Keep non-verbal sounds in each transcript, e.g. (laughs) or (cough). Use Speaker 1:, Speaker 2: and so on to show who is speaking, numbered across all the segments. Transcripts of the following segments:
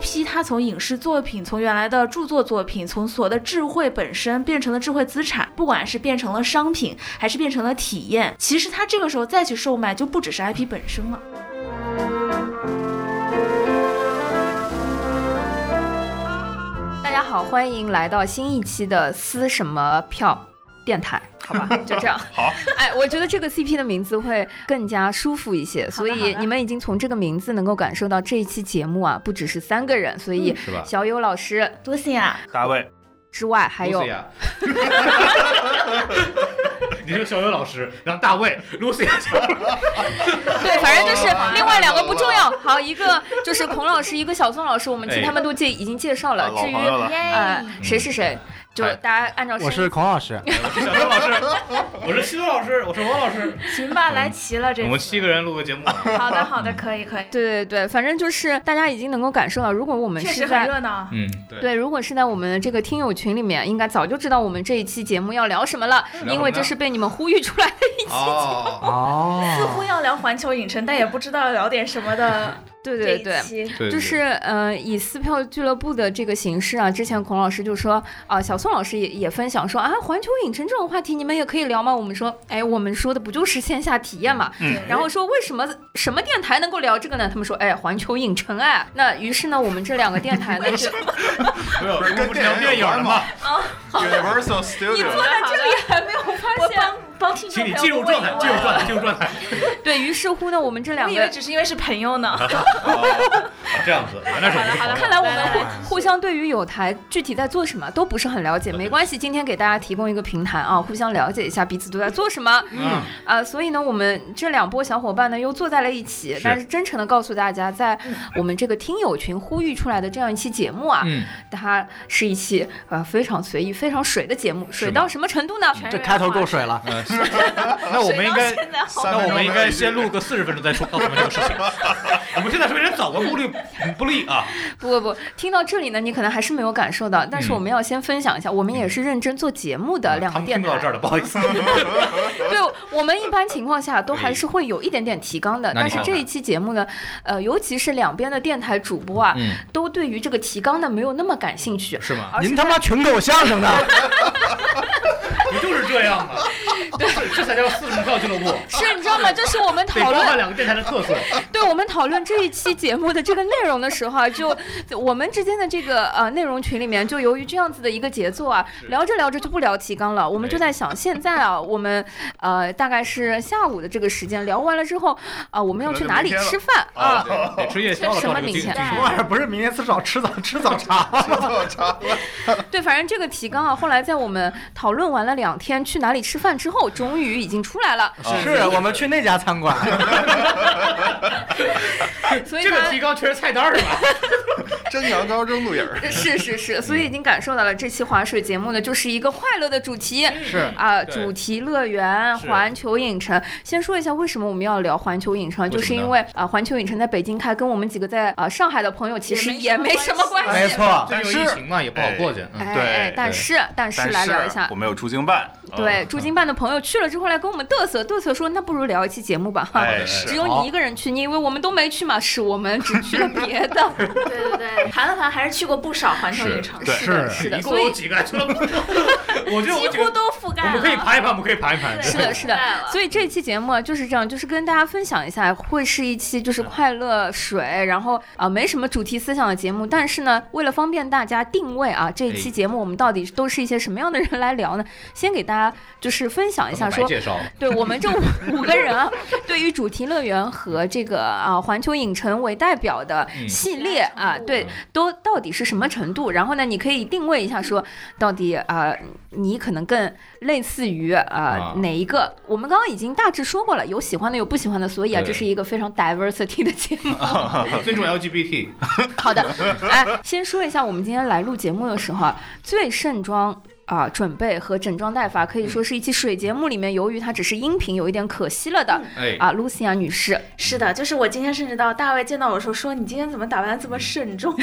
Speaker 1: 批它从影视作品、从原来的著作作品、从所有的智慧本身变成了智慧资产，不管是变成了商品，还是变成了体验，其实它这个时候再去售卖，就不只是 IP 本身了。
Speaker 2: 大家好，欢迎来到新一期的撕什么票电台，好吧，就这样。
Speaker 3: 好，
Speaker 2: 哎，我觉得这个 CP 的名字会更加舒服一些，所以你们已经从这个名字能够感受到这一期节目啊，不只是三个人，所以
Speaker 3: 是吧？
Speaker 2: 小友老师
Speaker 1: 多谢啊！
Speaker 3: 大卫，
Speaker 2: 之外还有
Speaker 4: 啊
Speaker 3: Lucia (laughs) 你是小友老师，然后大卫，Lucy，
Speaker 2: 对，反正就是另外两个不重要，好，一个就是孔老师，一个小宋老师，我们其实他们都介已经介绍了，至于
Speaker 3: 了
Speaker 2: 呃
Speaker 1: 哎
Speaker 2: 谁是谁，就
Speaker 3: 哎
Speaker 2: 大家按照
Speaker 5: 我
Speaker 2: 声
Speaker 5: 是孔老师，
Speaker 3: 我是小周老师，我是西多老师，我是王老师，
Speaker 1: 行吧，来齐了这
Speaker 3: 我们七个人录个节目，
Speaker 1: 好的，好的，可以，可以，
Speaker 2: 对对对，反正就是大家已经能够感受到，如果我们
Speaker 1: 确
Speaker 2: 是
Speaker 1: 实很
Speaker 2: 在
Speaker 1: 热闹。
Speaker 3: 嗯，对，
Speaker 2: 对，如果是在我们的这个听友群里面，应该早就知道我们这一期节目要聊什么了，因为这是被你们呼吁出来的。
Speaker 1: (laughs)
Speaker 4: 哦，
Speaker 1: 似乎 (laughs)
Speaker 5: 哦，
Speaker 1: 要聊环球影城，但也不知道要聊点什么 (laughs) 的
Speaker 2: 对
Speaker 1: 这
Speaker 2: 对
Speaker 1: 一
Speaker 2: 对。
Speaker 1: 期。
Speaker 3: 对
Speaker 2: 就是呃，以撕票俱乐部的这个形式啊，之前孔老师就说啊、小宋老师也也分享说啊，环球影城这种话题你们也可以聊吗？我们说，哎，我们说的不就是线下体验嘛？
Speaker 3: 嗯
Speaker 2: 然后说为什么什么电台能够聊这个呢？他们说，哎，环球影城哎。那于是呢，我们这两个电台 (laughs) 呢，就
Speaker 3: 没有，
Speaker 4: 不是
Speaker 3: 我们
Speaker 4: 跟
Speaker 3: 不是聊
Speaker 4: 电
Speaker 3: 电影
Speaker 4: 影有
Speaker 3: 了
Speaker 4: 关
Speaker 3: 吗
Speaker 4: 吗？？Universal
Speaker 2: 你坐
Speaker 4: Studio，
Speaker 2: 在这里还没有发
Speaker 1: 我
Speaker 2: 现，
Speaker 1: 帮帮听众朋
Speaker 3: 请你
Speaker 1: 友
Speaker 3: 进入
Speaker 1: 问一
Speaker 3: 状态，
Speaker 1: 问
Speaker 3: 进入状态，进入状
Speaker 4: (laughs)
Speaker 3: 态，
Speaker 2: 对于是乎呢，我们这
Speaker 1: 我
Speaker 2: 两
Speaker 1: 以
Speaker 2: 个
Speaker 1: 为只是因为是朋友呢。
Speaker 3: 哦这样子，原来是我们
Speaker 1: 好的好的
Speaker 2: 看来我们
Speaker 1: 来来来
Speaker 2: 互互相对于有台具体在做什么都不是很了解，没关系，今天给大家提供一个平台啊，互相了解一下彼此都在做什么啊、
Speaker 3: 嗯，
Speaker 2: 所以呢，我们这两波小伙伴呢又坐在了一起，
Speaker 3: 是
Speaker 2: 但是真诚的告诉大家，在我们这个听友群呼吁出来的这样一期节目啊，
Speaker 3: 嗯，
Speaker 2: 它是一期呃非常随意、非常水的节目，水
Speaker 3: 吗
Speaker 2: 到什么程度呢？
Speaker 5: 这开头够水
Speaker 4: 嗯
Speaker 5: 了，
Speaker 3: 呃是那我们应该
Speaker 1: 谁到。现在好
Speaker 3: 那我们应该先录个四十分钟再说，告诉我们这个事
Speaker 4: (laughs)
Speaker 3: 情。我们现在是为人早个顾虑不利啊，
Speaker 2: 不不不，听到这里呢，你可能还是没有感受到，但是
Speaker 3: 嗯
Speaker 2: 我们要先分享一下，我们也是认真做节目的两
Speaker 3: 他
Speaker 2: 个
Speaker 3: 们
Speaker 2: 电
Speaker 3: 听不到
Speaker 2: 台
Speaker 3: 这。儿了，不好意思。
Speaker 2: 对我们一般情况下都还是会有一点点提纲的，
Speaker 3: 那
Speaker 2: 但
Speaker 3: 你
Speaker 2: 是
Speaker 3: 看看
Speaker 2: 这一期节目呢，呃，尤其是两边的电台主播啊，
Speaker 3: 嗯，
Speaker 2: 都对于这个提纲呢没有那么感兴
Speaker 3: (laughs)
Speaker 2: 趣。
Speaker 3: 是吗？
Speaker 2: 而
Speaker 5: 您
Speaker 2: 是
Speaker 5: 他妈群口相声的，
Speaker 3: 不就是这样
Speaker 2: (laughs)
Speaker 3: 吗？这这才叫四十票俱乐部，
Speaker 2: 是，你知道吗？就是我们
Speaker 3: 得
Speaker 2: 讨
Speaker 3: 包含 (laughs)
Speaker 2: 论，
Speaker 3: 两个电台的特色。
Speaker 2: 对我们讨论这一期节目的这个内容的时候啊，就我们之间的这个呃内容群里面，就由于这样子的一个节奏啊，
Speaker 3: 是
Speaker 2: 聊着聊着就不聊提纲了。我们就
Speaker 3: 对
Speaker 2: 在想，现在啊，我们呃大概是下午的这个时间聊完了之后啊、我们要去
Speaker 4: 可能就
Speaker 2: 哪里
Speaker 4: 明天了
Speaker 2: 吃饭
Speaker 5: 哦
Speaker 2: 啊？
Speaker 3: 得吃夜宵
Speaker 2: 这
Speaker 3: 了，到
Speaker 2: 什么啊
Speaker 3: 这个
Speaker 2: 明
Speaker 3: 地
Speaker 2: 显
Speaker 3: 地 (laughs)
Speaker 5: 我晚上不是明天吃早吃早吃早
Speaker 4: 啊
Speaker 5: 茶，
Speaker 4: 我操，
Speaker 2: 对，反正这个提纲啊，后来在我们讨论完了两天去哪里吃饭之后，终于已经出来了。
Speaker 5: 是我们去那家餐馆，
Speaker 2: 所以
Speaker 3: 这个
Speaker 2: 大
Speaker 3: 提
Speaker 2: 家
Speaker 3: 纲全是菜单儿是吧？
Speaker 4: 蒸羊羔蒸鹿眼儿，
Speaker 2: 是是是，所以已经感受到了这期划水节目呢，就是一个快乐的主题。
Speaker 5: 是
Speaker 2: 啊，
Speaker 3: 对
Speaker 2: 主题乐园、
Speaker 3: 是
Speaker 2: 环球影城，先说一下为什么我们要聊环球影城，
Speaker 3: 什么呢
Speaker 2: 就是因为啊、环球影城在北京开，跟我们几个在啊、上海的朋友其实也
Speaker 1: 也
Speaker 2: 没
Speaker 1: 没
Speaker 2: 什
Speaker 1: 什
Speaker 2: 么
Speaker 1: 么
Speaker 2: 关
Speaker 1: 关
Speaker 2: 系。
Speaker 3: 哎
Speaker 5: 没错，
Speaker 3: 最近有疫情嘛，也不好过去。嗯
Speaker 2: 哎，
Speaker 4: 对
Speaker 2: 哎但
Speaker 3: 对
Speaker 2: 是但是来聊一下，
Speaker 4: 我们有驻京办，嗯
Speaker 2: 对，驻京办的朋友去了之后来跟我们嘚瑟嘚瑟说，那不如聊一期节目吧。哈。
Speaker 4: 哎
Speaker 2: 只
Speaker 4: 是，
Speaker 2: 有你一个人去，你以为我们都没去嘛？是我们 (laughs) 只去了别的。
Speaker 1: 对对对，盘了盘还是去过不少环球影城，
Speaker 4: (laughs) 对
Speaker 2: (laughs) 是的，是的，
Speaker 3: 一
Speaker 2: 所
Speaker 3: 共有
Speaker 2: 以
Speaker 3: 几个俱
Speaker 2: (laughs)
Speaker 3: 乐部？我觉得我
Speaker 1: 几
Speaker 3: 几
Speaker 1: 乎
Speaker 3: 个，
Speaker 1: 都覆盖
Speaker 3: 我
Speaker 1: 了。
Speaker 3: 们可以盘一盘，我们可以盘一盘。
Speaker 1: 对
Speaker 2: 是的，是的
Speaker 1: 太了。
Speaker 2: 所以这期节目啊就是这样，就是跟大家分享一下，会是一期
Speaker 4: 嗯
Speaker 2: 就是快乐水，然后啊、没什么主题思想的节目。但是呢，为了方便大家定位啊，这一
Speaker 4: 哎
Speaker 2: 期节目我们到底都是一些什么样的人来聊呢？先给大家就是分享一下说
Speaker 3: 白。介绍了，
Speaker 2: 对我们这五五个人啊，对于主题乐园和这个啊环球影城为代表的
Speaker 3: 嗯
Speaker 2: 系列啊，
Speaker 1: 嗯
Speaker 2: 对，都到底是什么程度？然后呢，你可以定位一下说，到底啊、你可能更类似于啊、
Speaker 3: 啊
Speaker 2: 哪一个？我们刚刚已经大致说过了，有喜欢的，有不喜欢的，所以啊，
Speaker 3: 对
Speaker 2: 这是一个非常 diversity 的节目。
Speaker 3: 尊重 LGBT， (laughs)
Speaker 2: 好的，哎，先说一下我们今天来录节目的时候啊，最盛装啊、准备和整装待发，可以
Speaker 3: 嗯
Speaker 2: 说是一期水节目里面，由于它只是音频，有一点可惜了的。
Speaker 3: 哎，
Speaker 2: 啊，露西亚女
Speaker 4: (laughs)
Speaker 2: 士，
Speaker 1: 是的，就是我今天甚至到大卫见到我的时候说：“你今天怎么打扮得
Speaker 3: 嗯
Speaker 1: 这么慎
Speaker 3: (laughs)
Speaker 1: 重？”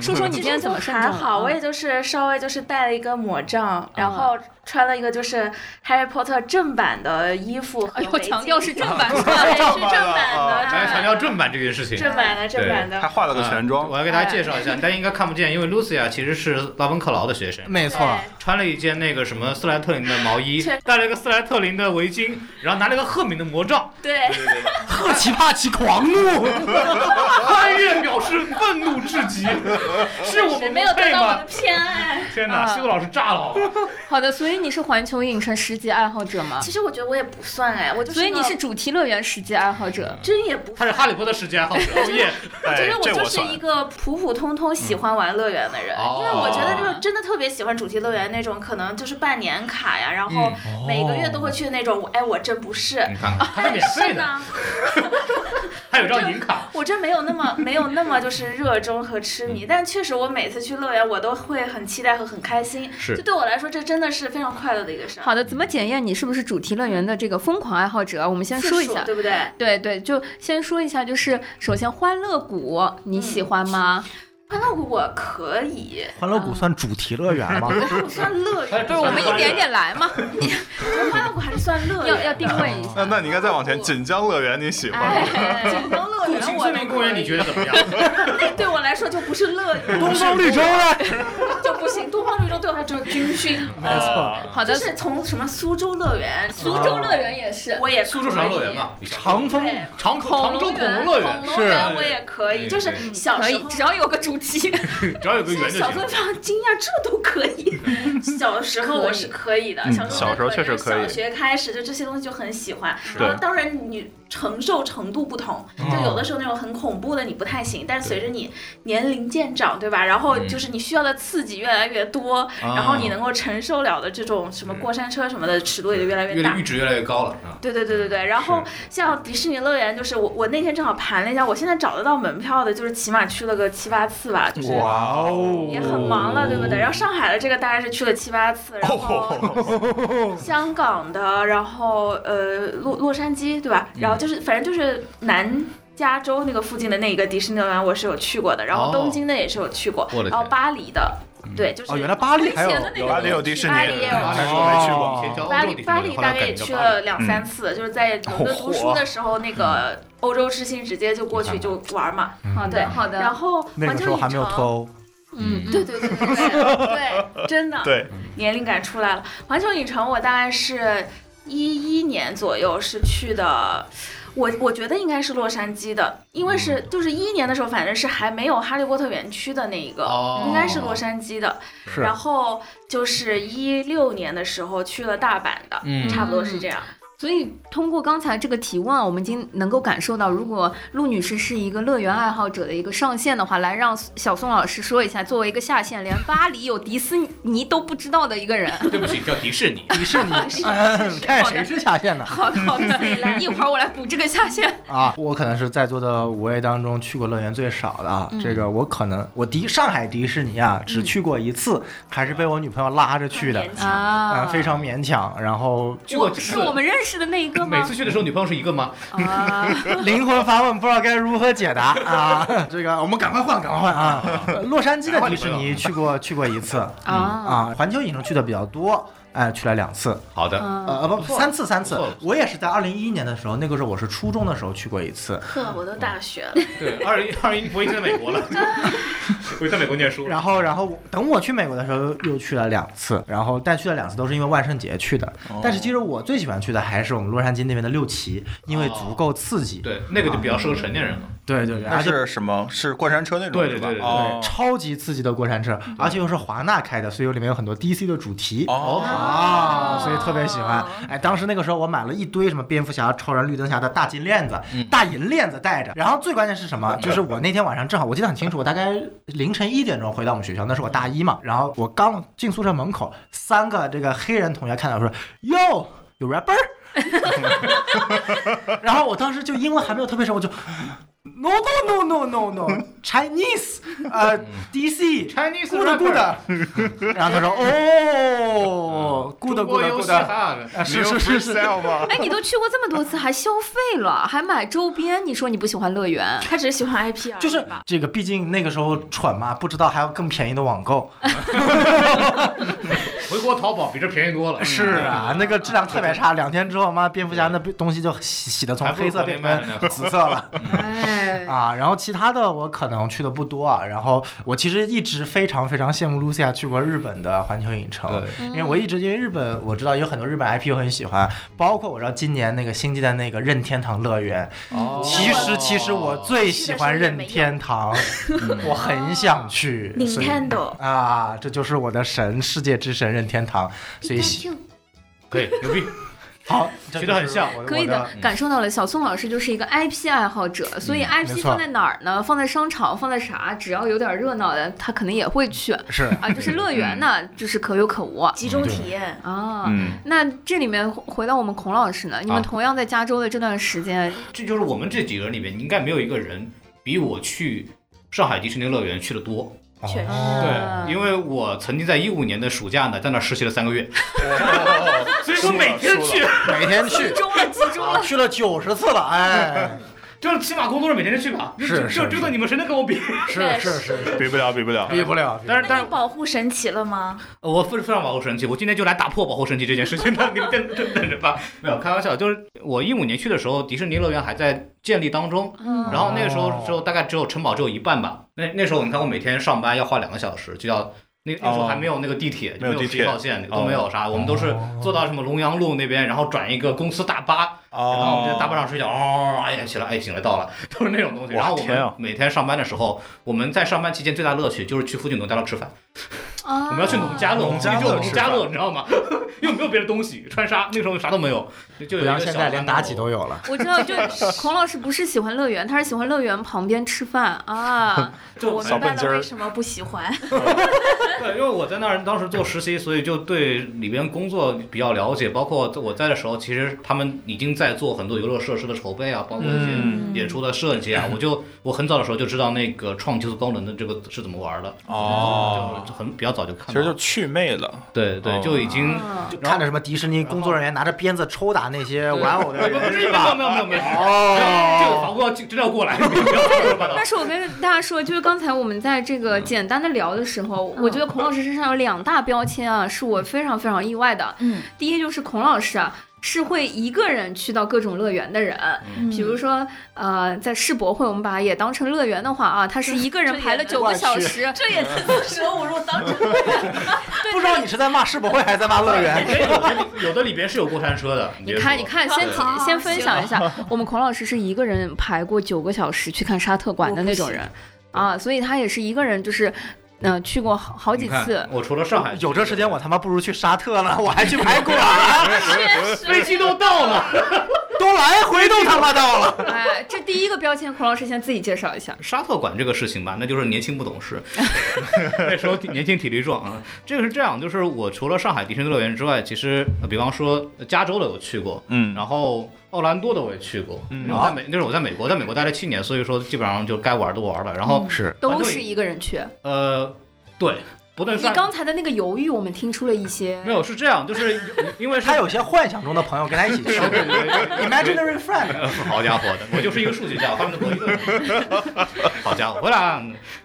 Speaker 2: 说说你今天怎么
Speaker 1: 其实都
Speaker 2: 慎重
Speaker 1: 还
Speaker 2: 了
Speaker 1: 好，我也就是稍微就是戴了一个魔
Speaker 3: 啊
Speaker 1: 杖，然后穿了一个就是 Harry Potter 正版的衣服和
Speaker 2: 哎
Speaker 1: 围
Speaker 2: 呦
Speaker 1: 巾。，
Speaker 2: 强调是正版
Speaker 1: 对，
Speaker 2: 是
Speaker 1: 是
Speaker 2: 吧？
Speaker 1: 正版
Speaker 4: 啊
Speaker 1: 的，
Speaker 4: 啊
Speaker 3: 啊来强调正版这件事情。
Speaker 1: 正版的，正版
Speaker 4: 还
Speaker 1: 的。
Speaker 4: 化了个全
Speaker 3: 啊
Speaker 4: 妆，
Speaker 3: 我要给
Speaker 2: 哎
Speaker 3: 大家介绍一下，大家应该看不见，因为 Lucia 其实是拉文克劳的学生，
Speaker 5: (laughs) 没错，
Speaker 2: 哎
Speaker 3: 穿了一件那个什么斯莱特林的毛衣
Speaker 1: 是，
Speaker 3: 戴了一个斯莱特林的围巾，然后拿了一个赫敏的魔杖，
Speaker 1: 对对，
Speaker 4: 对对对，
Speaker 5: 赫奇帕奇狂怒，
Speaker 2: 嗯
Speaker 3: 潘越表示愤怒至极， (laughs) 是我
Speaker 1: 是
Speaker 3: 们
Speaker 1: 没有
Speaker 3: 不
Speaker 1: 得
Speaker 3: 配
Speaker 1: 到我
Speaker 3: 吗
Speaker 1: 的？偏爱。
Speaker 3: 天哪，
Speaker 2: 啊
Speaker 3: 西多老师炸了！
Speaker 2: 好的，所以你是环球影城十级爱好者吗？
Speaker 1: 其实我觉得我也不算哎，我就是
Speaker 2: 所以你
Speaker 1: 个
Speaker 2: 是主题乐园十级爱好者。
Speaker 4: 嗯
Speaker 1: 真也不
Speaker 3: 他
Speaker 1: 算。
Speaker 3: 是哈利波特世界爱好者， (laughs) 哦耶！
Speaker 1: 我觉
Speaker 4: 哎
Speaker 1: 得我
Speaker 4: 这
Speaker 1: 就
Speaker 4: 我
Speaker 1: 是
Speaker 4: 算
Speaker 1: 一个普普通通喜欢玩乐园的人，
Speaker 3: 嗯
Speaker 1: 因为我觉得就
Speaker 2: 哦
Speaker 1: 是真的特别喜欢主题乐园那种，可能就是办年卡呀，然后
Speaker 2: 哦
Speaker 1: 每个月都会去那种，哎，我这不是。
Speaker 3: 你看看，嗯啊它是免费
Speaker 1: 是
Speaker 3: 的，
Speaker 1: 呢，
Speaker 3: 还有张银卡。
Speaker 1: 我真没有那么没有那么就是热衷和痴迷，但确实我每次去乐园，我都会很期待和很开心。
Speaker 3: 是
Speaker 1: 就对我来说，这真的是非常快乐的一个事儿。
Speaker 2: 好的，怎么检验你是不是主题乐园的这个疯狂爱好者啊？我们先
Speaker 1: 次
Speaker 2: 说一
Speaker 1: 数
Speaker 2: 下。
Speaker 1: 对不对？
Speaker 2: 对对，就先说一下，就是首先欢乐谷你
Speaker 1: 嗯
Speaker 2: 喜欢
Speaker 1: (laughs)
Speaker 2: 吗？
Speaker 1: 欢乐谷我可以，
Speaker 5: (laughs) 欢乐谷算主题乐
Speaker 2: (laughs)
Speaker 5: 园吗？
Speaker 1: 不算啊乐园，
Speaker 3: 不
Speaker 2: 不是，我们一点点来
Speaker 1: (laughs)
Speaker 2: 嘛，
Speaker 1: 欢乐谷还是算乐
Speaker 2: 要要
Speaker 1: 园。
Speaker 2: 定 (laughs) 位一下。
Speaker 4: 那那你应该再往前，锦江乐园你喜欢吗？
Speaker 1: 哎，锦江乐
Speaker 3: 故
Speaker 1: 园
Speaker 3: 宫
Speaker 1: 我
Speaker 3: 森
Speaker 1: 都
Speaker 3: 林公园，
Speaker 1: 可以
Speaker 3: 你觉得怎么 (laughs) 样？
Speaker 1: 那对我来说就不是乐园，
Speaker 5: 东方绿洲啊呢？
Speaker 1: 就不行。东方绿洲对我来说只有军训，呃
Speaker 5: 没
Speaker 3: 呃
Speaker 5: 错，
Speaker 2: (laughs) 好
Speaker 1: 就
Speaker 2: 的，
Speaker 1: 是从什么苏州乐园，
Speaker 2: 苏州乐园也是。
Speaker 1: 我也可以
Speaker 3: 啊苏州城乐园嘛，
Speaker 5: 长风
Speaker 1: 对
Speaker 3: 长常州恐龙乐
Speaker 1: 恐
Speaker 3: 园
Speaker 1: 龙园
Speaker 3: 是
Speaker 1: 我也可以，
Speaker 3: 对
Speaker 1: 就是小
Speaker 2: 可
Speaker 1: 时
Speaker 2: 以
Speaker 1: 候，。
Speaker 2: 只要有个主题。
Speaker 1: (laughs)
Speaker 3: 只要有个
Speaker 1: 其
Speaker 3: 圆
Speaker 1: 实
Speaker 3: 就
Speaker 1: 小
Speaker 3: 行
Speaker 1: 时候。非常惊讶，这都可 (laughs) 以。小时候我是可以的，
Speaker 5: 嗯
Speaker 1: 小时候
Speaker 4: 小时候确实可以
Speaker 1: 小学开始就这些东西就很喜欢，
Speaker 4: 对哦
Speaker 1: 然后当然你承受程度不同，就有的时候那种很恐怖的你不太行，但是随着你年龄渐长，对吧？然后
Speaker 4: 嗯
Speaker 1: 就是你需要的刺激越来越多，
Speaker 4: 啊
Speaker 1: 然后你能够承受了的这种
Speaker 4: 嗯
Speaker 1: 什么过山车什么的尺度也就越来越大。
Speaker 3: 阈值越来越高了啊！
Speaker 1: 对对对对
Speaker 4: 嗯
Speaker 1: 对，然后像迪士尼乐园，就是我我那天正好盘了一下，我现在找得到门票的，就是起码去了个七八次吧，就是
Speaker 5: 哇哦，
Speaker 1: 也很忙了，对不对？然后上海的这个大概是去了七八次，然后
Speaker 5: 哦
Speaker 1: (laughs) 香港的，然后呃洛洛杉矶，对吧？
Speaker 5: 嗯
Speaker 1: 然后就是反正就是南。加州那个附近的那个迪士尼乐园我是有去过的，然
Speaker 3: 哦
Speaker 1: 后东京的也是有去过，
Speaker 3: 我的
Speaker 1: 然后
Speaker 3: 天
Speaker 1: 巴黎的，对，就是
Speaker 5: 哦，原来巴黎还有
Speaker 2: 以
Speaker 5: 啊
Speaker 2: 前的那个
Speaker 3: 啊
Speaker 4: 巴黎有迪士尼，
Speaker 1: 巴黎啊也有
Speaker 4: 但是我没去过。
Speaker 3: 哦
Speaker 1: 巴黎巴黎大概
Speaker 5: 啊
Speaker 1: 也去了两三
Speaker 5: 嗯
Speaker 1: 次，就是在伦敦读书的时候，那个欧洲之星直接就过去就玩嘛。
Speaker 2: 好的，好的。
Speaker 1: 然后
Speaker 5: 嗯啊那
Speaker 1: 环
Speaker 5: 个时
Speaker 1: 球
Speaker 5: 候
Speaker 1: 影
Speaker 5: 还没有脱
Speaker 1: 城，
Speaker 5: 欧，
Speaker 2: 嗯，
Speaker 1: 对对对对对对，真
Speaker 3: (laughs)
Speaker 1: 的
Speaker 4: 对，
Speaker 1: 年龄感出来了。环球影城我大概是一一年左右是去的。我我觉得应该是洛杉矶的，因为
Speaker 3: 嗯
Speaker 1: 是就是一一年的时候，反正是还没有哈利波特园区的那一个，
Speaker 3: 哦
Speaker 1: 应该是洛杉矶的。
Speaker 5: 是
Speaker 1: 然后就是一六年的时候去了大阪的，
Speaker 3: 嗯
Speaker 1: 差不多是这样。 (laughs)
Speaker 2: 所以通过刚才这个提问啊，我们已经能够感受到，如果陆女士是一个乐园爱好者的一个上限的话，来让小宋老师说一下，作为一个下线，连巴黎有迪士尼都不知道的一个人。
Speaker 3: 对不起，叫迪士尼。
Speaker 5: 迪士尼，嗯 (laughs) 看谁是下线呢？
Speaker 2: (laughs) 好的好的，一会儿我来补这个下线。
Speaker 5: 啊，我可能是在座的五位当中去过乐园最少的啊。这个我可能我迪上海迪士尼啊，只去过一次，还是被我女朋友拉着去的
Speaker 1: 很，年轻
Speaker 2: 啊
Speaker 5: 啊，非常勉强。然后
Speaker 3: (laughs) 去
Speaker 2: (laughs)
Speaker 3: 过
Speaker 2: 我
Speaker 3: 几
Speaker 2: 是
Speaker 3: 次？
Speaker 2: 我们认识的那一个
Speaker 3: 每
Speaker 2: 吗
Speaker 3: 次？去的时候，女朋友是一个吗？
Speaker 2: 啊，
Speaker 5: (laughs) 灵魂发问，不知道该如何解答啊。 (laughs) 这个我们赶快换，赶快换啊。呃洛杉矶的迪士尼去过去过一次
Speaker 2: 啊
Speaker 5: 啊，环球影城去的比较多。哎，去了两次，
Speaker 3: 好的，
Speaker 2: 啊，
Speaker 5: 呃，不，三次，三
Speaker 3: 不
Speaker 5: 次
Speaker 3: 错不。错
Speaker 5: 我也是在二零一一年的时候，那个时候我是初中的时候去过一次，
Speaker 1: 呵，我都大学了，
Speaker 3: 对，二一 (laughs) 二一，我已经在美国
Speaker 5: (laughs)
Speaker 3: 了，我已经在美国念书。
Speaker 5: 然后，然后我等我去美国的时候又去了两次，然后但去了两次都是因为万圣节去的。
Speaker 4: 哦
Speaker 5: 但是其实我最喜欢去的还是我们洛杉矶那边的六旗，因为足够刺激。
Speaker 3: 对，那个就比较适合成年人了。
Speaker 5: 对对对，
Speaker 4: 那
Speaker 5: 而且
Speaker 4: 是什么？是过山车那种
Speaker 3: 对对
Speaker 4: 是吧
Speaker 3: 对对对
Speaker 4: 哦嗯
Speaker 5: 对超级刺激的过山车，而且又是华纳开的，所以里面有很多 DC 的主题。
Speaker 4: 哦，
Speaker 5: 啊，所以特别喜欢。哎，当时那个时候我买了一堆什么蝙蝠侠、超人、绿灯侠的大金链子、大银链子戴着。然后最关键是什么？就是我那天晚上正好我记得很清楚，我大概凌晨一点钟回到我们学校，那是我大一嘛。然后我刚进宿舍门口，三个这个黑人同学看到我说：“哟， (laughs) 有 rapper。”然后我当时就英文还没有特别熟，我就 No no no no no no Chinese 呃 DC
Speaker 6: Chinese
Speaker 5: good good，
Speaker 6: rapper，
Speaker 5: (laughs) 然后他说哦 good
Speaker 6: 中国
Speaker 5: good
Speaker 6: 游戏
Speaker 5: good，
Speaker 6: 哈，
Speaker 5: 啊是是是是，
Speaker 4: freestyle 吗？
Speaker 2: 哎，你都去过这么多次，还消费了，还买周边，你说你不喜欢乐园？
Speaker 1: (laughs) 他只是喜欢 IP 而已
Speaker 5: 就是
Speaker 1: 吧。
Speaker 5: 这个，毕竟那个时候蠢嘛，不知道还有更便宜的网购。
Speaker 6: 回国淘宝比这便宜多了。
Speaker 5: 是啊，那个质量特别差，两天之后，妈蝙蝠侠那东西就洗洗的从黑色变
Speaker 3: 还不如国内卖的
Speaker 5: 成紫色了。
Speaker 2: 哎，
Speaker 5: 啊，然后其他的我可能去的不多啊。然后我其实一直非常非常羡慕 Lucia 去过日本的环球影
Speaker 3: 嗯
Speaker 5: 城，因为我一直因为日本我知道有很多日本 IP 我很喜欢，包括我知道今年那个星际的那个任天堂乐园。
Speaker 6: 哦
Speaker 5: 其实其实我最喜欢任天堂，我很想去。
Speaker 2: 嗯
Speaker 5: 所以
Speaker 3: 嗯
Speaker 1: Nintendo
Speaker 5: 啊，这就是我的神，世界之神任天堂。所以喜
Speaker 3: 可以牛逼，
Speaker 5: 好，
Speaker 3: (laughs) 觉得很像
Speaker 5: 这就是我
Speaker 2: 可以
Speaker 5: 我
Speaker 2: 的，感受到了。小宋老师就是一个 IP 爱好者，所以
Speaker 5: 嗯没
Speaker 2: IP
Speaker 5: 错
Speaker 2: 放在哪儿呢？放在商场，放在啥？只要有点热闹的，他可能也会去
Speaker 5: (laughs) 是
Speaker 2: 啊。就是乐园呢，
Speaker 5: 嗯
Speaker 2: 就是可有可无啊。
Speaker 1: 集中体验，
Speaker 4: 嗯，
Speaker 2: 那这里面回到我们孔老师呢，你
Speaker 3: 啊
Speaker 2: 们同样在加州的这段时
Speaker 5: (laughs)
Speaker 2: 间，
Speaker 3: 这就是我们这几个人里面，应该没有一个人比我去上海迪士尼乐园去的多。嗯
Speaker 1: 确实
Speaker 5: 哦
Speaker 2: 啊
Speaker 3: 因为我曾经在一五年的暑假呢，在那儿实习了三个月，所以
Speaker 4: 输
Speaker 3: 我
Speaker 4: 了
Speaker 3: 每天
Speaker 4: 输
Speaker 3: 去，
Speaker 5: 每天去
Speaker 2: (laughs) 集中了，集中
Speaker 5: 啊
Speaker 2: 了。
Speaker 5: 去了九十次了，
Speaker 2: (laughs)
Speaker 5: 哎，
Speaker 3: 就是起码工作日每天去吧。
Speaker 5: 是
Speaker 3: 这
Speaker 5: 是
Speaker 3: 这这个你们谁能跟我比？
Speaker 1: 是是
Speaker 5: 是，
Speaker 4: 比不了，比不了。
Speaker 5: 比不了。
Speaker 3: (laughs) 但是
Speaker 1: 那
Speaker 3: 但是
Speaker 1: 你保护神奇了吗？
Speaker 3: 呃我非非常保护神奇，我今天就来打破保护神奇这件事情。那你们等等等着吧，没有开玩笑，就是我一五年去的时候，迪士尼乐园还在建立当中，
Speaker 2: 嗯
Speaker 3: 然后那个时
Speaker 5: 哦
Speaker 3: 候只有大概只有城堡只有一半吧。那那时候你看我每天上班要花两个小时，就要那那时候还没有那个地铁，就
Speaker 4: 哦没有地
Speaker 3: 有
Speaker 4: 铁哦
Speaker 3: 铁号线，都没有啥，我们都是坐到什么龙阳路那边，然后转一个公司大巴，然后我们在大巴上睡觉，哦，哎呀起来，哎醒了到了，都是那种东西。
Speaker 4: 哇
Speaker 3: 然后我
Speaker 4: 天
Speaker 3: 们
Speaker 4: 啊
Speaker 3: 每天上班的时候，我们在上班期间最大乐趣就是去附近农家乐吃饭。
Speaker 2: 啊，
Speaker 1: 嗯
Speaker 3: 我们要去农家乐，我们
Speaker 4: 农家乐
Speaker 3: 就有
Speaker 4: 吃
Speaker 3: 农
Speaker 4: 饭
Speaker 3: 家乐，你知道吗？ (laughs) 因为没有别的东西，川沙那时候啥都没有，就就有
Speaker 5: 不
Speaker 3: 一
Speaker 5: 像
Speaker 3: 个
Speaker 5: 现
Speaker 3: 小
Speaker 5: 在
Speaker 3: 摊
Speaker 5: 连
Speaker 3: 档
Speaker 5: 妲己都有了。
Speaker 2: 我知道，就孔老师不是喜欢乐园，他是喜欢乐园旁边吃饭
Speaker 5: (laughs)
Speaker 2: 啊。
Speaker 3: 就
Speaker 1: 我
Speaker 4: 小
Speaker 1: 明白
Speaker 4: 笨鸡
Speaker 1: 了
Speaker 4: 儿
Speaker 1: 为什么不喜欢。
Speaker 3: 对，因为我在那儿当时做实习，所以就对里边工作比较了解。包括我在的时候，其实他们已经在做很多游乐设施的筹备啊，包括一些
Speaker 2: 嗯
Speaker 3: 演出的设计啊。我就我很早的时候就知道那个创极速高能的这个是怎么玩的，
Speaker 4: 哦，
Speaker 3: 就很比较早就看
Speaker 4: 其
Speaker 3: 到
Speaker 4: 实
Speaker 3: 了。
Speaker 4: 就祛魅了。
Speaker 3: 对对，就已经
Speaker 2: 啊
Speaker 3: 就然
Speaker 5: 哦看
Speaker 3: 后
Speaker 5: 着什么迪士尼工作人员拿着鞭子抽打那些玩偶的
Speaker 3: 不不
Speaker 5: 人
Speaker 3: 是
Speaker 5: 是
Speaker 3: 没有
Speaker 5: 吧？
Speaker 3: 没有没有没有，这个
Speaker 5: 哦，
Speaker 3: 法国真的要过来，你不要胡说八道
Speaker 2: 但。是我跟大家说，就是刚才我们在这
Speaker 3: 嗯
Speaker 2: 个简单的聊的时候，
Speaker 1: 嗯
Speaker 2: 我觉得孔老师身上有两大标签啊，是
Speaker 3: 嗯
Speaker 2: 我非常非常意外的。
Speaker 1: 嗯，
Speaker 2: 第一就是孔老师啊，是会一个人去到各种乐园的人。
Speaker 3: 嗯
Speaker 2: 比如说，呃，在世博会，我们把它也当成乐园的话啊，他是一个人排了九个小时，
Speaker 1: 这也能做蛇舞入当真？
Speaker 5: 不知道你是在骂世博会还是在骂乐
Speaker 3: 里
Speaker 5: 园？
Speaker 3: 边哎有的里有的里边是有过山车的，
Speaker 2: 你
Speaker 3: 别
Speaker 2: 看，
Speaker 3: 说
Speaker 2: 你看，先
Speaker 3: 对
Speaker 1: 好
Speaker 2: 先分享一下，我们孔老师是一个人排过九个小时去看沙特馆的那种人啊，所以他也是一个人，就是，嗯、去过好好几
Speaker 3: 你看
Speaker 2: 次。
Speaker 3: 我除了上海
Speaker 5: 有这时间我他妈不如去沙特呢，我还去排骨啊，
Speaker 3: 飞机都到了。
Speaker 5: 都来回都他妈到了。
Speaker 2: (laughs) 哎，这第一个标签，孔老师先自己介绍一下。
Speaker 3: 沙特管这个事情吧，那就是年轻不懂
Speaker 2: (laughs)
Speaker 3: 事，那时候体年轻体力壮啊。这个是这样，就是我除了上海迪士尼乐园之外，其实呃比方说呃加州的我去过，
Speaker 4: 嗯
Speaker 3: 然后奥兰多的我也去过，
Speaker 4: 嗯
Speaker 3: 因为我
Speaker 5: 啊
Speaker 3: 在美那是我在美国，在美国待了七年，所以说基本上就该玩都玩了。然后啊
Speaker 5: 是
Speaker 2: 嗯都是一个人去，
Speaker 3: 呃，对，不能
Speaker 2: 你
Speaker 3: 算
Speaker 2: 刚才的那个犹豫，我们听出了一些
Speaker 3: 没。有是这
Speaker 2: (laughs)
Speaker 3: 样，就是因为是 (laughs)
Speaker 5: (laughs) 他有些幻想中的朋友跟他一起 (laughs) 去，imaginary friend。
Speaker 3: 呃好家伙的，我就是一个数学家，我发明的博弈论。好家伙，我俩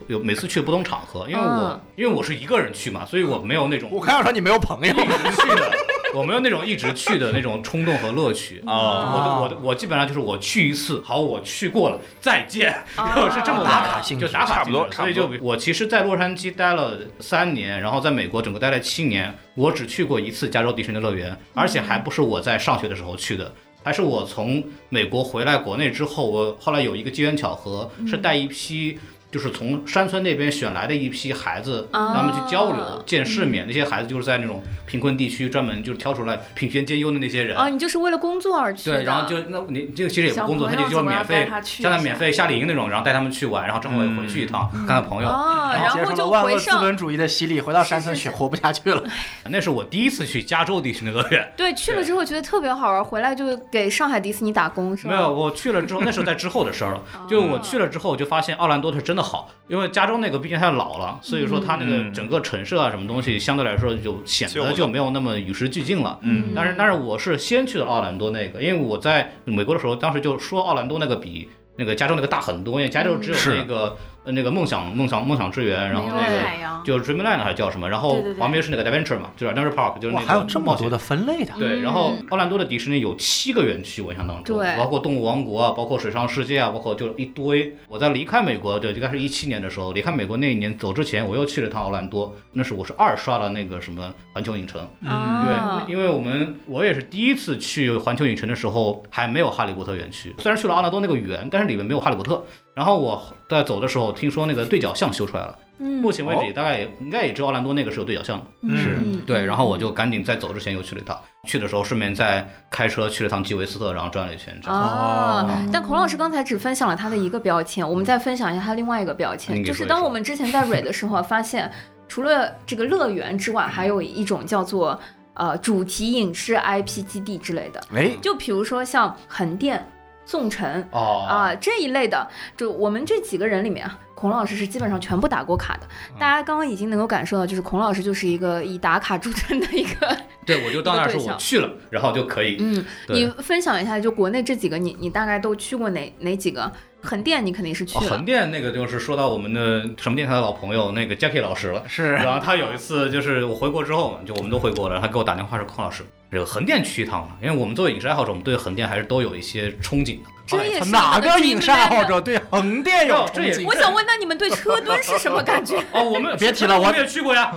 Speaker 3: 有每次去不同场合，因为我、
Speaker 2: 嗯
Speaker 3: 因为我是一个人去嘛，所以我没有那种
Speaker 5: 我刚想说你没有朋友
Speaker 3: 一直去的， (laughs) 我没有那种一直去的那种冲动和乐趣。
Speaker 4: 哦，
Speaker 3: 我的我的我基本上就是我去一次，好，我去过了，再见， (laughs) 是这么
Speaker 5: (laughs) 打
Speaker 3: 玩
Speaker 5: 卡性质
Speaker 3: 就打卡
Speaker 4: 差不多
Speaker 3: 性质所以就我其实，在洛杉矶待了三年，然后在美国整个待了七年，我只去过一次加州迪士尼乐园，而且还不是我在上学的时候去的。还是我从美国回来国内之后，我后来有一个机缘巧合，是带一批就是从山村那边选来的一批孩子，
Speaker 2: 啊
Speaker 3: 让他们去交流、见世面。那些孩子就是在那种贫困地区专门就是挑出来品学兼优的那些人。
Speaker 2: 哦，你就是为了工作而去的。
Speaker 3: 对，然后就那你这个其实也不
Speaker 1: 小
Speaker 3: 工作，他
Speaker 1: 朋友
Speaker 3: 就就是
Speaker 1: 总要
Speaker 3: 免费
Speaker 1: 带他去一
Speaker 3: 像他
Speaker 1: 下嗯
Speaker 3: 免费夏令营那种，然后带他们去玩，然后正好也回去一趟、看看朋友。
Speaker 2: 哦，然
Speaker 5: 接
Speaker 2: 后
Speaker 5: 受了
Speaker 2: 就
Speaker 5: 万
Speaker 2: 回
Speaker 5: 恶资
Speaker 2: 上，
Speaker 5: 本主义的洗礼，回到山村学活不下去了。
Speaker 3: 那是我第一次去加州迪士尼乐园，
Speaker 2: 对，去了之后觉得特别好玩，回来就给上海迪士尼打工是吧？哦
Speaker 3: 没有，我去了之后，那时候在之后的事儿
Speaker 1: 嗯
Speaker 3: 了。 (laughs) 就我去了之后，我就发现奥兰多是真的好，因为加州那个毕竟太老了，所以说它那个
Speaker 4: 嗯
Speaker 3: 整个城市啊，什么东西相对来说就显
Speaker 4: 旧
Speaker 3: 得
Speaker 4: 了
Speaker 3: 就没有那么与时俱进了。
Speaker 4: 嗯
Speaker 3: 但是，但是我是先去的奥兰多那个，因为我在美国的时候，当时就说奥兰多那个比那个加州那个大很多，因为加州
Speaker 5: 嗯
Speaker 3: 只有
Speaker 4: 是
Speaker 3: 那个呃那个梦想梦想梦想之源，然后那
Speaker 2: 对
Speaker 3: 个
Speaker 1: 海洋，
Speaker 3: 就是 Dreamland 还叫什么，然后
Speaker 1: 对对对
Speaker 3: 旁边是那个 Adventure 嘛，就是 Adventure Park，就是
Speaker 5: 哇，
Speaker 3: 那个
Speaker 5: 还有这么
Speaker 3: 冒险啊
Speaker 5: 多的分类的，
Speaker 3: 对，然后
Speaker 1: 嗯
Speaker 3: 奥兰多的迪士尼有七个园区，我印象当中，
Speaker 2: 对
Speaker 3: 包括动物王国啊，包括水上世界啊，包括就一堆。我在离开美国，对，应该是一七年的时候，离开美国那一年走之前，我又去了趟奥兰多，那是我是二刷了那个什么环球影城，
Speaker 5: 嗯
Speaker 2: 啊
Speaker 3: 嗯对，因为我们我也是第一次去环球影城的时候，还没有哈利波特园区，虽然去了奥兰多那个园，但是里面没有哈利波特。然后我在走的时候，听说那个对角巷修出来了，
Speaker 1: 嗯
Speaker 3: 目前为止大概也应该也知道奥兰多那个是有对角巷的。
Speaker 5: 是
Speaker 2: 嗯，
Speaker 3: 对，然后我就赶紧在走之前又去了一趟，去的时候顺便再开车去了趟基维斯特，然后转了一圈。这样
Speaker 2: 哦，但孔老师刚才只分享了他的一个标签，我们再分享一下他另外一个标
Speaker 3: 嗯你
Speaker 2: 签，
Speaker 3: 给
Speaker 2: 就
Speaker 3: 说
Speaker 2: 是
Speaker 3: 一
Speaker 2: 当
Speaker 3: 说
Speaker 2: 我们之前在蕊的时候啊发现，除了这个乐园之外，还有一种叫做呃主题影视 IP 基地之类的，
Speaker 5: 哎，
Speaker 2: 就比如说像横店、宋城
Speaker 3: 哦
Speaker 2: 啊、这一类的，就我们这几个人里面啊，孔老师是基本上全部打过卡的。
Speaker 3: 嗯
Speaker 2: 大家刚刚已经能够感受到，就是孔老师就是一个以打卡著称的一个。
Speaker 3: 对，我就到那儿说我去了，然后就可以。
Speaker 2: 嗯，
Speaker 3: 哦对
Speaker 2: 你分享一下，就国内这几个，你你大概都去过哪哪几个？横店你肯定是去
Speaker 3: 哦，
Speaker 2: 了
Speaker 3: 横，店那个就是说到我们的什么电台的老朋友那个 Jackie 老师了，
Speaker 5: 是
Speaker 3: 然后他有一次就是我回国之后，就我们都回国了，他给我打电话说孔老师，这个横店去一趟吧，因为我们作为影视爱好者，我们对横店还是都有一些憧憬的。
Speaker 2: 这也是
Speaker 5: 哎哪
Speaker 2: 你的
Speaker 5: 个
Speaker 2: dream
Speaker 5: 影视爱好
Speaker 2: land
Speaker 5: 者对横店有
Speaker 3: 哟这
Speaker 5: 憧
Speaker 3: 也
Speaker 5: 憬？
Speaker 2: 我想问，那你们对车墩是什么感觉？
Speaker 3: 哦，我们
Speaker 5: 别提了我
Speaker 3: (laughs) 我们也去过呀，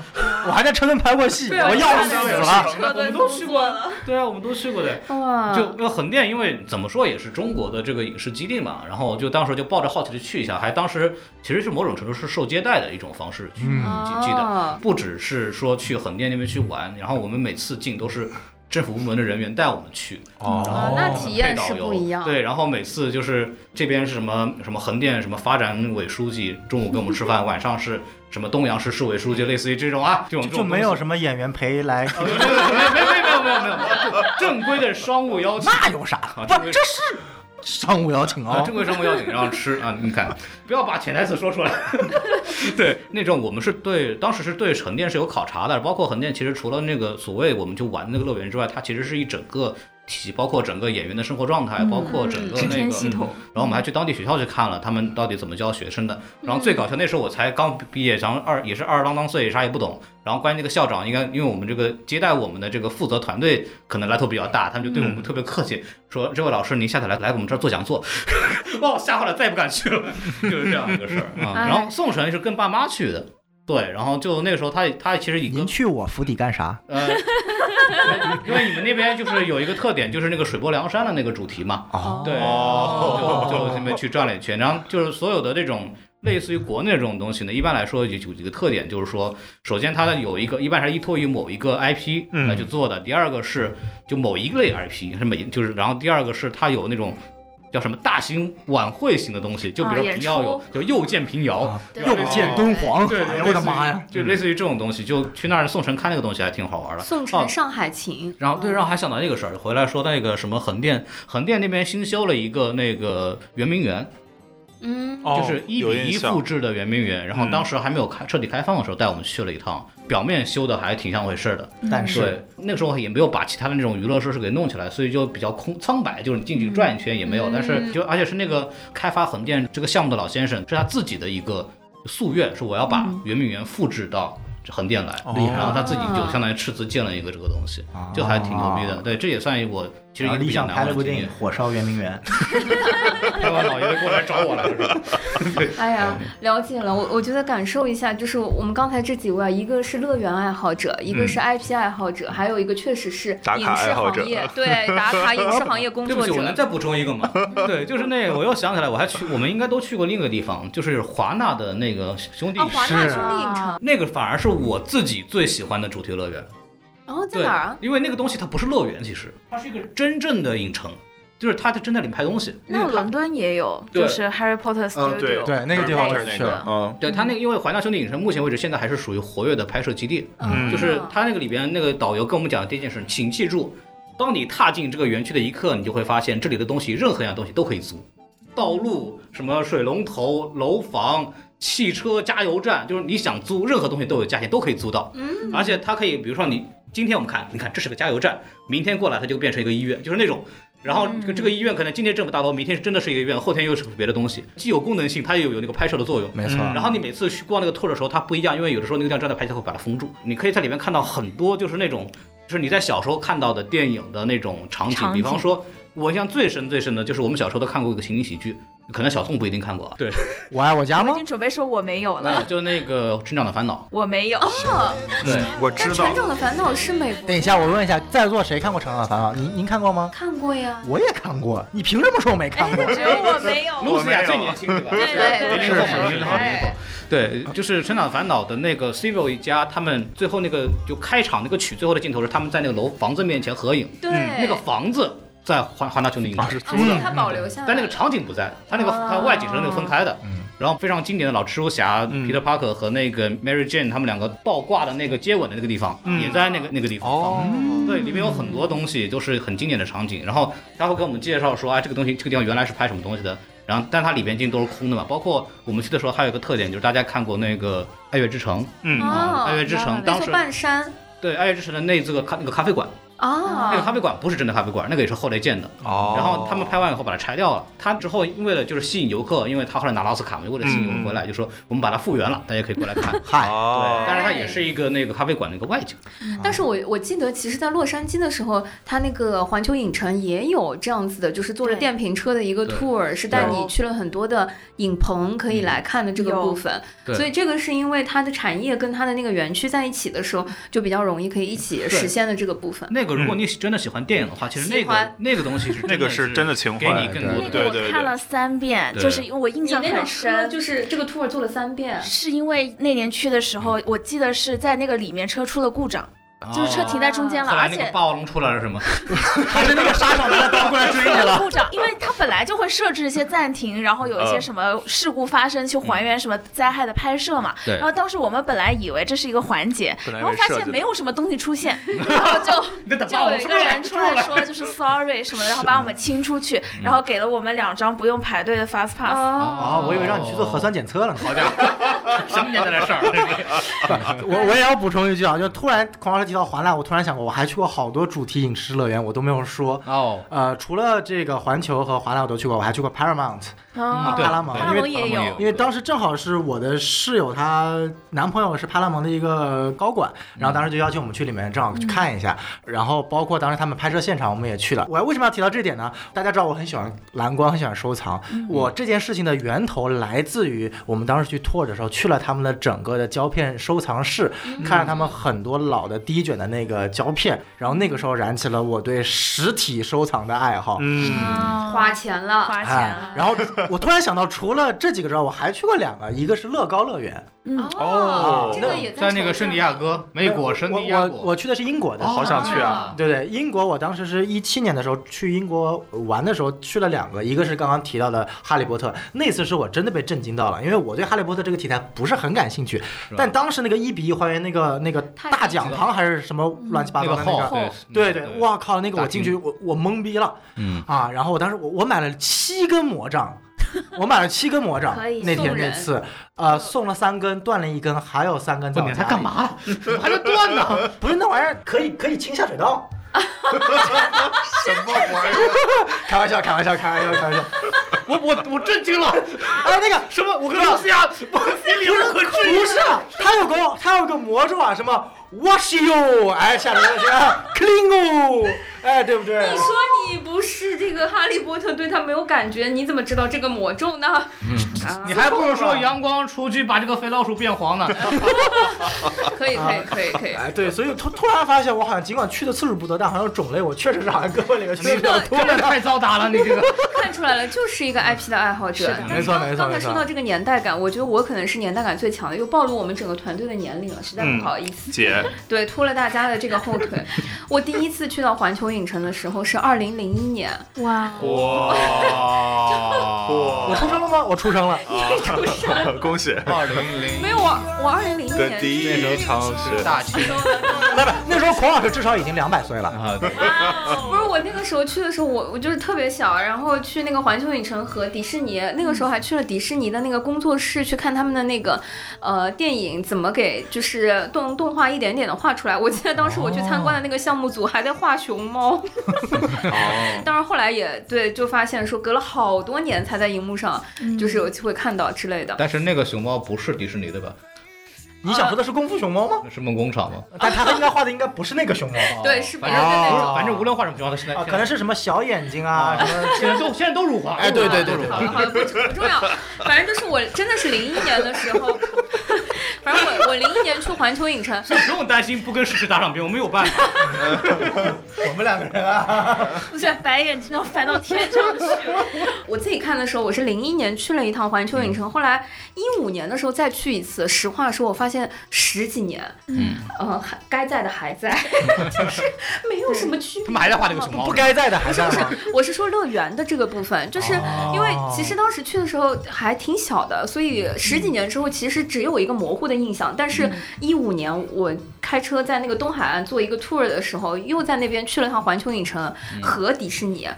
Speaker 5: 我还在车轮拍过戏，
Speaker 3: 对啊
Speaker 5: 我要
Speaker 3: 我看
Speaker 5: 死
Speaker 3: 到有 (laughs)
Speaker 5: 了。
Speaker 3: 我们都去过了，对啊，我们都去过的。
Speaker 2: 哇，
Speaker 3: (laughs) 就那横店，因为怎么说也是中国的这个影视基地嘛，然后就当时就抱着好奇的去一下，还当时其实是某种程度是受接待的一种方式去
Speaker 5: 嗯
Speaker 3: 去记的，
Speaker 2: 哦
Speaker 3: 不只是说去横店那边去玩，然后我们每次进都是政府部门的人员带我们去，
Speaker 2: 啊
Speaker 5: 哦
Speaker 2: 那体验
Speaker 3: 配导
Speaker 2: 是
Speaker 3: 游
Speaker 2: 不一样
Speaker 3: 对，然后每次就是这边是什么什么横店什么发展委书记，中午跟我们吃饭，晚上是什么东阳市市委书记，类似于这种啊，这种这
Speaker 5: 就
Speaker 3: 种
Speaker 5: 没有
Speaker 3: 东西。
Speaker 5: 什么演员
Speaker 3: (laughs)
Speaker 5: 陪来，
Speaker 3: 没有没有没有没有没有没有，正规的商务邀请。
Speaker 5: 那有啥？
Speaker 3: 啊
Speaker 5: 不
Speaker 3: 这个，
Speaker 5: 这是商务邀请
Speaker 3: 啊，
Speaker 5: 哦
Speaker 3: 正。规生活要紧，然后吃啊，你看，不要把潜台词说出来。 (laughs) 对，那种我们是对，当时是对横店是有考察的，包括横店其实除了那个所谓我们就玩那个乐园之外，它其实是一整个体系，包括整个演员的生活状态，包括整个
Speaker 1: 制
Speaker 3: 那
Speaker 1: 片嗯
Speaker 3: 个。
Speaker 1: 系统
Speaker 3: 嗯然后我们还去当地学校去看了他们到底怎么教学生的。然后最搞笑，那时候我才刚毕业，然后二也是二十啷当岁，啥也不懂。然后关于那个校长，应该因为我们这个接待我们的这个负责团队可能来头比较大，他们就对我
Speaker 1: 嗯
Speaker 3: 们特别客气，说这位老师您下次来来我们这儿做讲座， (laughs) 把我吓坏了，再也不敢去了， (laughs) 就是这样一个事儿啊。
Speaker 2: 哎
Speaker 3: 然后宋晨是跟爸妈去的，对，然后就那个时候他他其实已经
Speaker 5: 您去我府邸干啥？
Speaker 3: 呃， (laughs) 因为你们那边就是有一个特点，就是那个水泊梁山的那个主题嘛，
Speaker 5: 哦，
Speaker 3: 对，
Speaker 4: 哦
Speaker 3: 就就那边去转了一圈，然后就是所有的这种。类似于国内这种东西呢，一般来说有有几个特点，就是说，首先它的有一个，一般还是依托于某一个 IP
Speaker 4: 嗯
Speaker 3: 来去做的；第二个是就某一类 IP 是每就是，然后第二个是它有那种叫什么大型晚会型的东西，就比如
Speaker 1: 啊
Speaker 3: 说
Speaker 1: 演
Speaker 3: 平遥有
Speaker 1: 出
Speaker 3: 就又见平遥，
Speaker 4: 啊
Speaker 1: 对
Speaker 5: 又见敦煌，
Speaker 3: 对，
Speaker 5: 哎
Speaker 3: 对
Speaker 5: 呦我的妈呀！，
Speaker 3: 类似于就类似于这种东西，就去那儿宋城看那个东西还挺好玩的。
Speaker 2: 宋
Speaker 3: 哦
Speaker 2: 城上海情，
Speaker 3: 然后对，然后还想到那个事儿，回来说那个什么横店，横店那边新修了一个那个圆明园，
Speaker 2: 嗯，
Speaker 4: 哦
Speaker 3: 就是一
Speaker 4: 有
Speaker 3: 比
Speaker 4: 印
Speaker 3: 一
Speaker 4: 象
Speaker 3: 复制的圆明园。然后
Speaker 4: 嗯
Speaker 3: 当时还没有开彻底开放的时候，带我们去了一趟，表面修的还挺像回事儿的。
Speaker 5: 但是
Speaker 3: 对，那个时候也没有把其他的那种娱乐设施给弄起来，所以就比较空苍白，就是你进去转一圈也没有。
Speaker 2: 嗯
Speaker 3: 但是就而且是那个开发横店这个项目的老先生是他自己的一个夙愿，是我要把
Speaker 2: 嗯
Speaker 3: 圆明园复制到。横店来，
Speaker 5: 厉
Speaker 2: 哦
Speaker 5: 害
Speaker 3: 然后他自己就相当于斥资建了一个这个东西，就还挺牛逼的。对，这也算我其实一
Speaker 5: 哦然后
Speaker 3: 个
Speaker 5: 立
Speaker 3: 比较
Speaker 5: 项
Speaker 3: 难
Speaker 5: 拍
Speaker 3: 忘
Speaker 5: 了
Speaker 3: 的
Speaker 5: 部
Speaker 3: 经
Speaker 5: 电影
Speaker 3: 验 (laughs)
Speaker 5: 《。火烧圆明园》，
Speaker 6: 台湾老爷子过来找我来了，是吧？
Speaker 2: 哎呀，
Speaker 3: 嗯
Speaker 2: 了解了，我我觉得感受一下，就是我们刚才这几位啊，一个是乐园爱好者，一个
Speaker 3: 嗯
Speaker 2: 是 IP 爱好者，还有一个确实是
Speaker 4: 打
Speaker 2: 影
Speaker 4: 卡
Speaker 2: 视
Speaker 4: 爱好
Speaker 2: 行
Speaker 4: 者
Speaker 3: (laughs)
Speaker 2: 业，对，打卡影视行业工
Speaker 3: 对不
Speaker 2: 作
Speaker 3: 起，我能
Speaker 2: 者。
Speaker 3: 再补充一
Speaker 2: (laughs)
Speaker 3: 个吗？对，就是那个，我又想起来，我还去，我们应该都去过另一个地方，就是华纳的那个兄弟
Speaker 2: 啊，华纳
Speaker 5: 是
Speaker 2: 兄弟影城，
Speaker 3: 那个反而是我自己最喜欢的主题乐园。
Speaker 2: 然后在
Speaker 3: 对
Speaker 2: 哪儿啊？？
Speaker 3: 因为那个东西它不是乐园，其实它是一个真正的影城，就是它在真在里面拍东西。
Speaker 1: 那伦敦也有，
Speaker 3: 对
Speaker 1: 就是 Harry Potter Studio，、
Speaker 4: 对
Speaker 5: 对那个地方我去了。
Speaker 4: 嗯
Speaker 3: 对它那个，因为华纳兄弟影城目前为止现在还是属于活跃的拍摄基地，
Speaker 4: 嗯
Speaker 3: 就是它那个里边那个导游跟我们讲的第一件事，请记住，当你踏进这个园区的一刻，你就会发现这里的东西，任何一样东西都可以租，道路、什么水龙头、楼房、汽车加油站，就是你想租任何东西都有价钱，都可以租到。
Speaker 2: 嗯，
Speaker 3: 而且它可以，比如说你今天我们看，你看这是个加油站，明天过来它就变成一个医院，就是那种。然后
Speaker 2: 嗯
Speaker 3: 这个医院可能今天政府大楼，明天是真的是一个医院，后天又是个别的东西，既有功能性，它又有那个拍摄的作用。
Speaker 5: (laughs) 没错，
Speaker 4: 嗯
Speaker 3: 然后你每次去逛那个 tour 的时候，它不一样，因为有的时候那个地方站的牌它会把它封住，你可以在里面看到很多就是那种，就是你在小时候看到的电影的那种场景，
Speaker 1: 场景
Speaker 3: 比方说。我印象最深最深的就是我们小时候都看过一个情景喜剧，可能小宋不一定看过啊。对，
Speaker 5: 我爱我家
Speaker 1: 我已
Speaker 5: 吗
Speaker 1: 经？准备说我没有
Speaker 3: 那
Speaker 1: 了，
Speaker 3: 就那个《成长的
Speaker 1: (laughs)
Speaker 3: 烦恼
Speaker 1: 我没有。
Speaker 4: 嗯，我
Speaker 2: 但
Speaker 4: 知
Speaker 2: 《
Speaker 4: 道
Speaker 2: 船，长的烦恼》是美国
Speaker 5: 等一下，我问一下，在座谁看过《成长的烦恼》？您您看过吗？
Speaker 2: 看过呀。
Speaker 5: 我也看过，你凭什么说我没看 (laughs) 过？
Speaker 1: 只有我没有》，
Speaker 3: 露西亚
Speaker 4: 没有
Speaker 3: 最年轻对吧？
Speaker 1: 对对对
Speaker 3: (laughs) 零零后嘛，零零后，零零后。对，就是《成长烦恼》的那个 Civil 一家，他们最后那个就开场那个曲最后的镜头是他们在那个楼房子面前合影，
Speaker 2: 对，
Speaker 3: 嗯那个房子在华华纳兄弟影城。
Speaker 2: 啊所以它保留下来了。
Speaker 3: 但那个场景不在，它那个
Speaker 2: 哦
Speaker 3: 它外景是那个分开的。
Speaker 5: 嗯
Speaker 3: 然后非常经典的老蜘蛛侠、
Speaker 4: 嗯
Speaker 3: Peter Parker 和那个 Mary Jane 他们两个倒挂的那个接吻的那个地方，
Speaker 4: 嗯
Speaker 3: 也在那个那个地方。
Speaker 5: 哦嗯
Speaker 3: 对，里面有很多东西，都是很经典的场景。然后他会给我们介绍说，哎，这个东西，这个地方原来是拍什么东西的。然后，但它里边竟都是空的嘛。包括我们去的时候，还有一个特点，就是大家看过那个《爱乐之城》
Speaker 4: 嗯，
Speaker 2: 哦，
Speaker 3: 爱乐之城
Speaker 2: 那
Speaker 3: 当
Speaker 2: 座
Speaker 3: 时
Speaker 2: 半山
Speaker 3: 对，《爱乐之城》的那这个咖那个咖啡馆，那个
Speaker 2: 啊，
Speaker 3: 咖啡馆不是真的咖啡馆，那个也是后来建的。
Speaker 4: 哦
Speaker 3: 然后他们拍完以后把它拆掉了。他之后为了就是吸引游客，因为他后来拿了奥斯卡嘛，为了吸引游客回来，就说我们把它复原了，大家可以过来看。
Speaker 5: 嗨，
Speaker 4: 哦
Speaker 3: 对，但是它也是一个那个咖啡馆的一个外景。
Speaker 2: 但是我我记得，其实，在洛杉矶的时候，它那个环球影城也有这样子的，就是坐着
Speaker 1: 对
Speaker 2: 电瓶车的一个
Speaker 3: 对嗯
Speaker 2: tour，是带你
Speaker 1: 有
Speaker 2: 去了很多的影棚可以来看的这个
Speaker 1: 有
Speaker 2: 部分。
Speaker 3: 对
Speaker 2: 所以这个是因为它的产业跟它的那个园区在一起的时候，就比较容易可以一起实现的这个部分。
Speaker 3: 那个如果你真的喜欢电影的话，其实那
Speaker 2: 喜
Speaker 3: 个
Speaker 2: 欢
Speaker 3: 那个东西是
Speaker 4: 那个是真
Speaker 3: 的
Speaker 4: 的情
Speaker 3: 给你
Speaker 4: 怀，
Speaker 3: 更多
Speaker 1: 那
Speaker 3: 的。
Speaker 1: 个
Speaker 4: 对对
Speaker 1: 我看了三遍，
Speaker 3: 对
Speaker 1: 就是因为我印
Speaker 2: 你
Speaker 1: 象
Speaker 2: 那
Speaker 1: 很
Speaker 2: 辆车
Speaker 1: 深，
Speaker 2: 就是这个 tour 做了三遍，
Speaker 1: 是因为那年去的时候，我记得是在那个里面车出了故障，就是车
Speaker 3: 哦
Speaker 1: 停在中间了，
Speaker 3: 后来
Speaker 1: 而
Speaker 3: 那个
Speaker 1: 且。
Speaker 3: 霸王龙出来了是吗？
Speaker 5: 他是那个杀手来了，倒过来追你了。 (laughs)
Speaker 1: 故障，因为它本来就会设置一些暂停，然后有一些什么事故发生，去还原什么灾害的拍摄嘛。
Speaker 3: 对
Speaker 1: 然后当时我们本来以为这是一个环节，
Speaker 4: 本
Speaker 1: 然
Speaker 4: 来以
Speaker 1: 后
Speaker 4: 为
Speaker 1: 发
Speaker 4: 设
Speaker 1: 现
Speaker 4: 计
Speaker 1: 没有什么东西出现，然后就
Speaker 3: 你在等
Speaker 1: 就
Speaker 3: 霸王
Speaker 1: 有
Speaker 3: 龙
Speaker 1: 一
Speaker 3: 出
Speaker 1: 个
Speaker 3: 来
Speaker 1: 人出来说就是 sorry 什么的，然后把我们清出去，然后给了我们两张不用排队的 fast pass。
Speaker 2: 哦，
Speaker 5: 哦，我以为让你去做核酸检测了呢。
Speaker 3: 好家伙，什么年代的事儿？这是
Speaker 5: (laughs) 我我也要补充一句啊，就突然孔老师提到华纳，我突然想过，我还去过好多主题影视乐园，我都没有说。
Speaker 3: 哦，
Speaker 5: 呃，除了这个环球和华纳我都去过，我还去过 Paramount，
Speaker 1: 哦
Speaker 3: 嗯对，
Speaker 5: 帕拉蒙
Speaker 3: 对
Speaker 1: 帕拉蒙也有
Speaker 5: 因为当时正好是我的室友她男朋友是派拉蒙的一个高管，然后当时就邀请我们去里面正好去看一下，然后包括当时他们拍摄现场我们也去了。我为什么要提到这点呢？大家知道我很喜欢蓝光，很喜欢收藏。我这件事情的源头来自于我们当时去 tour 的时候去了他们的整个的胶片收藏室，
Speaker 3: 嗯
Speaker 5: 看了他们很多老的第一卷的那个胶片，然后那个时候燃起了我对实体收藏的爱好。
Speaker 4: 嗯，
Speaker 1: 哦
Speaker 2: 花钱了，
Speaker 1: 花钱
Speaker 5: 哎
Speaker 1: 了，，
Speaker 5: 然后我突然想到，除了这几个之外，我还去过两个，一个是乐高乐园，
Speaker 1: 嗯，
Speaker 4: 哦
Speaker 2: 这个也
Speaker 3: 在那
Speaker 2: 城
Speaker 3: 个
Speaker 2: 上
Speaker 3: 圣地亚哥，美国哦圣地
Speaker 5: 我
Speaker 3: 亚
Speaker 5: 我我
Speaker 3: 哥，
Speaker 5: 去的是英国的，
Speaker 4: 好想去啊！
Speaker 5: 对对，英国我当时是一七年的时候去英国玩的时候去了两个，一个是刚刚提到的《哈利波特》，那次是我真的被震惊到了，因为我对《哈利波特》这个题材不是很感兴趣
Speaker 3: 是吧，
Speaker 5: 但当时那个一比一还原那个那个
Speaker 2: 太
Speaker 5: 大讲堂还是什么乱七八
Speaker 3: 嗯那
Speaker 5: 糟
Speaker 3: 个
Speaker 5: 的那
Speaker 3: 号
Speaker 5: 个。，对对，哇靠！那个我进去，我我懵逼了
Speaker 3: 嗯，
Speaker 5: 啊！然后我当时我我买了七根
Speaker 2: (laughs)
Speaker 5: 魔杖，我买了七根魔杖
Speaker 1: 可以，
Speaker 5: 那
Speaker 2: 送
Speaker 5: 天那
Speaker 2: 人
Speaker 5: 次，呃，送了三根，断了一根，还有三根在
Speaker 3: 问
Speaker 5: 我
Speaker 3: 你
Speaker 5: 家里。
Speaker 3: 他干嘛了？ (laughs) 怎么还能断呢？
Speaker 5: 不是那玩意儿可以可以清下水道。
Speaker 4: 什么玩意儿？
Speaker 5: 开玩笑，开玩笑，开玩笑，开玩笑。
Speaker 3: (laughs) 我我我震惊了，
Speaker 5: 哎，那个
Speaker 3: 什么？我跟露西亚，我心里有任何质疑。
Speaker 5: 不是，它有个它有个魔咒啊，什么 wash 啊 you，哎，下面那些 clean you，哎，对不对？
Speaker 2: 你说你是这个哈利波特对他没有感觉，你怎么知道这个魔咒呢？
Speaker 5: (laughs)
Speaker 2: 啊
Speaker 3: 你还不如说阳光出去把这个肥老鼠变 (laughs) 黄呢。
Speaker 2: 可以可以可以可
Speaker 5: (laughs)
Speaker 2: 以。
Speaker 5: 哎，对，所以突突然发现，我好像尽管去的次数不多，但好像种类我确实是好像跟我那个去的比较多
Speaker 3: 真的太糟蹋了，你这个。
Speaker 2: 看出来了，就是一个 IP 的爱好者。但是
Speaker 5: 没错
Speaker 2: 刚
Speaker 5: 没错
Speaker 2: 刚才
Speaker 5: 没错
Speaker 2: 说到这个年代感，我觉得我可能是年代感最强的，又暴露我们整个团队的年龄了，实在不好意思。
Speaker 4: 姐，
Speaker 2: 对，拖了大家的这个后腿。
Speaker 5: 嗯
Speaker 2: (laughs) 我第一次去到环球影城的时候是二零零一
Speaker 5: (laughs)
Speaker 2: 年，
Speaker 1: 哇，哦
Speaker 4: 哇
Speaker 5: 啊我出生了吗？我出生
Speaker 2: 出生
Speaker 5: 了。
Speaker 4: 哇， (laughs) 恭喜！
Speaker 2: 啊
Speaker 3: 二零零
Speaker 2: 没有我，我二零零一
Speaker 4: 跟
Speaker 2: 年
Speaker 4: 第一
Speaker 2: 是
Speaker 4: 名尝试，哦
Speaker 3: 大庆
Speaker 5: 那不，那时候孔老师至少已经两百岁了。
Speaker 3: 啊， (laughs) 对
Speaker 1: 哦
Speaker 2: 不是我那个时候去的时候，我我就是特别小，然后去那个环球影城和迪士尼，那个时候还去了迪士尼的那个工作室去看他们的那个呃电影怎么给就是动动画一点点的画出来。我记得当时我去参观的那个项目组还在画熊猫， (laughs)
Speaker 4: 哦，
Speaker 2: 当然后来也对就发现说隔了好多年才在荧幕上就是有机会看到之类的。
Speaker 3: 但是那个熊猫不是迪士尼的吧？
Speaker 5: 你想说的是功夫熊猫吗？
Speaker 3: 那是梦工厂吗？
Speaker 5: 但
Speaker 2: 啊
Speaker 5: 他应该画的应该不是那个熊猫啊
Speaker 2: 对，是别
Speaker 3: 反
Speaker 2: 人
Speaker 3: 正
Speaker 2: 的那种。
Speaker 5: 哦
Speaker 3: 啊反正无论画什么熊猫，它现在
Speaker 5: 啊，可能是什么小眼睛啊，什么
Speaker 3: 现在都现在都辱华。
Speaker 5: 哎对对对
Speaker 3: 都辱华
Speaker 2: 好了
Speaker 3: (laughs)
Speaker 2: 好了，不不重要，反正就是我真的是零一年的时候， (laughs) 反正我我零一年去环球影城，
Speaker 3: 所以不用担心不跟事实打上边，我们有办法。
Speaker 5: 我们两个人啊，
Speaker 1: 不是白眼真的要翻到天上去。
Speaker 2: (laughs) 我自己看的时候，我是零一年去了一趟环球影城，后来一五年的时候再去一次。实话说，我发现十几年，
Speaker 3: 嗯，
Speaker 2: 呃，还该在的还在， (laughs) 就是没有什么区
Speaker 3: 他
Speaker 2: 别。
Speaker 3: 们还在画这个熊猫，
Speaker 5: 啊不该在的还在吗。
Speaker 2: 我是说乐园的这个部分，就是
Speaker 5: 哦
Speaker 2: 因为其实当时去的时候还挺小的，所以
Speaker 5: 嗯
Speaker 2: 十几年之后其实只有一个模糊的印象。但是，一五年我开车在那个东海岸做一个 tour 的时候，又在那边去了趟环球影城
Speaker 5: 嗯
Speaker 2: 和迪士尼，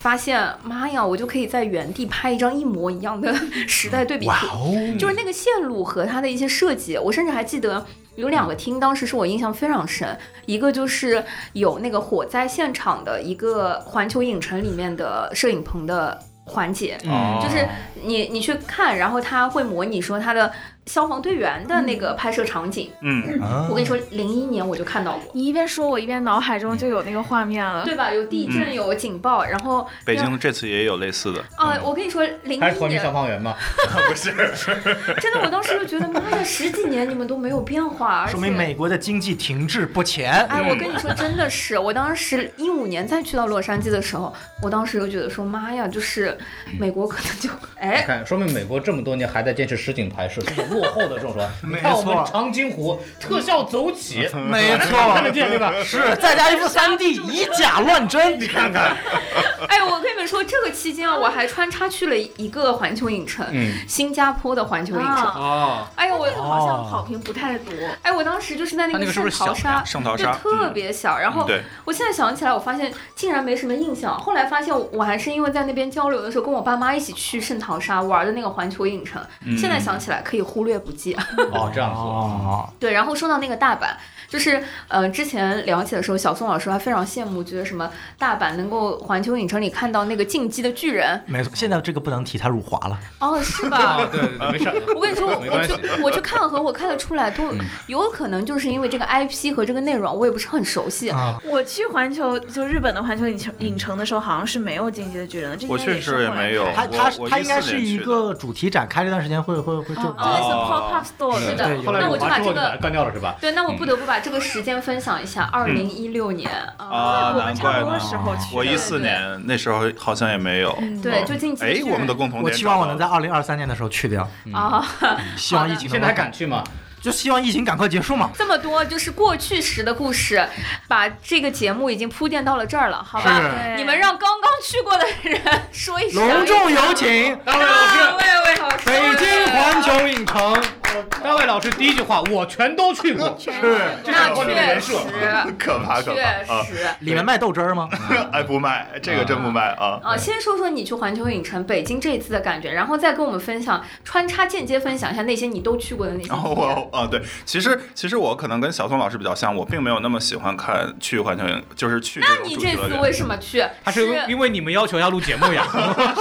Speaker 2: 发现妈呀，我就可以在原地拍一张一模一样的 (laughs) 时代对比图，
Speaker 5: 哦，
Speaker 2: 就是那个线路和它的一些设计，我甚至还记得。有两个厅，当时是我印象非常深，一个就是有那个火灾现场的一个环球影城里面的摄影棚的环节，
Speaker 3: 嗯
Speaker 4: 哦
Speaker 2: 就是你你去看，然后它会模拟说它的消防队员的那个拍摄场景。
Speaker 4: 嗯，
Speaker 2: 我跟你说，零一年我就看到过，
Speaker 1: 你一边说，我一边脑海中就有那个画面了。
Speaker 2: 对吧？有地震，有警报，然后
Speaker 4: 北京这次也有类似的，
Speaker 2: 啊，我跟你说，零
Speaker 3: 还是
Speaker 2: 一
Speaker 3: 团迷消
Speaker 2: 年
Speaker 3: 防员嘛？
Speaker 4: 不是？
Speaker 2: 真的，我当时就觉得，妈呀，十几年你们都没有变化，而且
Speaker 5: 说明美国的经济停滞不前。
Speaker 2: 哎，我跟
Speaker 3: 嗯
Speaker 2: 你说，真的是，我当时一五年再去到洛杉矶的时候，我当时就觉得说，妈呀，就是
Speaker 3: 嗯
Speaker 2: 美国可能就
Speaker 3: 你
Speaker 2: 哎，
Speaker 3: 看，说明美国这么多年还在坚持实景拍 (laughs) 摄，这种落后的这种说法。你看我
Speaker 5: 没
Speaker 3: 们
Speaker 5: 错
Speaker 3: 长津湖特效走起，
Speaker 5: 没
Speaker 3: 看得
Speaker 5: 错，
Speaker 3: 见对吧？
Speaker 5: 是再加一部三 D，以假乱真。你看看，
Speaker 2: 哎，我跟你们说，这个期间啊，我还穿插去了一个环球影城，
Speaker 3: 嗯
Speaker 2: 新加坡的环球影城。
Speaker 1: 啊，
Speaker 3: 哦，
Speaker 2: 哎呦我，
Speaker 1: 好像好评不太多。
Speaker 2: 哎，我当时就是在那
Speaker 3: 它那
Speaker 2: 个
Speaker 3: 个是
Speaker 2: 圣
Speaker 3: 不是
Speaker 2: 淘
Speaker 3: 小呀
Speaker 2: 沙，
Speaker 4: 圣淘
Speaker 2: 对，
Speaker 4: 沙，
Speaker 2: 特别小。然后
Speaker 4: 嗯对
Speaker 2: 我现在想起来，我发现竟然没什么印象。后来发现我还是因为在那边交流的时候，跟我爸妈一起去圣淘沙玩的那个环球影城。
Speaker 3: 嗯
Speaker 2: 现在想起来可以忽略不计。
Speaker 3: 哦，这样子。
Speaker 5: 哦，
Speaker 2: 对，然后说到那个大阪，就是呃，之前聊起的时候，小宋老师还非常羡慕，觉得什么大阪能够环球影城里看到那个进击的巨人，
Speaker 5: 没错，现在这个不能提，他辱华了。
Speaker 2: 哦，是
Speaker 3: 啊，
Speaker 2: 吧？
Speaker 3: (laughs) 对对对，没事儿。
Speaker 2: 我跟你说，我
Speaker 3: 没
Speaker 2: 我
Speaker 3: 关系嗯
Speaker 2: 去我去看和我看得出来都有可能就是因为这个 IP 和这个内容我也不是很熟悉，
Speaker 5: 啊，
Speaker 1: 我去环球，就日本的环球影城影城的时候，好像是没有进击的巨人的。这
Speaker 4: 我
Speaker 1: 应该
Speaker 4: 确实
Speaker 1: 是
Speaker 4: 也
Speaker 1: 后来
Speaker 4: 没有，
Speaker 1: 开
Speaker 5: 他
Speaker 1: 的
Speaker 5: 他
Speaker 4: 哦我我
Speaker 5: 他应该
Speaker 4: 14
Speaker 5: 是
Speaker 4: 年
Speaker 5: 一
Speaker 4: 去的
Speaker 5: 个主题展，开这段时间会会会
Speaker 1: 就
Speaker 5: 就
Speaker 1: 类似
Speaker 4: 哦
Speaker 1: pop up store
Speaker 2: 是
Speaker 1: 那
Speaker 2: 的
Speaker 1: 种。
Speaker 5: 对有
Speaker 2: 那我就把
Speaker 3: 之后
Speaker 2: 这
Speaker 3: 就把它
Speaker 2: 个。
Speaker 3: 干掉了是吧？
Speaker 2: 对，那我不得不把这个时间分享一
Speaker 3: 嗯
Speaker 2: 下，二零一六年
Speaker 4: 啊
Speaker 2: 哦
Speaker 1: 我们差不多
Speaker 4: 难怪呢
Speaker 1: 时候去的。
Speaker 4: 我一四年那时候好像也没有，
Speaker 2: 嗯对，就进击的
Speaker 4: 哎
Speaker 2: 巨，
Speaker 4: 我们的
Speaker 2: 人
Speaker 4: 共同点，
Speaker 5: 我期望我能在二零二三年的时候去掉，
Speaker 2: 啊，
Speaker 5: (laughs) 希望疫情
Speaker 3: 你嗯
Speaker 5: 能
Speaker 3: 现
Speaker 5: 够
Speaker 3: 在还敢去吗？
Speaker 5: 就希望疫情赶快结束嘛。
Speaker 3: (laughs)
Speaker 2: 这么多就是过去时的故事，把这个节目已经铺垫到了这儿了，好吧？
Speaker 1: 对
Speaker 2: 你们让刚刚去过的人说一声。
Speaker 5: 隆重有请
Speaker 3: 大卫老
Speaker 2: 啊！
Speaker 3: 师，
Speaker 2: 喂喂，好，
Speaker 5: (laughs) 北京环球影城，
Speaker 3: (laughs) 大卫老师第一句话，我全都去 (laughs) 过。
Speaker 4: 是
Speaker 2: 那
Speaker 3: 这是我的
Speaker 2: 确
Speaker 3: 人
Speaker 2: 实
Speaker 3: 设，
Speaker 4: (laughs) 可怕可
Speaker 2: 确
Speaker 4: 怕啊！
Speaker 2: 实。
Speaker 5: 里面卖豆汁
Speaker 3: (laughs)
Speaker 5: 儿吗？
Speaker 4: 哎，不卖，这个真不卖啊！
Speaker 2: 啊，先说说你去环球影城北京这一次的感觉，然后再跟我们分享穿插间接分享一下那些你都去过的那些
Speaker 4: 然
Speaker 2: 景
Speaker 4: 后
Speaker 3: 哦
Speaker 2: 点。
Speaker 4: 我啊，对，其实其实我可能跟小宋老师比较像，我并没有那么喜欢看去环球影，就是去这
Speaker 2: 那
Speaker 4: 种
Speaker 2: 你
Speaker 4: 主
Speaker 2: 这
Speaker 4: 题乐
Speaker 2: 次
Speaker 4: 园。
Speaker 2: 为什么去？
Speaker 3: 他
Speaker 2: 是啊
Speaker 3: 是因为你们要求要录节目 (laughs) 呀。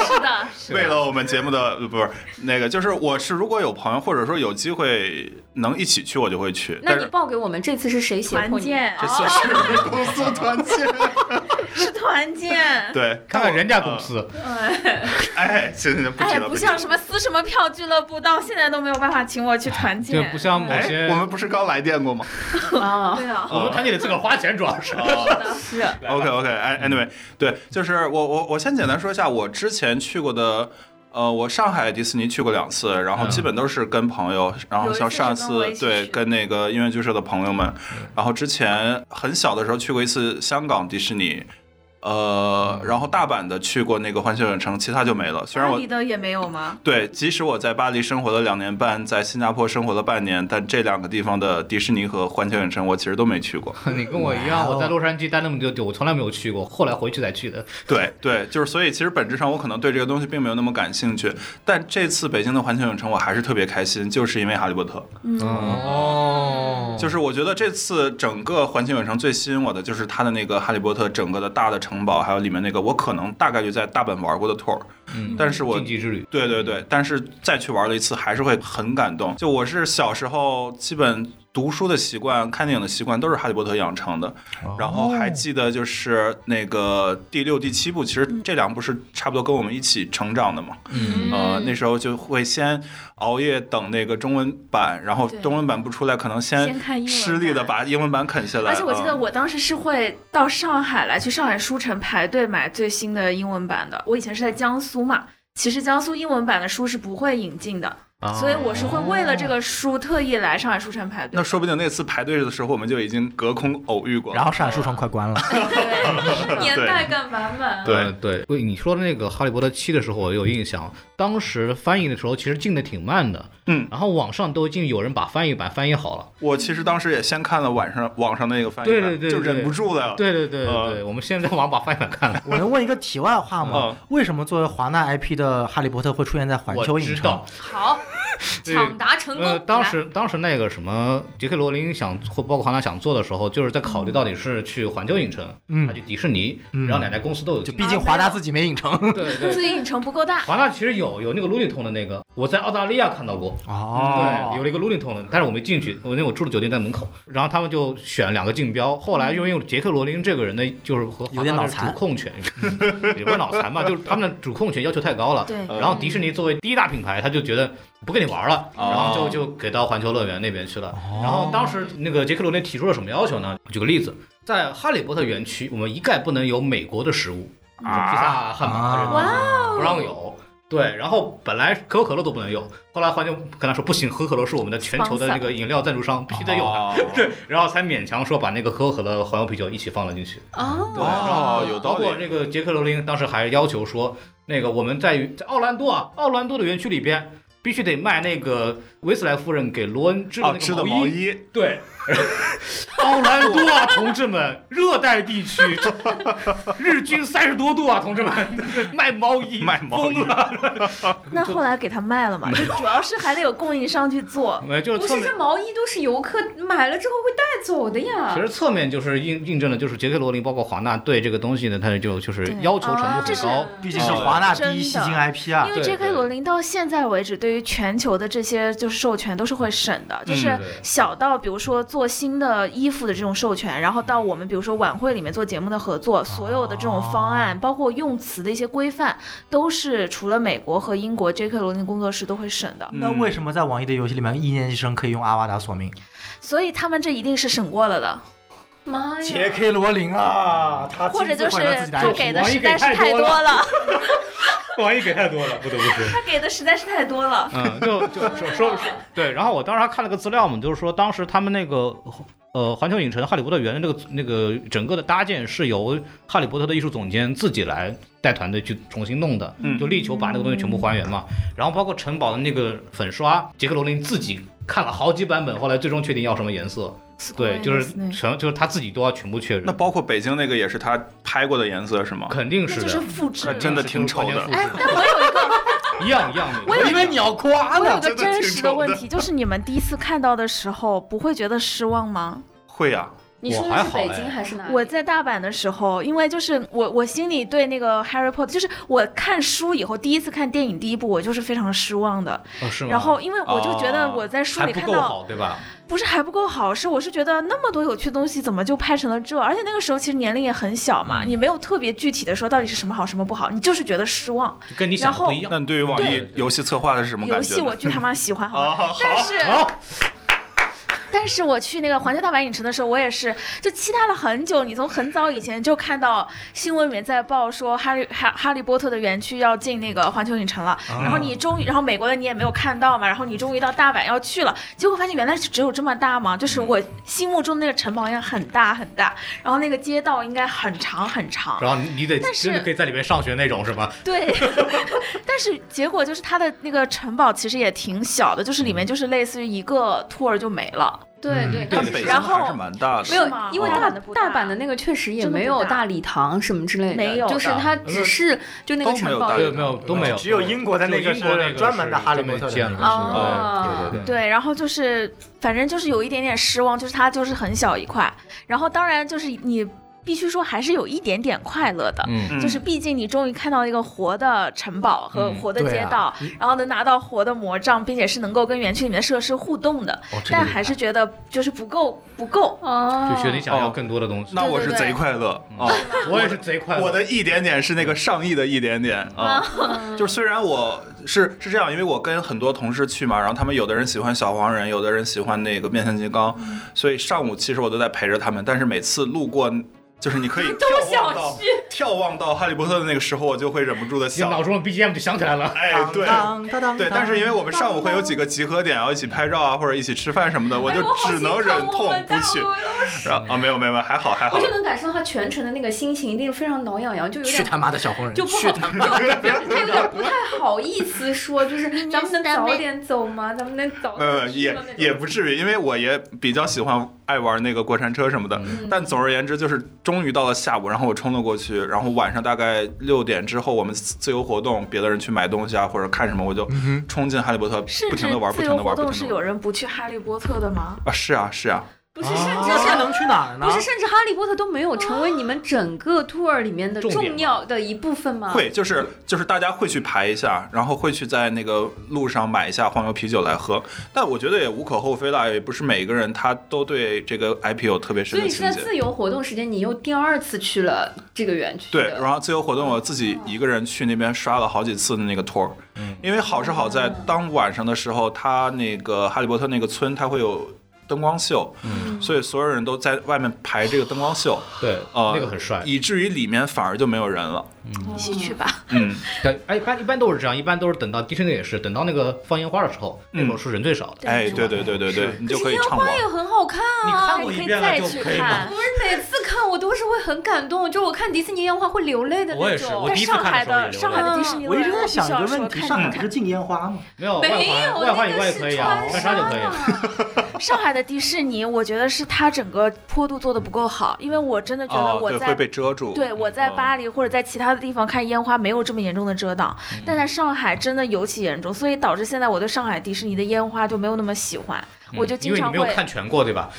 Speaker 2: 是的，
Speaker 4: 为了我们节目的呃不是那个，就是我是如果有朋友或者说有机会能一起去，我就会去。
Speaker 2: 那
Speaker 4: 但
Speaker 2: 你
Speaker 4: 是
Speaker 2: 报给我们这次是谁胁迫
Speaker 1: 团
Speaker 2: 你？
Speaker 1: 建
Speaker 3: (laughs)
Speaker 4: 这次是公司团建，
Speaker 1: 哦是团
Speaker 4: (laughs)
Speaker 1: 建。嗯
Speaker 4: 对，
Speaker 3: 看看人家公司，
Speaker 4: (laughs) 哎，行行行，不提
Speaker 1: 哎，
Speaker 4: 了，
Speaker 1: 不
Speaker 4: 提
Speaker 1: 像
Speaker 4: 了
Speaker 1: 什么撕什么票俱乐部，到现在都没有办法请我去团
Speaker 3: 就
Speaker 1: 建。
Speaker 3: 不像某
Speaker 4: 哎
Speaker 3: 些呃
Speaker 4: 我们不是刚来电过吗
Speaker 2: 啊，
Speaker 1: 对啊，
Speaker 3: 我们团体得自个儿花钱，主要是。 (laughs)
Speaker 1: 是
Speaker 4: (laughs) ？OK OK，哎，Anyway，对，就是我我我先简单说一下我之前去过的。呃，我上海迪士尼去过两次，然后
Speaker 3: 嗯
Speaker 4: 基本都是跟朋友，然后像上
Speaker 1: 有一次是跟我
Speaker 4: 次
Speaker 1: 一起
Speaker 4: 对
Speaker 1: 去
Speaker 4: 跟那个音乐剧社的朋友们，然后之前很小的时候去过一次香港迪士尼，呃，然后大阪的去过那个环球影城，其他就没了。虽然
Speaker 1: 巴
Speaker 4: 我
Speaker 1: 黎的也没有吗？
Speaker 4: 对，即使我在巴黎生活了两年半，在新加坡生活了半年，但这两个地方的迪士尼和环球影城我其实都没去过。
Speaker 3: 嗯你跟我一样，我在洛杉矶待那么久，我从来没有去过，后来回去才去的。
Speaker 4: 对对，就是所以其实本质上我可能对这个东西并没有那么感兴趣，但这次北京的环球影城我还是特别开心，就是因为《哈利波特》。
Speaker 3: 嗯
Speaker 5: 哦
Speaker 4: 就是我觉得这次整个环球影城最吸引我的就是它的那个《哈利波特》整个的大的城堡，还有里面那个我可能大概率在大阪玩过的 tour，
Speaker 3: 嗯
Speaker 4: 但是我
Speaker 3: 禁忌之旅，
Speaker 4: 对对
Speaker 1: 嗯
Speaker 4: 对，但是再去玩了一次，还是会很感动。就我是小时候基本读书的习惯、看电影的习惯都是《哈利波特》养成的，
Speaker 1: 哦
Speaker 4: 然后还记得就是那个第六、第七部，其实
Speaker 1: 嗯
Speaker 4: 这两部是差不多跟我们一起成长的嘛。
Speaker 3: 嗯，
Speaker 4: 呃，那时候就会先熬夜等那个中文版，然后
Speaker 1: 对
Speaker 4: 中文版不出来，可能
Speaker 1: 先看英文
Speaker 4: 吃力的
Speaker 1: 版
Speaker 4: 把英文版啃下来。
Speaker 1: 而且我记得
Speaker 4: 嗯
Speaker 1: 我当时是会到上海来，去上海书城排队买最新的英文版的。我以前是在江苏嘛，其实江苏英文版的书是不会引进的，
Speaker 3: 啊哦
Speaker 1: 所以我是会为了这个书特意来上海书城排队。
Speaker 4: 那说不定那次排队的时候，我们就已经隔空偶遇过
Speaker 5: (laughs)
Speaker 4: 了。
Speaker 5: 然后上海书城快
Speaker 3: (laughs)
Speaker 5: 关了，
Speaker 1: 对，年代感满满。
Speaker 4: 对
Speaker 3: 呃对，为你说的那个《哈利波特七》的时候，我有印象，当时翻译的时候其实进的挺慢的，
Speaker 4: 嗯，
Speaker 3: 然后网上都已经有人把翻译版翻译好了。
Speaker 4: 我其实当时也先看了晚上网上那个翻译
Speaker 3: 对
Speaker 4: 版，
Speaker 3: 对对
Speaker 4: 就
Speaker 3: 对
Speaker 4: 忍不住了。
Speaker 3: 对对对
Speaker 4: 呃
Speaker 3: 对对，我们现在网把翻译版看
Speaker 5: (laughs)
Speaker 3: 了。
Speaker 5: 我能问一个题外话吗
Speaker 4: 嗯？
Speaker 5: 为什么作为华纳 IP 的《哈利波特》会出现在环球
Speaker 3: 我
Speaker 5: 影
Speaker 3: 知
Speaker 5: 城
Speaker 3: 道？，
Speaker 2: 好，抢答成
Speaker 3: 呃，
Speaker 2: 功。
Speaker 3: 当时当时那个什么杰克罗琳想或包括华纳想做的时候，就是在考虑到底是去环球影城，
Speaker 5: 嗯
Speaker 3: 还去迪士尼，
Speaker 5: 嗯
Speaker 3: 然后哪家公司都有进。
Speaker 5: (laughs) 毕竟华纳自己没影城。
Speaker 3: 对
Speaker 1: 自
Speaker 3: 对，
Speaker 1: 己影城不够大，
Speaker 3: 华纳其实有有那个 l u n i t o n 的那个，我在澳大利亚看到过。对，有
Speaker 5: (laughs) 哦，
Speaker 3: 了一个 l u n i t o n 的，但是我没进去，我那我住的酒店在门口，然后他们就选两个竞标，后来又用杰克罗琳这个人的就是和
Speaker 5: 有点脑
Speaker 3: 华纳的
Speaker 5: 残
Speaker 3: 主控权，也不是脑残吧，就是他们的主控权要求太高了。
Speaker 1: 对，
Speaker 3: 然后迪士尼作为第一大品牌，他就觉得不跟你玩了，
Speaker 4: 哦
Speaker 3: 然后就就给到环球乐园那边去
Speaker 5: 哦
Speaker 3: 了。然后当时那个杰克罗琳提出了什么要求呢？举个例子，在哈利波特园区，我们一概不能有美国的食物，什么披萨、啊汉
Speaker 5: 啊
Speaker 3: 堡这种东西
Speaker 1: 哇哦
Speaker 3: 不让有。对，然后本来可口可乐都不能有，后来环球跟他说不行，可口可乐是我们的全球的
Speaker 1: Sponsor
Speaker 3: 那个饮料赞助商，必须得有它。
Speaker 4: 哦
Speaker 3: (laughs) 对，然后才勉强说把那个可口可乐、黄油啤酒一起放了进去。
Speaker 2: 哦，
Speaker 3: 对，然后
Speaker 4: 哦，有
Speaker 3: 包
Speaker 4: 道
Speaker 3: 括
Speaker 4: 理。
Speaker 3: 那个杰克罗琳当时还要求说，那个我们在在奥兰多啊，奥兰多的园区里边必须得卖那个维斯莱夫人给罗恩织的
Speaker 4: 哦，
Speaker 3: 那
Speaker 4: 织
Speaker 3: 个
Speaker 4: 的
Speaker 3: 毛
Speaker 4: 毛。衣，
Speaker 3: 对，奥兰多啊，同志们，热带地区，日均三十多度啊，同志们， (laughs) 卖毛衣，
Speaker 4: 卖毛衣
Speaker 3: 疯了。
Speaker 1: 那后来给他卖了嘛？就主要是还得有供应商去做。
Speaker 3: 没有，就是
Speaker 2: 不
Speaker 3: 侧
Speaker 2: 是，
Speaker 3: 面
Speaker 2: 这。毛衣都是游客买了之后会带走的呀
Speaker 3: 其。实侧面就是印印证了，就是杰克罗琳包括华纳对这个东西呢，他就就是
Speaker 1: 对
Speaker 3: 要求程
Speaker 1: 啊
Speaker 3: 度
Speaker 1: 这
Speaker 3: 很
Speaker 1: 是
Speaker 3: 高。
Speaker 5: 毕
Speaker 4: 哦
Speaker 5: 竟是华纳第一吸
Speaker 1: 真
Speaker 5: 金
Speaker 1: 的
Speaker 5: IP 啊
Speaker 1: 因。为
Speaker 3: 对
Speaker 1: J.K.
Speaker 3: 对
Speaker 1: 罗琳到现在为止，对于全球的这些就是授权都是会审的，
Speaker 3: (laughs)
Speaker 1: 就是
Speaker 3: 对
Speaker 1: 小到比如说做新的衣服的这种授权，然后到我们比如说晚会里面做节目的合作，所有的这种方案，包括用词的一些规范，都是除了美国和英国 J.K. 罗琳工作室都会审的，
Speaker 5: 那
Speaker 4: 嗯
Speaker 5: 为什么在网易的游戏里面，一年级生可以用阿瓦达索命
Speaker 1: 所以他们这一定是审过了的，
Speaker 2: 妈呀！
Speaker 5: 杰 K 罗琳啊，他
Speaker 1: 或者就是他给的
Speaker 3: 王一
Speaker 1: 实
Speaker 3: 给
Speaker 1: 在是
Speaker 3: 太
Speaker 1: 太
Speaker 3: 多
Speaker 1: 多 (laughs) 了，
Speaker 3: 网易给太多了，不得不说。
Speaker 1: 他给的实在是太多 (laughs) 了。
Speaker 3: 嗯，就就说说对，然后我当时还看了个资料嘛，就是说当时他们那个呃环球影城哈利波特园的那个那个整个的搭建是由哈利波特的艺术总监自己来带团队去重新弄的，
Speaker 4: 嗯
Speaker 3: 就力求把那个东西全部还原嘛。然后包括城堡的那个粉刷，杰克罗琳自己看了好几版本，后来最终确定要什么颜色，对，就是全就是他自己都要全部确
Speaker 4: 那
Speaker 3: 认，
Speaker 4: 包括北京那个也是他拍过的颜色是吗？
Speaker 3: 肯定
Speaker 1: 那
Speaker 3: 是
Speaker 1: 就是
Speaker 3: 的。
Speaker 1: 复制
Speaker 4: 可
Speaker 1: 了，
Speaker 4: 真的挺丑的
Speaker 3: 哎，一样一样的。
Speaker 5: 因为你要夸
Speaker 1: (laughs) 我有
Speaker 5: 呢。
Speaker 1: 个真实的问
Speaker 4: 真的挺
Speaker 1: 题，就是你们第一次看到的时候，不会觉得失望吗？
Speaker 4: 会呀，啊
Speaker 2: 你说
Speaker 3: 我还
Speaker 2: 的是
Speaker 3: 好
Speaker 2: 北
Speaker 3: 哎
Speaker 2: 京还是哪里？
Speaker 1: 我在大阪的时候，因为就是我我心里对那个 Harry Potter，就是我看书以后第一次看电影第一部，我就是非常失望的。
Speaker 3: 哦是吗？
Speaker 1: 然后因为我就觉得我在书
Speaker 3: 还
Speaker 1: 里
Speaker 3: 不
Speaker 1: 看
Speaker 3: 够
Speaker 1: 到
Speaker 3: 好，对吧？
Speaker 1: 不是还不够好，是我是觉得那么多有趣的东西怎么就拍成了这？而且那个时候其实年龄也很小嘛，你没有特别具体的说到底是什么好什么不好，你就是觉得失望。
Speaker 3: 就跟你想的不一样。
Speaker 4: 那你对于网易
Speaker 3: 对
Speaker 4: 游戏策划的是什么
Speaker 1: 游
Speaker 4: 感觉呢？
Speaker 1: 戏我巨他妈喜欢，好吧
Speaker 4: 哦？
Speaker 1: 但是。但是我去那个环球大阪影城的时候，我也是就期待了很久。你从很早以前就看到新闻里面在报说哈利哈哈利波特的园区要进那个环球影城了，
Speaker 4: 啊
Speaker 1: 然后你终于，然后美国的你也没有看到嘛，然后你终于到大阪要去了，结果发现原来只有这么大嘛，
Speaker 4: 嗯
Speaker 1: 就是我心目中那个城堡应该很大很大，然后那个街道应该很长很长，
Speaker 3: 然后你你得
Speaker 1: 但是
Speaker 3: 真的可以在里面上学那种是吗？
Speaker 1: 对， (laughs) 但是结果就是它的那个城堡其实也挺小的，就是里面就是类似于一个 tour 就没了。
Speaker 2: 对对
Speaker 4: 但
Speaker 2: 对，
Speaker 4: 北京
Speaker 1: 然后
Speaker 4: 还是蛮大的，
Speaker 2: 没有
Speaker 1: 是吗，
Speaker 2: 因为
Speaker 1: 大
Speaker 2: 大
Speaker 1: 阪的不大
Speaker 2: 大阪的那个确实也
Speaker 1: 真的
Speaker 2: 没
Speaker 1: 不
Speaker 2: 有
Speaker 1: 大
Speaker 2: 大礼堂什么之类的，
Speaker 1: 没有
Speaker 2: 就
Speaker 1: 的
Speaker 2: 是它只是就那个
Speaker 4: 呃都没
Speaker 2: 城
Speaker 4: 有
Speaker 2: 堡
Speaker 4: 大
Speaker 3: 对，
Speaker 4: 礼
Speaker 3: 没有都没有，
Speaker 5: 呃只有英国的那个
Speaker 3: 只有英国那
Speaker 5: 是
Speaker 3: 个
Speaker 5: 专门的
Speaker 3: 是
Speaker 5: 哈利波特的
Speaker 3: 专门建
Speaker 5: 那
Speaker 3: 的
Speaker 5: 个
Speaker 3: 是吧
Speaker 2: 哦
Speaker 5: 对对对。
Speaker 1: 对，然后就是反正就是有一点点失望，就是它就是很小一块，然后当然就是你必须说还是有一点点快乐的。
Speaker 3: 嗯，
Speaker 4: 嗯
Speaker 1: 就是毕竟你终于看到一个活的城堡和
Speaker 3: 嗯
Speaker 1: 活的
Speaker 5: 对
Speaker 1: 街
Speaker 5: 啊
Speaker 1: 道，然后能拿到活的魔杖，并且是能够跟园区里面的设施互动的，
Speaker 5: 哦这个
Speaker 1: 但
Speaker 5: 厉
Speaker 1: 还
Speaker 5: 害
Speaker 1: 是觉得就是不够不够。
Speaker 2: 哦，
Speaker 3: 就觉得你想要更多的东西。
Speaker 4: 那我是
Speaker 2: 对对对
Speaker 4: 贼快乐啊！
Speaker 3: 我也是贼快乐，
Speaker 4: 我的一点点是那个上亿的一点点啊，
Speaker 5: 嗯
Speaker 4: 就是虽然我是是这样，因为我跟很多同事去嘛，然后他们有的人喜欢小黄人，有的人喜欢那个变形金刚，
Speaker 5: 嗯
Speaker 4: 所以上午其实我都在陪着他们，但是每次路过。就是
Speaker 5: (laughs)
Speaker 4: 你可以眺望到 (laughs) 眺望到哈利波特的那个时候，我就会忍不住的
Speaker 3: 就脑
Speaker 4: 想，
Speaker 3: 中的 BGM 就想起来了。
Speaker 4: 哎，对
Speaker 5: 当当当
Speaker 4: 对，但是因为我们上午会有几
Speaker 5: 个，
Speaker 4: 个集合点要一起拍照啊，或者一起吃饭什么的，
Speaker 5: 哎
Speaker 4: 哎我就只能忍痛不去。然后啊，没有没有没有，还好还好
Speaker 2: (laughs) 我就。能感受到他全程的那个心情一定非常挠痒痒，就有
Speaker 5: 去
Speaker 2: 点
Speaker 5: 他妈的小红人，
Speaker 2: 就不
Speaker 5: 去
Speaker 2: 好，
Speaker 5: 他
Speaker 2: 就他
Speaker 5: 妈
Speaker 2: 有点不太好意思说，就是咱们能早点走吗？咱们能早
Speaker 4: 没有没有，
Speaker 2: 点去
Speaker 4: 呃也
Speaker 2: 吗那种
Speaker 4: 也不至于，因为我也比较喜欢爱玩那个过山车什么的。但总而言之，就是终于到了下午，然后我冲了过去，然后晚上大概六点之后，我们自由活动，别的人去买东西啊或者看什么，我就冲进哈利波特，
Speaker 1: 甚
Speaker 4: 不
Speaker 1: 至
Speaker 4: 停的玩，不
Speaker 1: 自
Speaker 4: 停
Speaker 1: 由
Speaker 4: 的
Speaker 1: 活
Speaker 4: 玩，不
Speaker 1: 动
Speaker 4: 停
Speaker 1: 是
Speaker 4: 的
Speaker 1: 有
Speaker 4: 玩。
Speaker 1: 人不去哈利波特的吗？
Speaker 4: 啊，是啊是啊，
Speaker 2: 不是，甚至
Speaker 5: 啊
Speaker 2: 是
Speaker 5: 这能去哪儿呢？
Speaker 2: 不是，甚至哈利波特都没有成为你们整个 tour 里面的
Speaker 3: 重点
Speaker 2: 重
Speaker 3: 吗
Speaker 2: 要的一部分吗？
Speaker 4: 会就是就是大家会去排一下，然后会去在那个路上买一下黄油啤酒来喝。但我觉得也无可厚非啦，也不是每一个人他都对这个 IP 有特别
Speaker 2: 所
Speaker 4: 深
Speaker 2: 以
Speaker 4: 的
Speaker 2: 你是
Speaker 4: 情
Speaker 2: 在
Speaker 4: 节。
Speaker 2: 自由活动时间，你又第二次去了这个园区
Speaker 4: 对，
Speaker 2: 的。
Speaker 4: 然后自由活动我自己一个人去那边刷了好几次的那个 tour，、因为
Speaker 3: 嗯
Speaker 4: 好是好在当晚上的时候，它那个哈利波特那个村它会有灯光秀，
Speaker 3: 嗯
Speaker 4: 所以所有人都在外面排这个灯光秀，
Speaker 3: 对，
Speaker 4: 呃，
Speaker 5: 哦
Speaker 3: 那个很帅。
Speaker 4: 以至于里面反而就没有人了。
Speaker 1: 你去去吧。
Speaker 4: 嗯，
Speaker 3: 但哎，一般一般都是这样，一般都是等到迪士尼也是，等到那个放烟花的时候，那
Speaker 4: 嗯
Speaker 3: 会儿是人最少的。
Speaker 4: 哎，对对对对对，你就可以畅
Speaker 2: 花
Speaker 4: 玩。
Speaker 2: 也哎很好看啊！
Speaker 1: 你可以
Speaker 3: 了
Speaker 1: 再
Speaker 3: 就
Speaker 1: 去
Speaker 3: 可以了
Speaker 1: 看
Speaker 2: 我。是每次看我都是会很感动，就我看迪士尼烟花会流泪的
Speaker 3: 我
Speaker 2: 那
Speaker 3: 也是我
Speaker 2: 种
Speaker 1: 但
Speaker 3: 第一次
Speaker 1: 上
Speaker 3: 看的
Speaker 1: 海
Speaker 3: 时候也
Speaker 1: 的上海的
Speaker 2: 了
Speaker 3: 流泪
Speaker 1: 迪士尼乐
Speaker 5: 我一
Speaker 1: 园，
Speaker 5: 直在想
Speaker 1: 必须
Speaker 5: 一
Speaker 1: 要
Speaker 5: 个
Speaker 1: 说
Speaker 5: 问题：
Speaker 1: 看
Speaker 5: 上
Speaker 1: 一
Speaker 5: 海
Speaker 1: 看
Speaker 5: 不是禁烟花吗？
Speaker 3: 没有外
Speaker 2: 没
Speaker 3: 环，
Speaker 2: 有
Speaker 3: 外
Speaker 2: 那
Speaker 3: 环以
Speaker 2: 个
Speaker 3: 外
Speaker 2: 是
Speaker 3: 可以啊，
Speaker 2: 川
Speaker 3: 穿纱就可以。
Speaker 1: 上海的迪士尼，我觉得是它整个坡度做的不够好，因为我真的觉得
Speaker 4: 哦，
Speaker 1: 我
Speaker 4: 对，
Speaker 1: 在、
Speaker 4: 会被遮住。
Speaker 1: 对我在
Speaker 4: 嗯
Speaker 1: 巴黎或者在其他的地方看烟花没有这么严重的遮挡，
Speaker 3: 嗯
Speaker 1: 但在上海真的尤其严重，所以导致现在我对上海迪士尼的烟花就没有那么喜欢，我就
Speaker 3: 嗯因
Speaker 1: 经
Speaker 3: 为你
Speaker 1: 常
Speaker 3: 没
Speaker 1: 会
Speaker 3: 有看全过，对吧？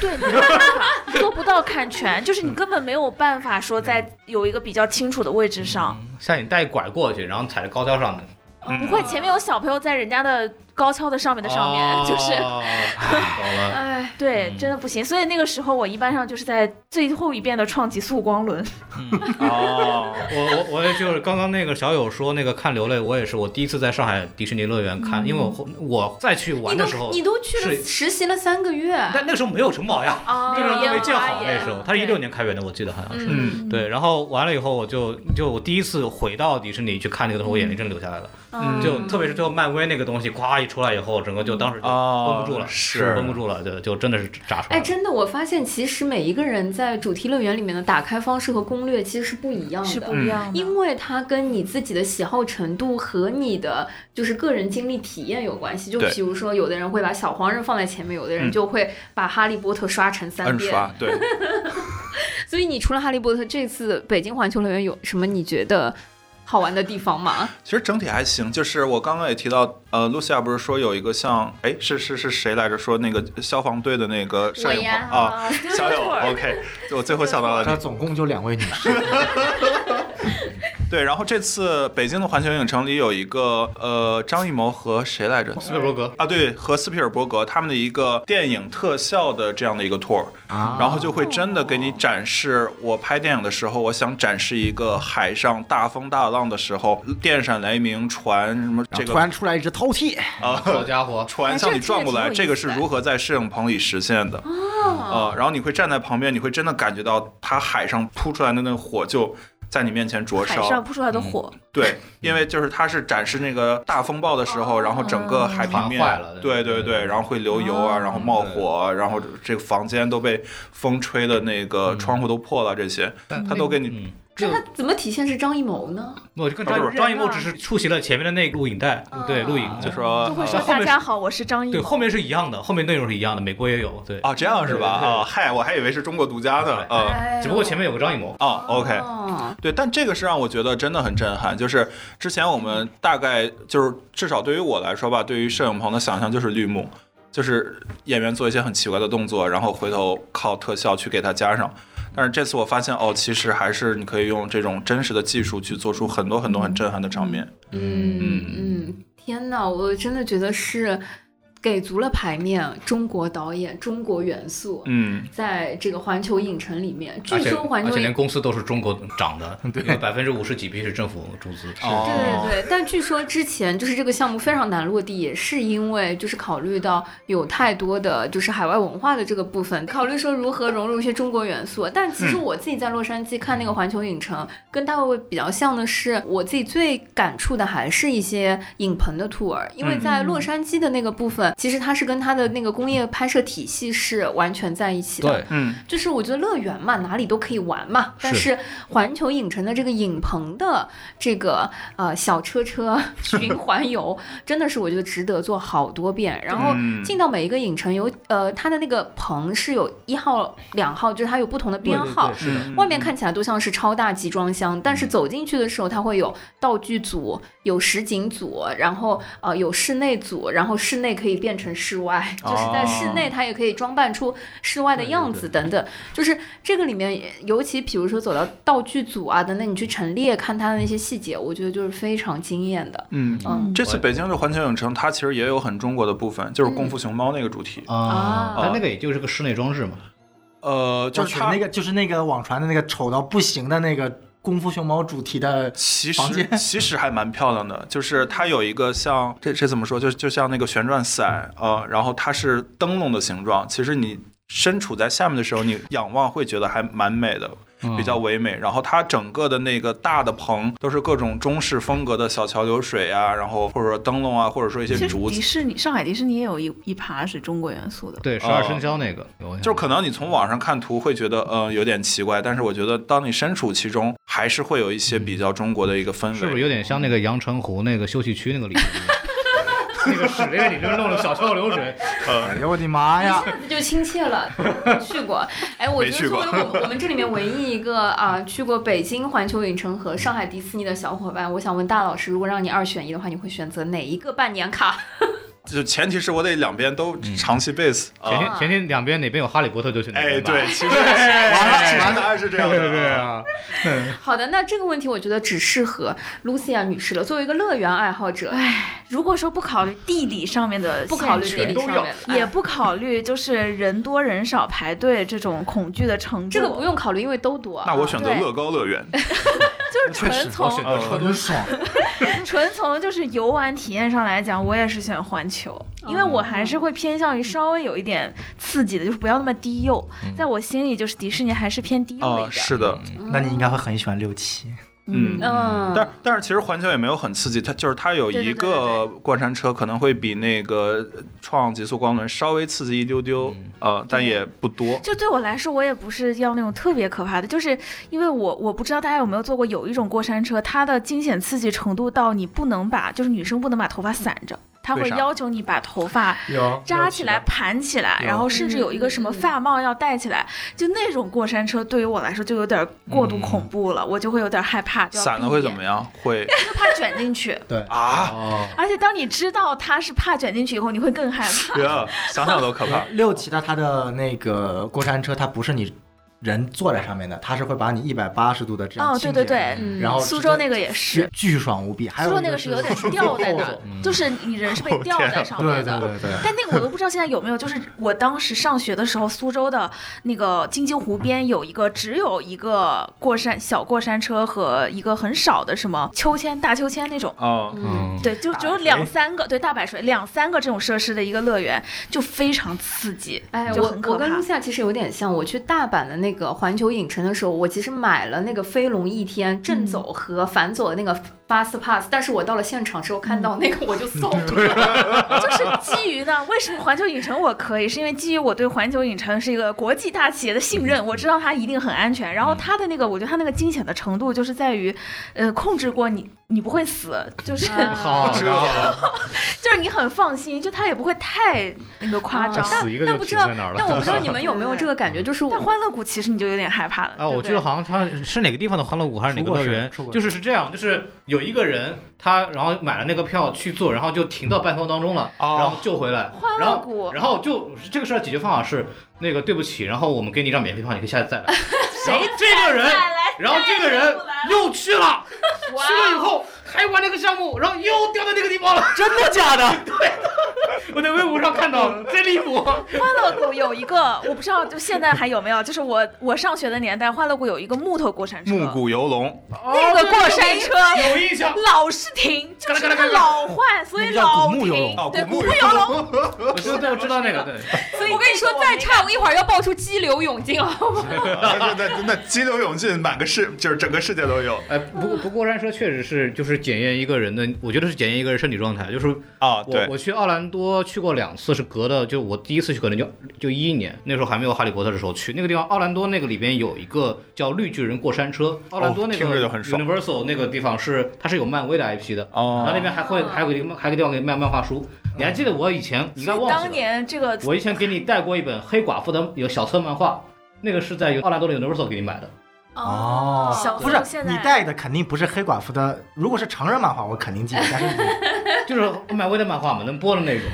Speaker 1: 对，
Speaker 3: (laughs)
Speaker 1: 你没有办法做不到看全，就是
Speaker 3: 嗯
Speaker 1: 你根本没有办法说在有一个比较清楚的位置上，
Speaker 3: 像你带拐过去，然后踩在高跷上的，
Speaker 1: 不
Speaker 2: 嗯
Speaker 1: 会前面有小朋友在人家的高跷的上面的上面，
Speaker 3: 哦
Speaker 1: 就是
Speaker 3: (laughs)
Speaker 2: (laughs)
Speaker 3: 懂了。
Speaker 2: 哎，
Speaker 1: 对
Speaker 3: 嗯，
Speaker 1: 真的不行。所以那个时候我一般上就是在最后一遍的创起速光轮，
Speaker 4: 哦，
Speaker 3: 我我我也就是刚刚那个小友说那个看流泪，我也是我第一次在上海迪士尼乐园看，因为我后我再去玩
Speaker 2: 你
Speaker 3: 的时候
Speaker 2: 都，你都去了
Speaker 3: 是
Speaker 2: 实习了三个月，
Speaker 3: 但那个时候没有城堡呀，
Speaker 1: 啊
Speaker 3: 那个时候都没建好
Speaker 1: 也
Speaker 3: 那时候，它是一六年开园的，我记得好像是。
Speaker 2: 嗯，
Speaker 4: 嗯
Speaker 3: 对，然后完了以后，我就就我第一次回到迪士尼去看那个东西，我眼泪真流下来了。
Speaker 4: 嗯
Speaker 3: 就特别是最后漫威那个东西，咵一出来以后，整个就当时就绷
Speaker 4: 哦
Speaker 3: 不住了，
Speaker 4: 是
Speaker 3: 绷不住了，就就真的是炸出来
Speaker 2: 哎，
Speaker 3: 了。
Speaker 2: 真的，我发现其实每一个人在主题乐园里面的打开方式和攻略其实是不一样
Speaker 1: 是
Speaker 2: 的
Speaker 1: 不。一样的，
Speaker 2: 因为它跟你自己的喜好程度和你的就是个人经历体验有关系。就
Speaker 4: 对
Speaker 2: 比如说，有的人会把小黄人放在前面，有的人
Speaker 4: 嗯
Speaker 2: 就会把哈利波特刷成三
Speaker 4: 摁
Speaker 2: 遍。
Speaker 4: 刷，对，
Speaker 2: 所以你除了哈利波特，这次北京环球乐园有什么你觉得好玩的地方吗？
Speaker 4: 其实整体还行，就是我刚刚也提到，呃，露西亚不是说有一个像，哎，是是是谁来着？说那个消防队的那个摄影
Speaker 2: 呀
Speaker 4: 棚啊，小友，OK，
Speaker 1: (laughs)
Speaker 4: 我最后想到了
Speaker 5: 这
Speaker 4: 你。
Speaker 5: 总共就两位女士，
Speaker 4: 对，然后这次北京的环球影城里有一个，呃，张艺谋和谁来着？
Speaker 3: 斯皮尔伯格
Speaker 4: 啊，对，和斯皮尔伯格他们的一个电影特效的这样的一个 tour，、
Speaker 5: 啊
Speaker 4: 然后就会真的给你展示。我拍电影的时候，我想展示一个海上大风大浪的时候，电闪雷鸣，船什么
Speaker 5: 然
Speaker 4: 这
Speaker 5: 后
Speaker 4: 个
Speaker 5: 突然出来一只饕餮，
Speaker 4: 啊。
Speaker 3: (laughs) 好家伙，
Speaker 4: 船向你转过来，
Speaker 2: 哎这
Speaker 4: 这
Speaker 2: 个
Speaker 4: 个
Speaker 2: 挺有意思
Speaker 4: 是
Speaker 2: 的哦
Speaker 4: 如何在摄影棚里实现的？呃，然后你会站在旁边，你会真的感觉到它海上扑出来的那个火就在你面前灼
Speaker 1: 海
Speaker 4: 烧。
Speaker 1: 上扑出来的火，
Speaker 4: 对，因为就是它是展示那个大风暴的时候，然后整
Speaker 2: 哦
Speaker 4: 个海平面
Speaker 3: 船坏了
Speaker 4: 对
Speaker 3: 对
Speaker 4: 对
Speaker 3: 对
Speaker 4: 对，然后会流油啊，然后冒火啊，然后这个房间都被风吹的那个窗户都破了，这些
Speaker 3: 嗯但
Speaker 4: 它都给你。
Speaker 3: 嗯，
Speaker 2: 这
Speaker 3: 这
Speaker 2: 他嗯
Speaker 3: 个
Speaker 2: 怎么体现是张艺谋呢？
Speaker 3: 我就跟
Speaker 4: 不
Speaker 3: 张
Speaker 4: 是
Speaker 3: 张艺谋只是出席了前面的那个录影带，
Speaker 2: 嗯
Speaker 3: 对录影
Speaker 4: 就说
Speaker 2: 哦
Speaker 1: 就会
Speaker 3: 啊
Speaker 1: 说
Speaker 3: 后面
Speaker 1: 大
Speaker 3: 是
Speaker 1: 家好，我是张艺
Speaker 3: 对，
Speaker 1: 谋
Speaker 3: 后。面是一样的，后面内容是一样的，美国也有，对，
Speaker 4: 啊，这样是吧？
Speaker 3: 对对对
Speaker 4: 啊，嗨，我还以为是中国独家的啊。
Speaker 2: 哎呦
Speaker 3: 只不过前面有个张艺谋，
Speaker 4: 哦，OK，
Speaker 2: 哦
Speaker 4: 对，但这个是让我觉得真的很震撼。就是之前我们大概就是至少对于我来说吧，对于摄影棚的想象就是绿幕，就是演员做一些很奇怪的动作，然后回头靠特效去给它加上。但是这次我发现哦，其实还是你可以用这种真实的技术去做出很多很多很震撼的场面。
Speaker 2: 嗯
Speaker 4: 嗯
Speaker 2: 嗯，天哪，我真的觉得是给足了牌面，中国导演、中国元素。
Speaker 4: 嗯，
Speaker 2: 在这个环球影城里面，据
Speaker 3: 而且
Speaker 2: 说环
Speaker 3: 而
Speaker 2: 球
Speaker 3: 且
Speaker 2: 影
Speaker 3: 连公司都是中国涨 (laughs) 的，因为百分之五十几批是政府注资，
Speaker 4: 哦
Speaker 2: 对对对，但据说之前就是这个项目非常难落地，也是因为就是考虑到有太多的就是海外文化的这个部分，考虑说如何融入一些中国元素。但其
Speaker 3: 嗯
Speaker 2: 实我自己在洛杉矶看那个环球影城，跟大卫比较像的是，我自己最感触的还是一些影棚的 tour，因为
Speaker 3: 嗯
Speaker 2: 在洛杉矶的那个部分，其实它是跟它的那个工业拍摄体系是完全在一起的。
Speaker 3: 对，
Speaker 4: 嗯，
Speaker 2: 就是我觉得乐园嘛，哪里都可以玩嘛，但是环球影城的这个影棚的这个呃小车
Speaker 3: (laughs)
Speaker 2: 车循环游，真的是我觉得值得做好多遍。然后
Speaker 4: 嗯
Speaker 2: 进到每一个影城有呃，它的那个棚是有一号、两号，就是它有不同的编号。
Speaker 3: 对对对是的，
Speaker 4: 嗯
Speaker 2: 外面看起来都像是超大集装箱，但是走进去的时候，它会有道具组、有实景组，然后呃有室内组，然后室内可以变成室外，就是在室内它也可以装扮出室外的样子等等。就是这个里面，尤其比如说走到道具组啊等等，你去陈列看它的那些细节，我觉得就是非常惊艳的。
Speaker 4: 嗯
Speaker 2: 嗯
Speaker 4: 这次北京的环球影城，它其实也有很中国的部分，就是功夫熊猫那个主
Speaker 3: 哦
Speaker 4: 题。
Speaker 2: 啊
Speaker 3: 但那个也就是个室内装置嘛，
Speaker 4: 呃，就
Speaker 5: 就是是
Speaker 4: 它
Speaker 5: 那个就是那个网传的那个丑到不行的那个功夫熊猫主题的，
Speaker 4: 其
Speaker 5: 房
Speaker 3: (laughs)
Speaker 4: 实
Speaker 5: 间
Speaker 4: 其实还蛮漂亮的，就是它有一个像这这怎么说，就就像那个旋转伞呃，然后它是灯笼的形状。其实你身处在下面的时候，你仰望会觉得还蛮美的，
Speaker 3: 嗯
Speaker 4: 比较唯美。然后它整个的那个大的棚都是各种中式风格的小桥流水啊，然后或者说灯笼啊，或者说一些
Speaker 7: 其实
Speaker 4: 竹
Speaker 7: 迪
Speaker 4: 子。
Speaker 7: 士尼、上海迪士尼也有一一趴是中国元素的，
Speaker 3: 对，十二生肖那个，我想
Speaker 4: 就是可能你从网上看图会觉得，呃，有点奇怪，但是我觉得当你身处其中，还是会有一些比较中国的一个氛围。
Speaker 3: 是不是有点像那个阳澄湖那个休息区那个里面？ (laughs) 那个屎那个里面弄了小桥流水，
Speaker 5: 哎呦我的妈呀！
Speaker 2: 就亲切
Speaker 4: (laughs)
Speaker 2: 了，去过。哎，我
Speaker 4: 没
Speaker 2: 觉
Speaker 4: 去
Speaker 2: 得作
Speaker 4: 过
Speaker 2: 为我们我们这里面唯一一个啊、去过北京环球影城和上海迪士尼的小伙伴，我想问大老师，如果让你二选一的话，你会选择哪一个办年卡？ (laughs)
Speaker 4: 就前提是我得两边都
Speaker 3: 嗯
Speaker 4: 长期 base、啊。
Speaker 3: (laughs) 前天前天两边哪边有哈利波特就去哪
Speaker 4: 哎，
Speaker 3: 边吧。
Speaker 4: 对， (laughs) 其实完了，答案是这样的。
Speaker 5: 啊，
Speaker 2: 好的，那这个问题我觉得只适合 Lucia 女士了。作为一个乐园爱好者，
Speaker 1: 如果说不考虑地理上面哎的限制，
Speaker 2: 不考虑地理上面的，
Speaker 1: 也
Speaker 2: 哎
Speaker 1: 不考虑就是人多人少排队这种恐惧的程度，
Speaker 2: 这个不用考虑，因为都啊多。
Speaker 4: (laughs) 那我选择乐高
Speaker 1: (laughs)
Speaker 4: 乐园。
Speaker 1: 就是纯从
Speaker 3: 我选择
Speaker 5: 我真爽，
Speaker 1: (laughs) 纯从就是游玩体验上来讲，我也是选环球，
Speaker 4: 哦
Speaker 1: 因为我还是会偏向于稍微有一点刺激的，就是不要那么低幼。在我心里，就是迪士尼还是偏低幼一点。嗯
Speaker 4: 啊，嗯是的，
Speaker 5: 那你应该会很喜欢六七，
Speaker 4: 嗯。
Speaker 2: 嗯，
Speaker 4: 但但是其实环球也没有很刺激，它就是它有一个过山车可能会比那个创极速光轮稍微刺激一丢丢，呃，但也不多。
Speaker 1: 就对我来说，我也不是要那种特别可怕的，就是因为我我不知道大家有没有坐过，有一种过山车，它的惊险刺激程度到你不能把，就是女生不能把头发散着，他会
Speaker 4: 为啥
Speaker 1: 要求你把头发
Speaker 5: 嗯有
Speaker 1: 扎起来、盘起来，
Speaker 5: 有
Speaker 1: 然后甚至有一个什么发帽要戴起来，就那种过山车对于我来说就有点过度恐怖了，我就会有点害怕，就要
Speaker 4: 散
Speaker 1: 避
Speaker 4: 了会
Speaker 1: 免
Speaker 4: 怎么样？会
Speaker 1: 就怕卷进去。
Speaker 4: 啊，
Speaker 3: 哦，
Speaker 1: 而且当你知道他是怕卷进去以后，你会更害怕。
Speaker 4: 呀，想想都
Speaker 1: (laughs)
Speaker 4: 可怕。
Speaker 5: 六骑的它的那个过山车，它不是你人坐在上面的，它是会把你一百八十度的这样
Speaker 1: 哦，对对
Speaker 5: 倾斜，
Speaker 1: 对，
Speaker 2: 嗯
Speaker 5: 然后
Speaker 1: 苏州那个也是，
Speaker 5: 巨爽无比。还
Speaker 1: 苏
Speaker 5: 有
Speaker 1: 州
Speaker 5: 一
Speaker 1: 那个
Speaker 5: 个
Speaker 1: 是有点吊在那
Speaker 5: 后
Speaker 1: 儿，就是你人是被吊在上
Speaker 5: 对
Speaker 1: 面
Speaker 5: 对
Speaker 1: 的。 (laughs)
Speaker 5: 对对，
Speaker 1: 但那个我都不知道现在有没有，就是我当时上学的时候，苏州的那个金鸡湖边有一个只有一个过山小过山车和一个很少的什么秋千、大秋千那种。
Speaker 4: 哦，
Speaker 2: 嗯，
Speaker 1: 对，就只有两三个，对大摆锤两三个这种设施的一个乐园，就非常刺激，
Speaker 2: 哎，
Speaker 1: 就
Speaker 2: 我
Speaker 1: 很
Speaker 2: 我
Speaker 1: 可
Speaker 2: 跟
Speaker 1: 怕
Speaker 2: 露。夏其实有点像，我去大阪的那个环球影城的时候，我其实买了那个飞龙一天正走和反走的那个 fast pass，、但是我到了现场之后看到那
Speaker 6: (laughs)
Speaker 2: 个我就送了，
Speaker 1: 就是基于呢，为什么环球影城我可以？是因为基于我对环球影城是一个国际大企业的信任，我知道它一定很安全。然后它的那个，我觉得它那个惊险的程度就是在于，呃，控制过你，你不会死，就是、
Speaker 3: 啊嗯
Speaker 6: 好，然后
Speaker 1: 就是你很放心，就它也不会太那个夸张。
Speaker 2: 啊
Speaker 1: 但
Speaker 6: 死一个
Speaker 2: 但
Speaker 6: 就
Speaker 2: 不知
Speaker 6: 停
Speaker 2: 道
Speaker 6: 在那儿
Speaker 2: 但我
Speaker 6: 了。
Speaker 2: 不知道你们有没 (laughs) 有这个感觉，就是
Speaker 1: 但
Speaker 2: 我。
Speaker 1: 欢乐谷其实你就有点害怕了对
Speaker 3: 啊，我
Speaker 1: 不对
Speaker 3: 记得好像他是哪个地方的欢乐谷还是哪个乐园
Speaker 5: 出过事出过，事
Speaker 3: 就是是这样，就是有一个人他然后买了那个票去坐，然后就停到半空当中了，
Speaker 4: 哦
Speaker 3: 然后救回来，
Speaker 1: 欢
Speaker 3: 然
Speaker 1: 乐
Speaker 3: 后
Speaker 1: 谷
Speaker 3: 然后就这个事儿解决方法是那个对不起，然后我们给你一张免费票，你可以下次再
Speaker 1: (laughs)
Speaker 3: 来。然后这个人，然后这个人又去了，去了以后还玩那个项目，然后又掉到那个地方了。
Speaker 5: 真的
Speaker 3: (laughs)
Speaker 5: 假的？
Speaker 3: 我在微博上看到，真离谱。
Speaker 1: 欢乐谷有一个，我不知道就现在还有没有，就是我我上学的年代，欢乐谷有一个木头过山车，
Speaker 4: 木谷游龙，
Speaker 1: 哦那个过山车
Speaker 3: 有印象，
Speaker 1: 老是停，就是那个老换，所以
Speaker 5: 那个叫
Speaker 1: 老
Speaker 5: 古木游
Speaker 1: 停
Speaker 5: 龙。
Speaker 1: 对，
Speaker 4: 哦古木啊
Speaker 1: 游龙。
Speaker 4: (laughs)
Speaker 3: 我知道，我知道那个，对，
Speaker 2: 所以我跟你说，再差我一会儿要爆出激流勇进了。
Speaker 4: 那那那激流勇进，满个世就是整个世界都有
Speaker 3: (laughs) 哎，不过不过过山车确实是就是检验一个人的，我觉得是检验一个人身体状态。就是
Speaker 4: 啊。
Speaker 3: 我
Speaker 4: 对，
Speaker 3: 我去奥兰多去过两次，是隔的，就我第一次去可能就就一一年，那时候还没有哈利波特的时候去那个地方。奥兰多那个里边有一个叫绿巨人过山车，奥兰多那个
Speaker 4: 哦听着就很爽
Speaker 3: Universal 那个地方是它是有漫威的 IP 的，然
Speaker 4: 哦
Speaker 3: 后那边还会还有个地方还有个地方可以卖漫画书。你还记得我以前你应该忘记了
Speaker 1: 当。年这个
Speaker 3: 我以前给你带过一本黑寡妇的有小册漫画，那个是在奥兰多的 Universal 给你买的。
Speaker 1: 哦，小
Speaker 5: 不
Speaker 1: 时候
Speaker 5: 是
Speaker 1: 现
Speaker 5: 你
Speaker 1: 在
Speaker 5: 带的肯定不是黑寡妇的，如果是成人漫画，我肯定记得，但是
Speaker 1: (laughs)
Speaker 5: 你
Speaker 3: 就是漫威的漫画嘛，能播的那种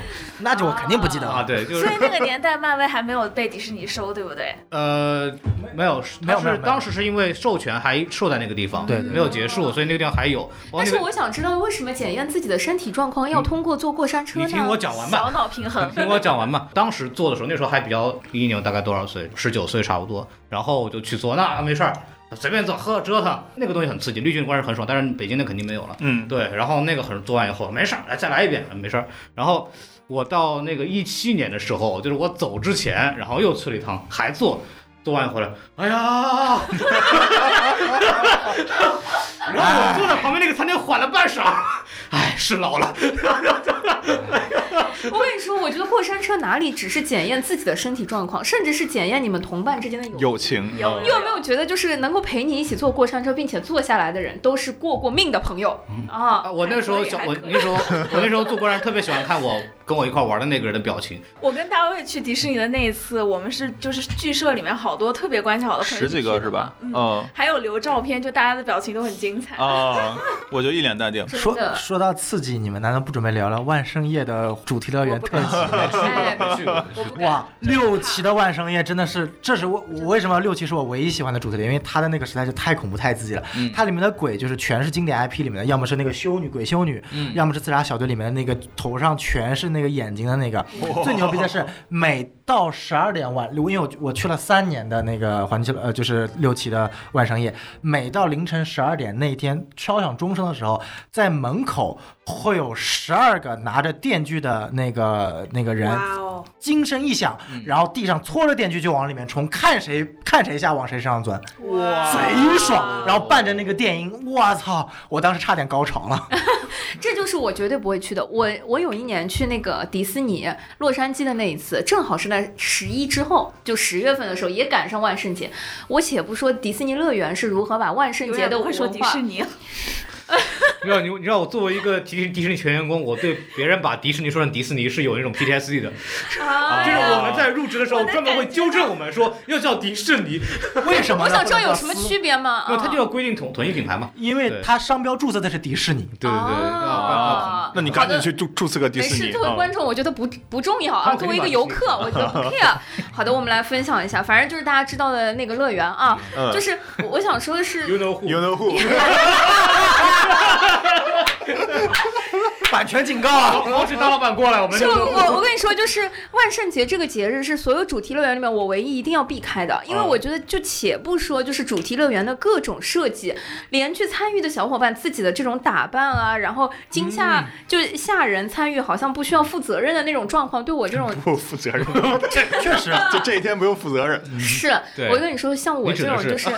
Speaker 5: 那就我肯定不记得
Speaker 3: 啊，
Speaker 5: 了。
Speaker 3: 对，就是
Speaker 1: 所以那个年代漫威还没有被迪士尼收，对不对？
Speaker 3: 呃，没有，是
Speaker 5: 没
Speaker 3: 它
Speaker 5: 有没有
Speaker 3: 是
Speaker 5: 没有
Speaker 3: 当时是因为授权还授在那个地方，
Speaker 5: 对对
Speaker 3: 没有结束，所以那个地方还有。
Speaker 2: (laughs)
Speaker 3: 哇
Speaker 2: 但
Speaker 3: 那
Speaker 2: 是
Speaker 3: 个
Speaker 2: 我想知道，为什么检验自己的身体状
Speaker 6: 嗯
Speaker 2: 况要通过坐过山车
Speaker 3: 你
Speaker 2: 呢？
Speaker 3: 听我讲完吧，
Speaker 1: 小脑平衡
Speaker 3: 你。听我讲完嘛。当时做的时候，那时候还比较一年，大概多少岁？十九岁差不多。然后我就去做，那没事儿，随便做，喝折腾。那个东西很刺激，绿巨人关是很爽，但是北京的肯定没有了。
Speaker 4: 嗯，
Speaker 3: 对，然后那个很做完以后，没事儿，来再来一遍，没事儿。然后我到那个一七年的时候，就是我走之前，然后又去了一趟，还做，做完回来，哎呀， (laughs) 然后我坐在旁边那个餐厅缓了半晌，哎，是老了，
Speaker 2: 我跟你说，我觉得过山车哪里只是检验自己的身体状况，甚至是检验你们同伴之间的友。
Speaker 4: 友情
Speaker 1: 有
Speaker 2: 你有没有觉得，就是能够陪你一起坐过山车并且坐下来的人，都是过过命的朋友啊？
Speaker 1: 哦
Speaker 3: 啊，我那时候小，我那时候我那时候做过山特别喜欢看我跟我一块玩的那个人的表情，
Speaker 1: 我跟大卫去迪士尼的那一次，我们是就是剧社里面好多特别关系好的朋友，
Speaker 4: 十几个是吧？嗯
Speaker 1: 还有留照片，就大家的表情都很精彩。
Speaker 4: 啊，我就一脸淡定。
Speaker 2: 真
Speaker 5: 说
Speaker 2: 的，
Speaker 5: 说到刺激，你们难道不准备聊聊万圣夜的主题乐园
Speaker 1: 我不
Speaker 5: 特
Speaker 1: 敢
Speaker 5: 辑？
Speaker 2: 哎，
Speaker 3: 去过
Speaker 2: 我不敢。
Speaker 5: 哇，六期的万圣夜真的是，这是我我为什么六期是我唯一喜欢的主题了，因为它的那个实在是太恐怖太刺激了。
Speaker 3: 嗯
Speaker 5: 它里面的鬼就是全是经典 IP 里面的，要么是那个修女鬼修女，
Speaker 3: 嗯
Speaker 5: 要么是自杀小队里面的那个头上全是那个眼睛的那个。最牛逼的是，每到十二点晚，因为我我去了三年的那个环球呃就是六期的万圣夜，每到凌晨十二点那一天敲响钟声的时候，在门口会有十二个拿着电锯的那个那个人
Speaker 1: 哦！
Speaker 5: 惊声一响，
Speaker 3: 嗯
Speaker 5: 然后地上搓着电锯就往里面冲，看谁看谁下往谁身上钻，
Speaker 3: 啊
Speaker 1: 哇哦
Speaker 5: 贼爽。然后伴着那个电音，我操！我当时差点高
Speaker 3: (laughs)
Speaker 5: 潮了。
Speaker 2: 这就是我绝对不会去的。我我有一年去那个迪士尼洛杉矶的那一次，正好是在十一之后，就十月份的时候，也赶上万圣节。我且不说迪士尼乐园是如何把万圣
Speaker 1: 有
Speaker 2: 节
Speaker 1: 点
Speaker 2: 的
Speaker 1: 不会说
Speaker 2: 文
Speaker 1: 迪
Speaker 2: 化
Speaker 1: 士尼了，
Speaker 3: 你知道，你你让我作为一个迪迪士尼全员工，我对别人把迪士尼说成迪士尼是有那种 PTSD 的。
Speaker 2: 啊
Speaker 3: 就是我们在入职的时候专门会纠正我们说要叫迪士尼，为什么
Speaker 2: 我
Speaker 3: 呢？
Speaker 2: 想知道有什么区别吗？啊
Speaker 3: 那他就要规定统统一品牌嘛。
Speaker 5: 因为它商标注册的是迪士尼。
Speaker 3: 对对对，啊，
Speaker 2: 啊，
Speaker 4: 那你赶紧去注注册个迪
Speaker 2: 没
Speaker 4: 士
Speaker 2: 事，
Speaker 4: 尼
Speaker 2: 作为
Speaker 4: 啊！
Speaker 2: 观众，我觉得不不重要
Speaker 3: 他
Speaker 2: 啊。
Speaker 3: 们
Speaker 2: 作
Speaker 3: 肯定
Speaker 2: 为一个游客，我觉得
Speaker 4: (laughs)
Speaker 2: 不 care。好的，我们来分享一下，反正就是大家知道的那个乐园啊，
Speaker 4: (laughs) 嗯
Speaker 2: 就是我我想说的
Speaker 3: you
Speaker 2: 是，
Speaker 3: know who？
Speaker 4: You know who？
Speaker 5: 版权警告啊！
Speaker 3: 好，请大老板过来，我们
Speaker 2: 是
Speaker 3: 就
Speaker 2: 我我我跟你说，就是万圣节这个节日是所有主题乐园里面我唯一一定要避开的，因为
Speaker 4: 嗯
Speaker 3: 哦
Speaker 2: 我觉得就且不说就是主题乐园的各种设计，连去参与的小伙伴自己的这种打扮啊，然后惊
Speaker 4: 嗯
Speaker 2: 吓就是吓人参与好像不需要负责任的那种状况，对我这种
Speaker 4: 不负责任，
Speaker 5: 确实，
Speaker 6: 啊
Speaker 4: (laughs) 就这一天不用负责任。
Speaker 2: 是
Speaker 3: 嗯对
Speaker 2: 我跟你说，像我
Speaker 3: 你指
Speaker 2: 这
Speaker 3: 的
Speaker 2: 种就是，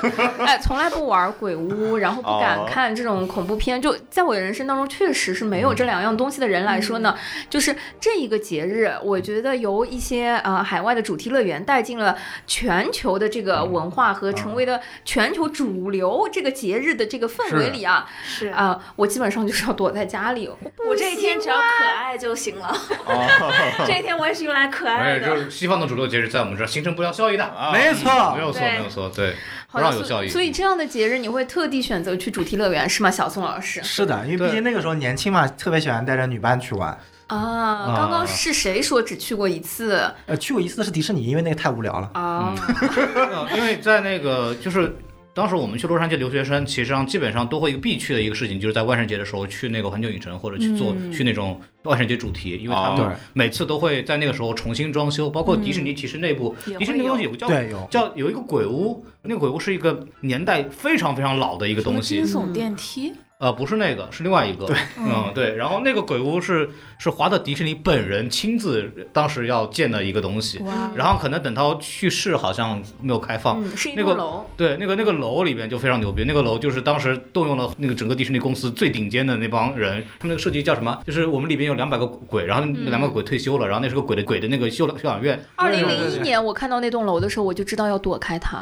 Speaker 2: 哎，从来不玩鬼屋，然后不敢
Speaker 4: 哦
Speaker 2: 看这种恐怖片，就在我的人生当中确实是没有
Speaker 3: 嗯
Speaker 2: 这两样东西的人来说呢，就是这一个节日，我觉得由一些呃海外的主题乐园带进了全球的这
Speaker 3: 嗯
Speaker 2: 个文化和成为了全球主流这个节日的这个氛围里啊，
Speaker 7: 是
Speaker 2: 啊、我基本上就是要躲在家里，
Speaker 7: 我这一天只要可爱就行了，
Speaker 3: (laughs)
Speaker 6: 哦
Speaker 7: 这一天我也是用来可爱
Speaker 3: 哎，就
Speaker 7: 的。
Speaker 3: 是西方的主流节日在我们这儿形成不良效益的，
Speaker 4: 啊
Speaker 5: 没
Speaker 3: (laughs)
Speaker 5: 错
Speaker 3: 没。有错，
Speaker 7: 对
Speaker 3: 没有错，对，不
Speaker 2: 好
Speaker 3: 让
Speaker 2: 像
Speaker 3: 有效益。嗯
Speaker 2: 所以这样的节日你会特地选择去主题乐园是吗，小宋老师？
Speaker 5: 是的，因为
Speaker 3: 对
Speaker 5: 毕竟那个时候年轻嘛，特别喜欢带着女伴去玩。
Speaker 2: 啊，刚刚是谁说只去过一次
Speaker 5: 呃，去过一次的是迪士尼，因为那个太无聊了。
Speaker 2: 啊？
Speaker 3: 呃因为在那个就是当时我们去洛杉矶留学生，其实上基本上都会一个必去的一个事情，就是在万圣节的时候去那个环球影城或者去做、去那种万圣节主题，因为他
Speaker 4: 哦
Speaker 3: 们每次都会在那个时候重新装修，包括迪士尼其实内部、
Speaker 7: 也会
Speaker 3: 迪士尼那个东西嗯有个叫
Speaker 5: 对，有
Speaker 3: 叫有一个鬼屋，那个鬼屋是一个年代非常非常老的一个东西
Speaker 7: 惊，悚电梯，
Speaker 3: 呃，不是那个，是另外一个。对，嗯，对。然后那个鬼屋是是华特迪士尼本人亲自当时要建的一个东西，
Speaker 7: 哇，
Speaker 3: 嗯然后可能等他去世好像没有开放。
Speaker 2: 嗯，是一
Speaker 3: 那
Speaker 2: 栋
Speaker 3: 个
Speaker 2: 楼。
Speaker 3: 对，那个那个楼里边就非常牛逼，那个楼就是当时动用了那个整个迪士尼公司最顶尖的那帮人，他们那个设计叫什么？就是我们里边有两百个鬼，然后那两百个鬼退休了，然后那是个鬼的鬼的那个修修养院。
Speaker 2: 二零零一年我看到那栋楼的时候，我就知道要躲开它。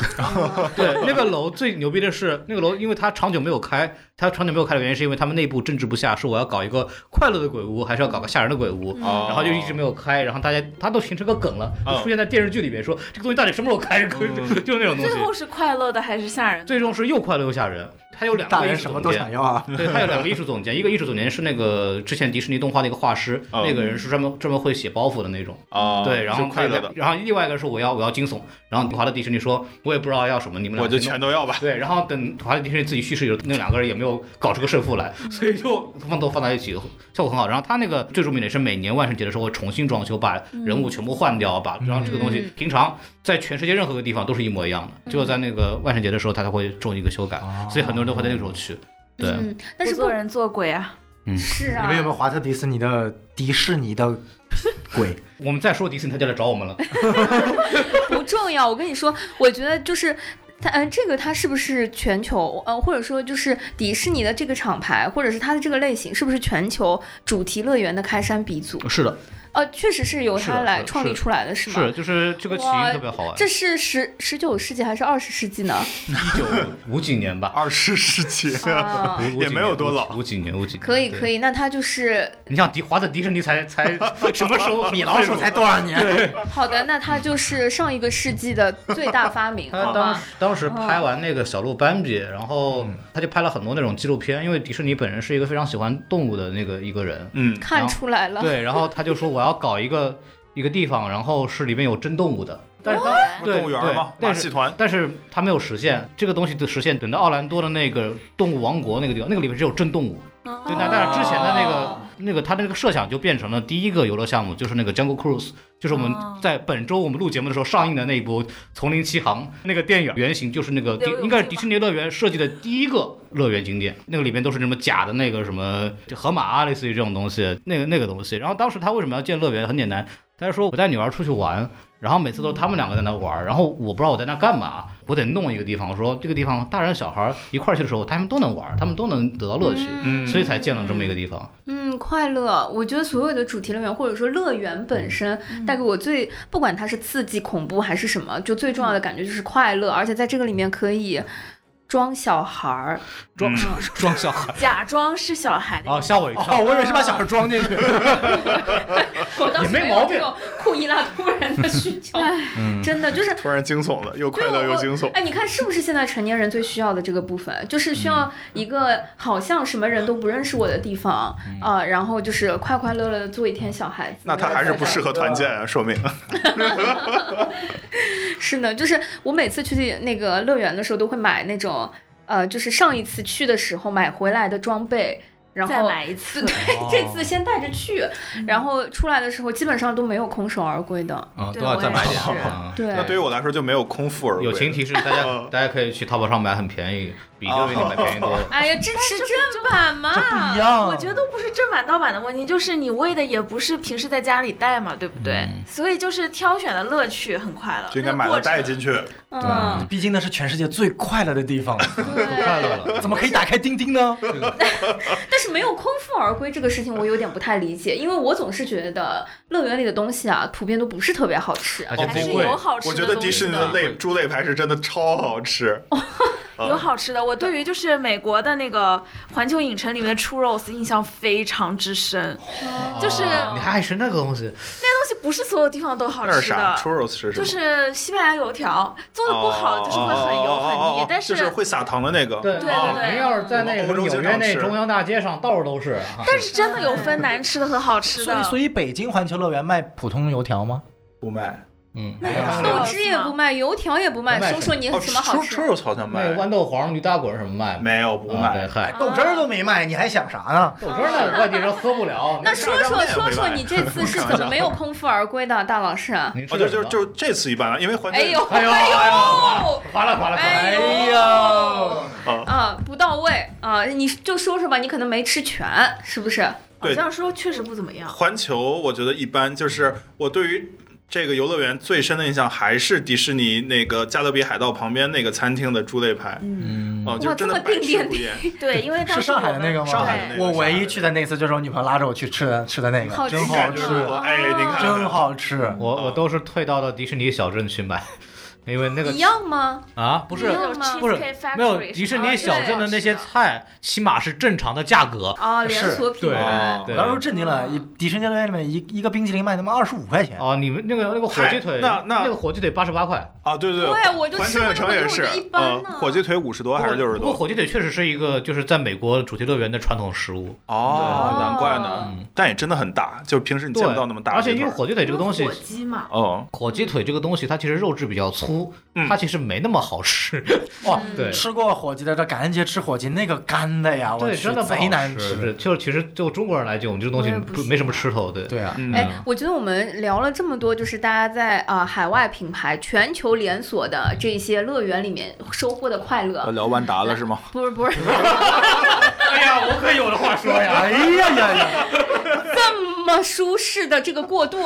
Speaker 3: 对，那个楼最牛逼的是那个楼，因为它长久没有开，它长久没有开的原因是因为他们内部争执不下，是我要搞一个快乐的鬼屋，还是要搞个吓人的鬼屋？
Speaker 7: 嗯
Speaker 3: 然
Speaker 6: 哦
Speaker 4: 然
Speaker 3: 后就一直没有开，然后大家它都形成个梗了，就
Speaker 4: 嗯
Speaker 3: 出现在电视剧里面，说这个东西到底什么时候开， (laughs) 就是那种东
Speaker 7: 最
Speaker 3: 西。
Speaker 7: 后是快乐的还是吓人的？
Speaker 3: 最终是又快乐又吓人，它有两
Speaker 5: 大
Speaker 3: 个艺
Speaker 5: 人
Speaker 3: 术
Speaker 5: 什么
Speaker 3: 总
Speaker 5: 都
Speaker 3: 监
Speaker 5: 想，要啊。
Speaker 3: 对，它有两个艺术总监，一个艺术总监是那个之前迪士尼动画的一个画师，
Speaker 4: 嗯
Speaker 3: 那个人是专门专门会写包袱的那种，
Speaker 6: 哦
Speaker 4: 啊，
Speaker 3: 对，然后
Speaker 4: 就快乐的，
Speaker 3: 然后另外一个是我要我要惊悚，然后华特迪士尼说，我也不知道要什么，你们俩
Speaker 4: 我就
Speaker 3: 先弄
Speaker 4: 全都要吧。
Speaker 3: 对，然后等华特迪士尼自己去世以后，那两个人也没有搞出个胜负来，
Speaker 2: 嗯
Speaker 3: 所以就放都放在一起，效果很好。然后他那个最著名的是每年万圣节的时候会重新装修，把
Speaker 2: 嗯
Speaker 3: 人物全部换掉，把然后这个东西平常在全世界任何个地方都是一模一样的，只有在
Speaker 2: 嗯
Speaker 3: 那个万圣节的时候他才会做一个修改，
Speaker 4: 哦
Speaker 3: 所以很多人都会在那个时候去。 (laughs) 对，
Speaker 2: 嗯，但是
Speaker 7: 不做人做鬼啊！
Speaker 2: 是
Speaker 5: 你
Speaker 2: 啊
Speaker 5: 们，有没有华特迪士尼的迪士尼的
Speaker 3: (laughs)
Speaker 5: 鬼？
Speaker 3: 我们再说迪士尼，他就来找我
Speaker 4: (laughs)
Speaker 3: 们了。
Speaker 2: (laughs) 不重要。我跟你说，我觉得就是。它嗯，这个它是不是全球呃，或者说就是迪士尼的这个厂牌，或者是它的这个类型，是不是全球主题乐园的开山鼻祖？
Speaker 3: 是的，
Speaker 2: 呃，确实是由
Speaker 3: 是
Speaker 2: 它
Speaker 3: 的
Speaker 2: 来
Speaker 3: 是啊
Speaker 2: 创立
Speaker 3: 是
Speaker 2: 出来的，是吗？
Speaker 3: 是就是这个起因
Speaker 2: 哇
Speaker 3: 特别好玩，
Speaker 2: 这是十十九世纪还是二十世纪呢？
Speaker 3: (laughs) 一九五几年吧。
Speaker 4: 二十世纪，
Speaker 2: 啊，
Speaker 3: 五五
Speaker 4: (laughs) 也
Speaker 3: 几
Speaker 4: 没
Speaker 3: 年
Speaker 4: 有多老
Speaker 3: 五几年，五几年。
Speaker 2: 可以
Speaker 3: 对
Speaker 2: 可以，那它就是
Speaker 3: 你像迪华特迪士尼
Speaker 2: (laughs)
Speaker 3: 才才什么时候？米
Speaker 5: 老鼠才多少年？
Speaker 2: 好的，那它就是上一个世纪的最大发明，
Speaker 3: (laughs) 他
Speaker 2: 好
Speaker 3: 当
Speaker 2: 吗
Speaker 3: 时？当时
Speaker 4: 哦
Speaker 3: 拍完那个小鹿斑比，然后
Speaker 4: 嗯
Speaker 3: 他就拍了很多那种纪录片，因为迪士尼本人是一个非常喜欢动物的那个一个
Speaker 4: (laughs)
Speaker 3: 人，
Speaker 4: 嗯，
Speaker 2: 看出来了，
Speaker 3: 对，然后他就说我要搞一个一个地方，然后是里面有真动物的，但是当对
Speaker 4: 动物园嘛，
Speaker 3: 对
Speaker 4: 马
Speaker 3: 但是
Speaker 4: 戏团，
Speaker 3: 但是他没有实现这个东西的实现，等到奥兰多的那个动物王国那个地方，那个里面只有真动物。
Speaker 1: 哦
Speaker 3: 对，那但是之前的那个、那个他的那个设想就变成了第一个游乐项目，就是那个 Jungle Cruise，就是我们在本周我们录节目的时候上映的那一部《丛林奇航》那个电影原型就是那个迪
Speaker 7: 刘永庆
Speaker 3: 应该是迪士尼乐园设计的第一个乐园景点，那个里面都是什么假的那个什么就河马啊，类似于这种东西，那个那个东西。然后当时他为什么要建乐园？很简单，他就说我带女儿出去玩，然后每次都是他们两个在那玩儿，然后我不知道我在那干嘛，我得弄一个地方，我说这个地方大人小孩儿一块儿去的时候，他们都能玩儿，他们都能得到乐趣，
Speaker 4: 嗯
Speaker 3: 所以才建了这么一个地方。
Speaker 2: 嗯，快乐。我觉得所有的主题乐园或者说乐园本身带给我最，不管它是刺激、恐怖还是什么，就最重要的感觉就是快乐，而且在这个里面可以。装小孩
Speaker 3: (laughs)
Speaker 2: 儿，
Speaker 3: 装装小孩，
Speaker 1: 假装是小孩的
Speaker 3: 嗯哦，吓我一跳，
Speaker 5: 哦，我以为是把小孩装进去。
Speaker 2: 我倒
Speaker 3: (laughs) 也
Speaker 2: 是
Speaker 3: 没
Speaker 2: 有
Speaker 3: 毛
Speaker 2: 这种库伊拉突然的需 (laughs) 求，
Speaker 3: 嗯
Speaker 2: 真的就是
Speaker 6: 突然惊悚了，又快乐又惊悚。
Speaker 2: 哎，你看是不是现在成年人最需要的这个部分，就是需
Speaker 6: 嗯
Speaker 2: 要一个好像什么人都不认识我的地方啊、然后就是快快乐乐的做一天小孩子。
Speaker 6: 嗯那他还是不适合团建啊，说明。
Speaker 2: (laughs) 是的，就是我每次去那个乐园的时候，都会买那种呃，就是上一次去的时候买回来的装备，然后
Speaker 1: 再来一
Speaker 2: (laughs)
Speaker 1: 次。
Speaker 6: 哦
Speaker 2: 这次先带着去，然后出来的时候基本上都没有空手而归的。
Speaker 3: 啊，
Speaker 1: 对
Speaker 3: 都要再买点
Speaker 1: 我也是
Speaker 3: 啊。
Speaker 2: 对，
Speaker 6: 那对于我来说就没有空腹而归
Speaker 3: 友情提示，大家
Speaker 6: 嗯
Speaker 3: (laughs) 大家可以去淘宝上买，很便宜，比六零零买便宜多了。
Speaker 2: 哎呀，支持正版嘛
Speaker 5: 一，样
Speaker 1: 我觉得都不是正版盗版的问题，就是你喂的也不是平时在家里带嘛，对不对？
Speaker 3: 嗯
Speaker 1: 所以就是挑选的乐趣很快乐，
Speaker 6: 就应该买
Speaker 1: 那个
Speaker 6: 了
Speaker 1: 过程
Speaker 6: 带进去。 (laughs) 啊
Speaker 2: 嗯，
Speaker 5: 毕竟那是全世界最快乐的地 (laughs) 方，
Speaker 3: 快乐了，
Speaker 5: 怎么可以打开钉钉呢？
Speaker 2: 但是没有空腹而归这个事情，我有点不太理解，因为我总是觉得乐园里的东西啊，普遍都不是特别好吃。
Speaker 3: 而且
Speaker 1: 还是
Speaker 3: 哦不贵。
Speaker 1: 有好吃
Speaker 6: 我
Speaker 1: 的
Speaker 6: 觉
Speaker 1: 东西
Speaker 6: 得迪士尼的肋猪肋排是真的超好吃，
Speaker 1: 有好吃的。我对于就是美国的那个环球影城里面的出肉丝印象非常之深，就是
Speaker 3: 啊你还爱吃那个东西，
Speaker 1: 那东西不是所有地方都好
Speaker 6: 那是
Speaker 1: 吃
Speaker 6: 啥
Speaker 1: 的。
Speaker 6: ？churros 是什
Speaker 1: 就
Speaker 6: 么？
Speaker 1: 是西班牙油条做的不好，就是会很油
Speaker 6: 哦
Speaker 1: 很
Speaker 6: 哦哦哦哦
Speaker 1: 腻，但
Speaker 6: 就是是会撒糖的那个。
Speaker 1: 对对对
Speaker 3: 要是在
Speaker 6: 我们欧洲经常吃
Speaker 3: 央大街上，到处都是啊。
Speaker 1: 但是真的有分难吃的和好吃
Speaker 5: 所以，
Speaker 1: 的。
Speaker 5: 所以北京环球乐园卖普通油条吗？
Speaker 6: 不卖。
Speaker 3: (laughs) 嗯，
Speaker 2: 豆汁也不卖，油条也不卖
Speaker 3: 不，卖
Speaker 2: 说说你
Speaker 6: 哦
Speaker 2: 有什么好吃？
Speaker 6: ，churros 好像卖
Speaker 3: 卖。豌豆黄、驴打滚什么卖？
Speaker 6: 没有不
Speaker 3: 啊对
Speaker 6: 卖。
Speaker 3: 嗨，
Speaker 5: 哎豆汁儿都没卖，你还想啥呢？
Speaker 3: 豆汁儿呢，外地人喝不了。
Speaker 2: 那说
Speaker 6: 那
Speaker 2: 说
Speaker 6: 那
Speaker 2: 说
Speaker 6: 没
Speaker 2: 说
Speaker 6: 卖
Speaker 2: 你这次是怎么没有空腹而归的，大老师？
Speaker 3: 您吃
Speaker 6: 哦，
Speaker 3: 的
Speaker 6: 就
Speaker 3: 什
Speaker 6: 就就
Speaker 3: 么
Speaker 6: 这次一般了，因为环球
Speaker 2: 哎呦
Speaker 3: 哎呦
Speaker 2: 呦！
Speaker 3: 哗啦哗啦哗啦。
Speaker 2: 哎呦
Speaker 6: 啊
Speaker 2: 啊，不到位啊！你就说说吧，你可能没吃全，是不是？
Speaker 1: 好像说确实不怎么样。
Speaker 6: 环球我觉得一般，就是我对于。这个游乐园最深的印象还是迪士尼那个加勒比海盗旁边那个餐厅的猪肋排，嗯，哦，就
Speaker 2: 哇
Speaker 6: 真
Speaker 2: 这
Speaker 6: 的
Speaker 2: 么
Speaker 6: 百
Speaker 2: 定
Speaker 6: 吃不
Speaker 2: 点
Speaker 6: 厌。
Speaker 1: 对，因为哎当时
Speaker 5: 是上海的那个吗
Speaker 1: 我们
Speaker 6: 上海的那个
Speaker 5: 我唯一去的那次就是我女朋友拉着我去吃的吃的那个，
Speaker 2: 好吃
Speaker 5: 真好吃，
Speaker 6: 说哎，你看，
Speaker 5: 真好吃。
Speaker 3: 我我都是退到了迪士尼小镇去买，因为那个
Speaker 2: 一样吗？
Speaker 3: 啊，不是
Speaker 2: 一样吗
Speaker 3: 不是
Speaker 1: Cheesecake Factory
Speaker 3: 没有迪士尼小镇的那
Speaker 1: 啊
Speaker 3: 些菜，起码是正常的价格。
Speaker 2: 啊，连锁品
Speaker 3: 对哦
Speaker 2: 牌。
Speaker 3: 对
Speaker 5: 我当时震惊了，一迪士尼乐园里面一一个冰淇淋卖他妈二十五块钱，
Speaker 3: 哦，你们那个那个火鸡
Speaker 6: 嗨
Speaker 3: 腿，
Speaker 6: 那那
Speaker 3: 个火鸡腿八十八块，
Speaker 6: 啊，对对
Speaker 2: 对我就
Speaker 6: 环
Speaker 2: 吃
Speaker 6: 球
Speaker 2: 过
Speaker 6: 影城也是
Speaker 2: 我就一，般
Speaker 4: 哦
Speaker 6: 呃
Speaker 2: 呢，哦
Speaker 6: 火鸡腿五十多还是六十
Speaker 3: 不过
Speaker 6: 多？
Speaker 3: 火鸡腿确实是一个就是在美国主题乐园的传统食物，
Speaker 6: 哦，
Speaker 2: 对
Speaker 6: 难怪呢，但也真的很大，就平时你
Speaker 3: 对，
Speaker 6: 见不到那么大的
Speaker 3: 而
Speaker 6: 鸡
Speaker 3: 且
Speaker 6: 腿。
Speaker 3: 因为火鸡腿这个东西
Speaker 1: 火。鸡嘛，
Speaker 6: 哦，
Speaker 3: 火鸡腿这个东西，它其实肉质比较粗，
Speaker 6: 嗯
Speaker 3: 它其实没那么好吃。
Speaker 5: 哇！
Speaker 3: 对
Speaker 5: 吃过火鸡的，这感恩节吃火鸡那个干的呀，
Speaker 3: (laughs)
Speaker 5: 我
Speaker 3: 对，
Speaker 5: 去
Speaker 3: 真的不好
Speaker 5: 贼难
Speaker 3: 吃。
Speaker 5: 吃。
Speaker 3: 对就是其实就中国人来讲，我们这个东西
Speaker 1: 我也不
Speaker 3: 不
Speaker 1: 喜
Speaker 3: 没什么吃头。对，
Speaker 5: 对啊，
Speaker 6: 嗯
Speaker 2: 哎，我觉得我们聊了这么多，就是大家在啊、呃海外品牌、全球连锁的这些乐园里面收获的快
Speaker 4: 呃
Speaker 2: 乐，
Speaker 6: 聊完达了是吗？
Speaker 2: 不是不是 (laughs)
Speaker 3: 哎呀，我可有的话说呀。
Speaker 5: 哎呀呀呀！
Speaker 2: 这么舒适的这个过渡，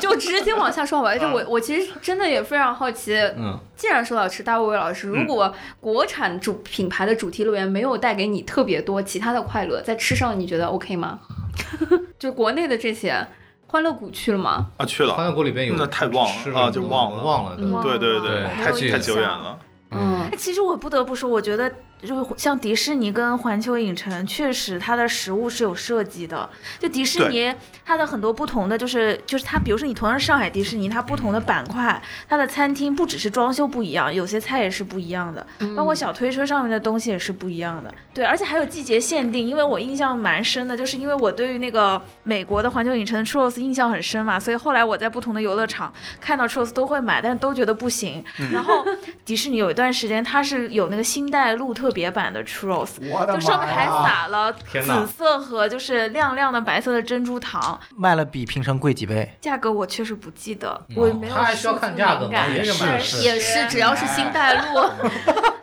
Speaker 2: 就直接往下说好吧。就我我其实真的也非常好奇，
Speaker 3: (laughs) 嗯，
Speaker 2: 既然说到吃，大卫老师，如果国产主品牌的主题乐园没有带给你特别多其他的快乐，在吃上你觉得 OK 吗？ (laughs) 就国内的这些欢乐谷去了吗？
Speaker 6: 啊，去
Speaker 3: 欢
Speaker 6: 了，
Speaker 3: 乐谷里边有
Speaker 6: 那太忘了
Speaker 3: 吃
Speaker 6: 啊就忘了
Speaker 3: 忘了对
Speaker 2: 忘
Speaker 6: 对
Speaker 2: 了
Speaker 6: 对对，
Speaker 3: 对
Speaker 6: 太
Speaker 3: 没有
Speaker 6: 太
Speaker 3: 印
Speaker 6: 久
Speaker 1: 象
Speaker 6: 远了。
Speaker 2: 嗯
Speaker 1: 哎，其实我不得不说，我觉得就是像迪士尼跟环球影城，确实它的食物是有设计的。就迪士尼，它的很多不同的就是就是它，比如说你同样是上海迪士尼，它不同的板块，它的餐厅不只是装修不一样，有些菜也是不一样的，
Speaker 2: 嗯
Speaker 3: 嗯
Speaker 1: 包括小推车上面的东西也是不一样的。对，而且还有季节限定，因为我印象蛮深的，就是因为我对于那个美国的环球影城的 Churros 印象很深嘛，所以后来我在不同的游乐场看到 Churros 都会买，但是都觉得不行。
Speaker 3: 嗯
Speaker 1: 然后迪士尼有一段时间它是有那个星黛露特别版的 Churros。
Speaker 5: 我的
Speaker 1: 就上
Speaker 5: 妈
Speaker 1: 面还
Speaker 5: 呀！
Speaker 1: 撒了
Speaker 3: 天哪
Speaker 1: 紫色和就是亮亮的白色的珍珠糖，
Speaker 5: 卖了比平常贵几倍。
Speaker 1: 价格我确实不记得，我也没有
Speaker 3: 他还需要
Speaker 1: 数字
Speaker 3: 看价格
Speaker 1: 敏
Speaker 3: 吗
Speaker 1: 感
Speaker 3: 也是
Speaker 5: 买
Speaker 2: 也是，只要是新带路，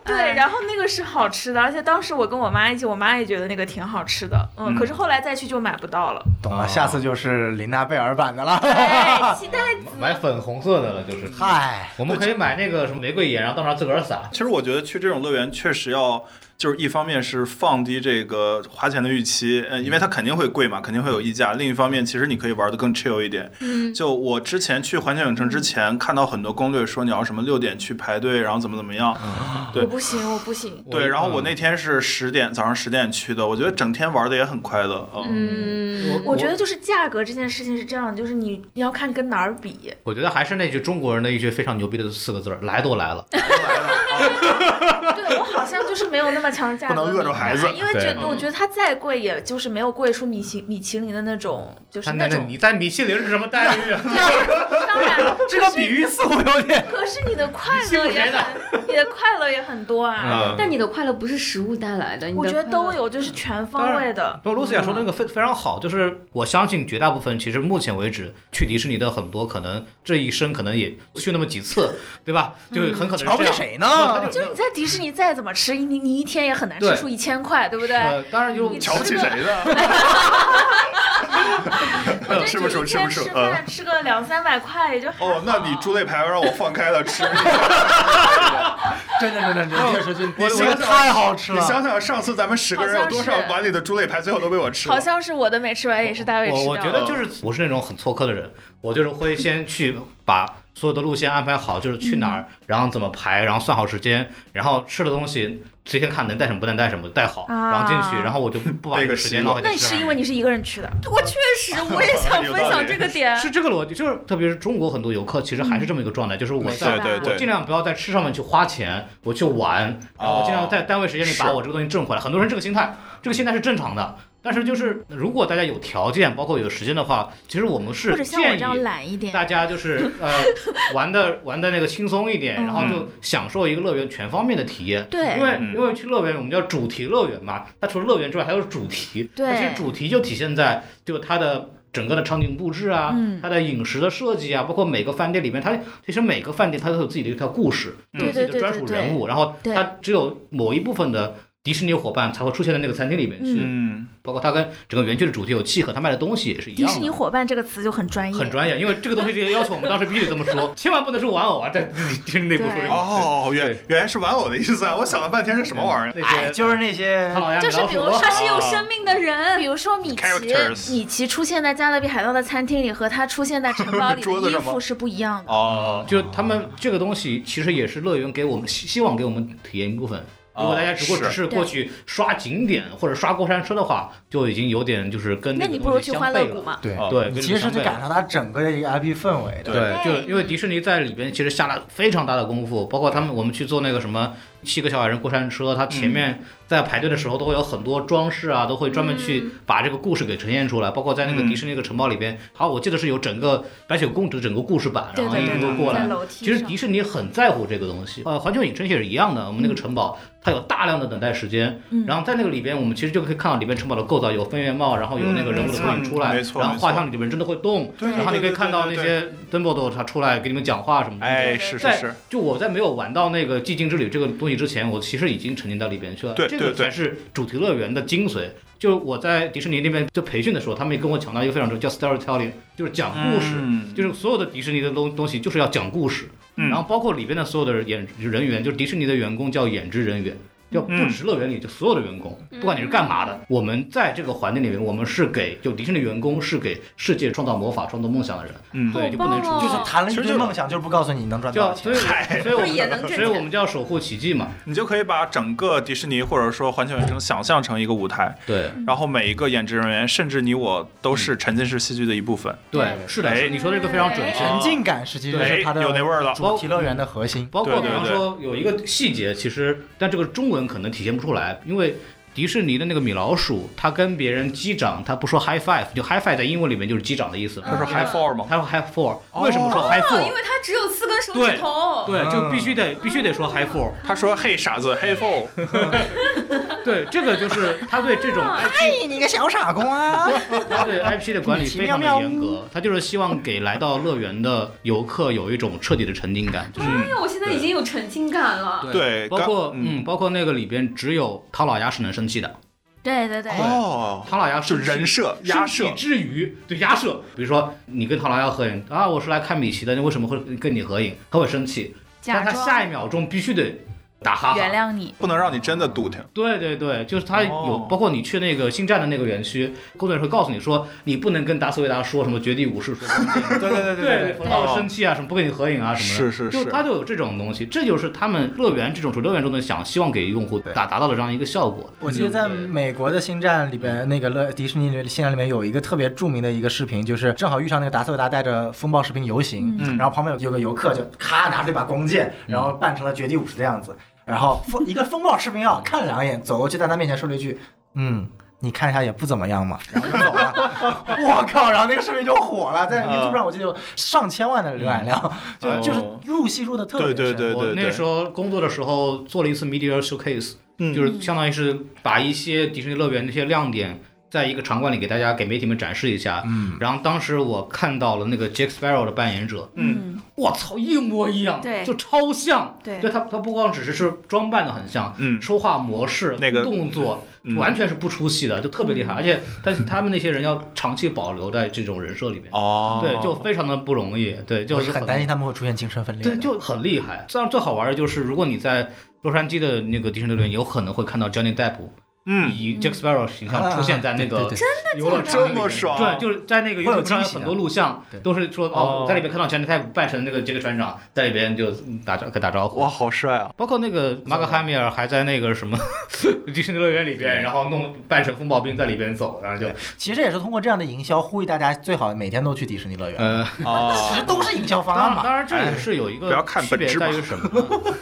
Speaker 1: 对，然后那个是好吃的，而且当时我跟我妈一起，我妈也觉得那个挺好吃的，嗯，可是后来再去就买不到了。
Speaker 5: 懂
Speaker 3: 啊
Speaker 5: 了，下次就是琳娜贝尔版的了。 (laughs)
Speaker 7: (laughs)
Speaker 1: 哎，期待
Speaker 3: 嗯买粉红色的了，就是。
Speaker 5: 嗨， (laughs)
Speaker 3: 我们可以买那个什么玫瑰盐，然后到那儿自个儿撒。
Speaker 6: 其实我觉得去这种乐园确实要
Speaker 4: 就是一方面是放低这个花钱的预期，嗯，因为它肯定会贵嘛，肯定会有溢价。另一方面，其实你可以玩的更 chill 一点。
Speaker 2: 嗯，
Speaker 4: 就我之前去环球影城之前，看到很多攻略说你要什么六点去排队，然后怎么怎么样。对
Speaker 7: 我不行，我不行。
Speaker 4: 对，然后我那天是十点早上十点去的，我觉得整天玩的也很快乐。嗯，
Speaker 2: 嗯，
Speaker 7: 我觉得就是价格这件事情是这样，就是你你要看跟哪儿
Speaker 3: (laughs)
Speaker 7: 比，
Speaker 3: 我觉得还是那句中国人的一句非常牛逼的四个字儿：来都来了。
Speaker 7: 对我好像就是没有那么强的价格，
Speaker 6: 不能饿着孩子
Speaker 7: 因为觉得我觉得它再贵，也就是没有贵出米其米其林的那种，就是
Speaker 3: (laughs) 他那
Speaker 7: 种。
Speaker 3: 你在米其林是什么待遇 (laughs) 啊？
Speaker 7: 当然，
Speaker 5: 这个比喻似乎有点
Speaker 7: 可是你的快乐也很，你的快乐也很多啊。
Speaker 3: 嗯
Speaker 2: 但你的快乐不是食物带来的，你的
Speaker 7: 我觉得
Speaker 2: 快乐
Speaker 7: 都有，就是全方位的。
Speaker 3: 不过露西亚说那个非非常好，就是我相信绝大部分其实目前为止去迪士尼的很多，可能这一生可能也去那么几次，对吧？就很可能是
Speaker 5: 瞧不
Speaker 3: 这样。啊
Speaker 5: 起谁呢？
Speaker 3: 他
Speaker 7: 就你在迪士尼再怎么吃，你你一天也很难吃
Speaker 3: 对
Speaker 7: 出一千块，对不对？
Speaker 3: 呃，当然就
Speaker 7: 你
Speaker 6: 瞧不起
Speaker 7: 吃个
Speaker 6: 谁呢？
Speaker 7: 我
Speaker 3: 啊
Speaker 6: 吃
Speaker 7: 这
Speaker 6: 不
Speaker 7: 一
Speaker 6: 出
Speaker 7: 天
Speaker 6: 吃不出
Speaker 7: 吃
Speaker 6: 嗯
Speaker 7: 饭吃个两三百块也就还
Speaker 6: 哦，那你猪肋排让我放开了
Speaker 3: (laughs)
Speaker 6: 吃，
Speaker 5: 真的真的真的，确实是，
Speaker 6: 我
Speaker 5: 这个太好吃
Speaker 6: 你
Speaker 5: 了。
Speaker 6: 想想上次咱们十个人有多
Speaker 7: 好
Speaker 6: 少
Speaker 7: 像是
Speaker 6: 把你的猪肋排最后都被我吃
Speaker 7: 好
Speaker 6: 了。
Speaker 7: 像是我的没吃完，也是大卫吃掉
Speaker 3: 我
Speaker 7: 了。嗯
Speaker 3: 我觉得就是我是那种很错苛的人，我就是会先去把所有的路线安排好，就是去哪
Speaker 7: 嗯
Speaker 3: 儿，然后怎么排，然后算好时间，然后吃的东西提前看能带什么不能带什么带好，
Speaker 7: 啊
Speaker 3: 然后进去，然后我就不把
Speaker 6: 那
Speaker 3: 这
Speaker 6: 个
Speaker 3: 时
Speaker 6: 习
Speaker 3: 间
Speaker 6: 惯
Speaker 3: 浪费在
Speaker 7: 那
Speaker 3: 吃
Speaker 7: 是
Speaker 3: 上
Speaker 7: 因
Speaker 3: 面
Speaker 7: 为你是一个人去的，
Speaker 2: 我确实我也想
Speaker 6: 有
Speaker 2: 分
Speaker 6: 道理
Speaker 2: 享这个点，
Speaker 3: (laughs) 是这个逻辑，就是特别是中国很多游客其实还是
Speaker 7: 嗯
Speaker 3: 这么一个状态，就是我在
Speaker 4: 对对
Speaker 3: 我
Speaker 4: 对
Speaker 3: 尽，量不要在吃上面去花钱，我去玩，然啊后我尽
Speaker 4: 哦
Speaker 3: 量在单位时间里把我这个东西挣回来。很多人这个心态，这个心态是正常的。但是就是如果大家有条件，包括有时间的话，其实我们是
Speaker 7: 或者像我
Speaker 3: 建
Speaker 7: 这样
Speaker 3: 议
Speaker 7: 懒一点。
Speaker 3: 大家
Speaker 7: (laughs)
Speaker 3: 就是呃玩的玩的那个轻松一点，
Speaker 7: 嗯
Speaker 3: 然后就享受一个乐园全方面的体验。
Speaker 7: 对
Speaker 3: 因为
Speaker 4: 嗯
Speaker 3: 因为去乐园，我们叫主题乐园嘛，它除了乐园之外还有主题，
Speaker 7: 对
Speaker 3: 那其实主题就体现在就它的整个的场景布置啊，
Speaker 7: 嗯
Speaker 3: 它的饮食的设计啊，包括每个饭店里面，它其实每个饭店它都有自己的一条故事，
Speaker 4: 嗯
Speaker 3: 都有自己的专属人物，然后
Speaker 7: 对
Speaker 3: 它只有某一部分的。迪士尼伙伴才会出现在那个餐厅里面去，
Speaker 4: 嗯，
Speaker 3: 包括它跟整个园区的主题有契合，它卖的东西也是一样的。
Speaker 7: 迪士尼伙伴这个词就很专业，
Speaker 3: 很专业，因为这个东西这个要求，我们当时必须得这么
Speaker 7: (laughs)
Speaker 3: 说，千万不能是玩偶啊，在听内部说 (laughs) 这个。
Speaker 4: 哦，原原来是玩偶的意思啊！我想了半天是什么玩意儿。
Speaker 3: 那
Speaker 5: 哎，
Speaker 3: 些
Speaker 5: 就是那些
Speaker 3: 唐老鸭、米
Speaker 7: 就是
Speaker 3: 老啊
Speaker 7: 比
Speaker 3: 鼠
Speaker 7: 如说
Speaker 2: 他是有生命的人
Speaker 7: 比。如说米奇
Speaker 4: Characters，
Speaker 7: 米奇出现在《加勒比海盗》的餐厅里和他出现在城堡里
Speaker 4: 桌
Speaker 7: 的
Speaker 4: 子
Speaker 7: 衣
Speaker 4: 上吗
Speaker 7: 服是不一样的。
Speaker 4: 哦，
Speaker 3: 就是他们这个东西，其实也是乐园给我们希希望给我们体验一部分。如果大家如果只
Speaker 4: 哦是
Speaker 3: 是过去刷景点或者刷过山车的话，就已经有点就是跟
Speaker 7: 那
Speaker 3: 个
Speaker 7: 你
Speaker 3: 东西
Speaker 7: 不如去
Speaker 3: 相
Speaker 7: 欢
Speaker 3: 悖
Speaker 7: 乐
Speaker 3: 了
Speaker 7: 谷嘛。
Speaker 5: 对
Speaker 3: 对，跟
Speaker 5: 哦
Speaker 3: 这
Speaker 5: 你
Speaker 3: 个
Speaker 5: 其实
Speaker 3: 相
Speaker 5: 是
Speaker 3: 悖
Speaker 5: 赶上它整个一个 IP 氛围的。
Speaker 4: 对
Speaker 3: 对，就因为迪士尼在里边其实下了非常大的功夫，包括他们我们去做那个什么七个小矮人过山车，它
Speaker 4: 嗯
Speaker 3: 前面在排队的时候都会有很多装饰啊，都会专门去把这个故事给呈现出来，包括在那个
Speaker 4: 嗯
Speaker 3: 迪士尼那个城堡里边，好，我记得是有整个白雪公主整个故事版，
Speaker 7: 对
Speaker 3: 然后
Speaker 7: 对
Speaker 3: 一
Speaker 7: 对
Speaker 3: 路
Speaker 7: 对，
Speaker 3: 过
Speaker 7: 在
Speaker 3: 来。
Speaker 7: 楼梯
Speaker 3: 其实
Speaker 7: 上
Speaker 3: 迪士尼很在乎这个东西，呃，环球影城也是一样的。我
Speaker 4: 嗯
Speaker 3: 们那个城堡，它有大量的等待时间，
Speaker 7: 嗯
Speaker 3: 然后在那个里边，我们其实就可以看到里边城堡的构造，有分院帽，然后有那个人物的
Speaker 4: 嗯
Speaker 3: 背影出来，
Speaker 4: 没错
Speaker 3: 然后
Speaker 4: 没
Speaker 3: 画
Speaker 4: 错
Speaker 3: 像里边真的会动，
Speaker 4: 对
Speaker 3: 然后你可以看到那些 Dumbledore 他出来给你们讲话什么的。
Speaker 4: 哎，是是
Speaker 3: 在
Speaker 4: 是，
Speaker 3: 就我在没有玩到那个寂静之旅这个东西之前，我其实已经沉浸到里边去了。
Speaker 4: 对
Speaker 3: 这
Speaker 4: 对
Speaker 3: 个
Speaker 4: 对
Speaker 3: 才是主题乐园的精髓。就我在迪士尼那边就培训的时候，他们也跟我强调一个非常重要，叫 storytelling，就是讲故事。
Speaker 4: 嗯
Speaker 3: 就是所有的迪士尼的东东西就是要讲故事，
Speaker 4: 嗯
Speaker 3: 然后包括里边的所有的演人员，就是迪士尼的员工叫演职人员，叫不
Speaker 4: 嗯
Speaker 3: 止乐园里就所有的员工，不管你是干嘛的，我们在这个环境里面，我们是给就迪士尼员工是给世界创造魔法、创造梦想的人，
Speaker 4: 嗯
Speaker 3: 所以就不
Speaker 2: 好
Speaker 3: 能
Speaker 2: 棒哦
Speaker 3: 出
Speaker 5: 就
Speaker 3: 去
Speaker 5: 是。谈了一
Speaker 4: 其实
Speaker 5: 堆
Speaker 4: 就是
Speaker 5: 梦想，就是不告诉你能赚多
Speaker 3: 叫
Speaker 5: 少
Speaker 3: 所
Speaker 5: 钱
Speaker 3: 以，。所以我
Speaker 2: 不是也能
Speaker 3: 们
Speaker 2: 挣
Speaker 3: 所以我们叫守护奇迹嘛，
Speaker 4: 你就可以把整个迪士尼或者说环球影城想象成一个舞台，
Speaker 3: 对
Speaker 4: 然后每一个演职人员，甚至你我都是沉浸式戏剧的一部分。
Speaker 3: 对，是的，
Speaker 4: 哎
Speaker 3: 是你说的这个非常准确。
Speaker 5: 沉浸感是其实
Speaker 4: 哎，
Speaker 5: 是它的
Speaker 4: 有那味儿了。
Speaker 5: 主题乐园的核心。
Speaker 3: 包括
Speaker 4: 对
Speaker 3: 比
Speaker 4: 对
Speaker 3: 方
Speaker 4: 对
Speaker 3: 说有一个细节，其实但这个中文可能体现不出来，因为迪士尼的那个米老鼠，他跟别人击掌，他不说 high five，就 high five 在英文里面就是击掌的意思，
Speaker 4: 他
Speaker 3: 他
Speaker 4: 说
Speaker 3: 说
Speaker 4: high
Speaker 3: high，
Speaker 4: four 吗？
Speaker 3: 他说 high four，为什么说 high
Speaker 2: 嗯哦，因
Speaker 3: four？
Speaker 2: 为它只有四根手
Speaker 3: 对
Speaker 2: 指头。
Speaker 3: 对，就必须得必须得说 high four。
Speaker 4: 他说嘿傻子 hey four，
Speaker 3: 对，
Speaker 2: 嗯
Speaker 3: 这个就是他对
Speaker 2: (laughs)
Speaker 3: 这种 IP，
Speaker 5: 嘿，哎你个小傻 (laughs) 瓜！
Speaker 3: 他对 IP 的管理非常
Speaker 2: (laughs)
Speaker 3: 的严格，他就是希望给来到乐园的游客有一种彻底的沉浸感，就是
Speaker 2: 哎呀，我现在已经有沉浸感了。
Speaker 4: 对，
Speaker 3: 包括
Speaker 4: 刚
Speaker 3: 嗯，包括那个里边只有唐老鸭是能生气的，
Speaker 7: 对对对，
Speaker 4: 哦，
Speaker 3: 唐老鸭是
Speaker 4: 就人设压设
Speaker 3: 以，至于对鸭舍，比如说你跟唐老鸭合影啊，我是来看米奇的，那为什么会跟你合影？他会生气，但
Speaker 7: 假
Speaker 3: 他
Speaker 7: 装
Speaker 3: 下一秒钟必须得打哈哈
Speaker 8: 原。谅你。
Speaker 4: 不能让你真的肚挺。
Speaker 3: 对对对，就是他有，
Speaker 4: 哦
Speaker 3: 包括你去那个星战的那个园区，工作人员会告诉你说，你不能跟达斯维达说什么绝地武士说
Speaker 4: 对对对
Speaker 3: (laughs) 对，冯
Speaker 4: 哦
Speaker 3: 老生气啊，什么不跟你合影啊什么的，
Speaker 4: 是是，
Speaker 3: 就是它就有这种东西，这就是他们乐园这种主流园中的想希望给用户达达到的这样一个效果。
Speaker 5: 我记得在
Speaker 3: 嗯
Speaker 5: 美国的星战里边，那个乐迪士尼的星战里面有一个特别著名的一个视频，就是正好遇上那个达斯维达带着风暴士兵游行，
Speaker 4: 嗯
Speaker 5: 然后旁边有有个游客就咔拿着一把弓箭，然后扮成了绝地武士的样子，然后风一个风暴士兵啊看了两眼，走过去在他面前说了一句：“嗯，你看一下也不怎么样 (laughs) 嘛。”然后就走了。我靠！然后那个视频就火了，在 YouTube 上我记得有上千万的浏览量，就
Speaker 4: 哦
Speaker 5: 就是入戏入的特别
Speaker 4: 对
Speaker 5: 深。
Speaker 4: 对对
Speaker 3: 我
Speaker 4: 对
Speaker 3: 那
Speaker 4: 对
Speaker 3: 时，候工作的时候做了一次 media showcase，、
Speaker 4: 嗯
Speaker 3: 就是相当于是把一些迪士尼乐园那些亮点，在一个场馆里给大家给媒体们展示一下。
Speaker 5: 嗯，
Speaker 3: 然后当时我看到了那个 Jack Sparrow 的扮演者，
Speaker 4: 嗯，
Speaker 3: 我操，一模一样，
Speaker 1: 对
Speaker 3: 就超像。
Speaker 1: 对
Speaker 3: 就他他不光只是是装扮的很像，
Speaker 4: 嗯
Speaker 3: 说话模式、
Speaker 4: 那个
Speaker 3: 动作
Speaker 4: 嗯
Speaker 3: 完全是不出戏的，就特别
Speaker 1: 嗯
Speaker 3: 厉害。而且，但是他们那些人要长期保留在这种人设里面，
Speaker 4: 哦，
Speaker 3: 对，就非常的不容易。对，就
Speaker 5: 我
Speaker 3: 是
Speaker 5: 是很担心他们会出现精神分裂的。
Speaker 3: 对，就很厉害。这样最好玩的就是，如果你在洛杉矶的那个迪士尼乐园，有可能会看到 Johnny Depp
Speaker 4: 嗯，哎
Speaker 3: 以 Jack Sparrow 形象出现在那
Speaker 5: 啊
Speaker 3: 个
Speaker 5: 对对
Speaker 3: 游乐场里
Speaker 4: 这
Speaker 3: 面
Speaker 4: 么爽
Speaker 3: 对，就是在那个游乐场上有很多录像
Speaker 5: 会有惊喜的对
Speaker 3: 都是说哦，
Speaker 4: 哦
Speaker 3: 在里面看到 Johnny Depp 扮成那个杰克船长，在里边就嗯打招跟打招呼。
Speaker 4: 哇，好帅啊！
Speaker 3: 包括那个马克汉米尔还在那个什么 (laughs) 迪士尼乐园里边，然后弄扮成风暴兵在里边走，然后就
Speaker 5: 其实也是通过这样的营销呼吁大家最好每天都去迪士尼乐园，
Speaker 3: 呃，
Speaker 5: 其
Speaker 4: 哦
Speaker 5: 实都是营销方
Speaker 3: 当
Speaker 5: 案
Speaker 3: 然，
Speaker 5: 嘛。
Speaker 3: 当然这也是有一
Speaker 4: 哎不要
Speaker 3: 个
Speaker 4: 看
Speaker 3: 区
Speaker 4: 本
Speaker 3: 别
Speaker 4: 质
Speaker 3: 在
Speaker 4: 嘛
Speaker 3: 于什么呢？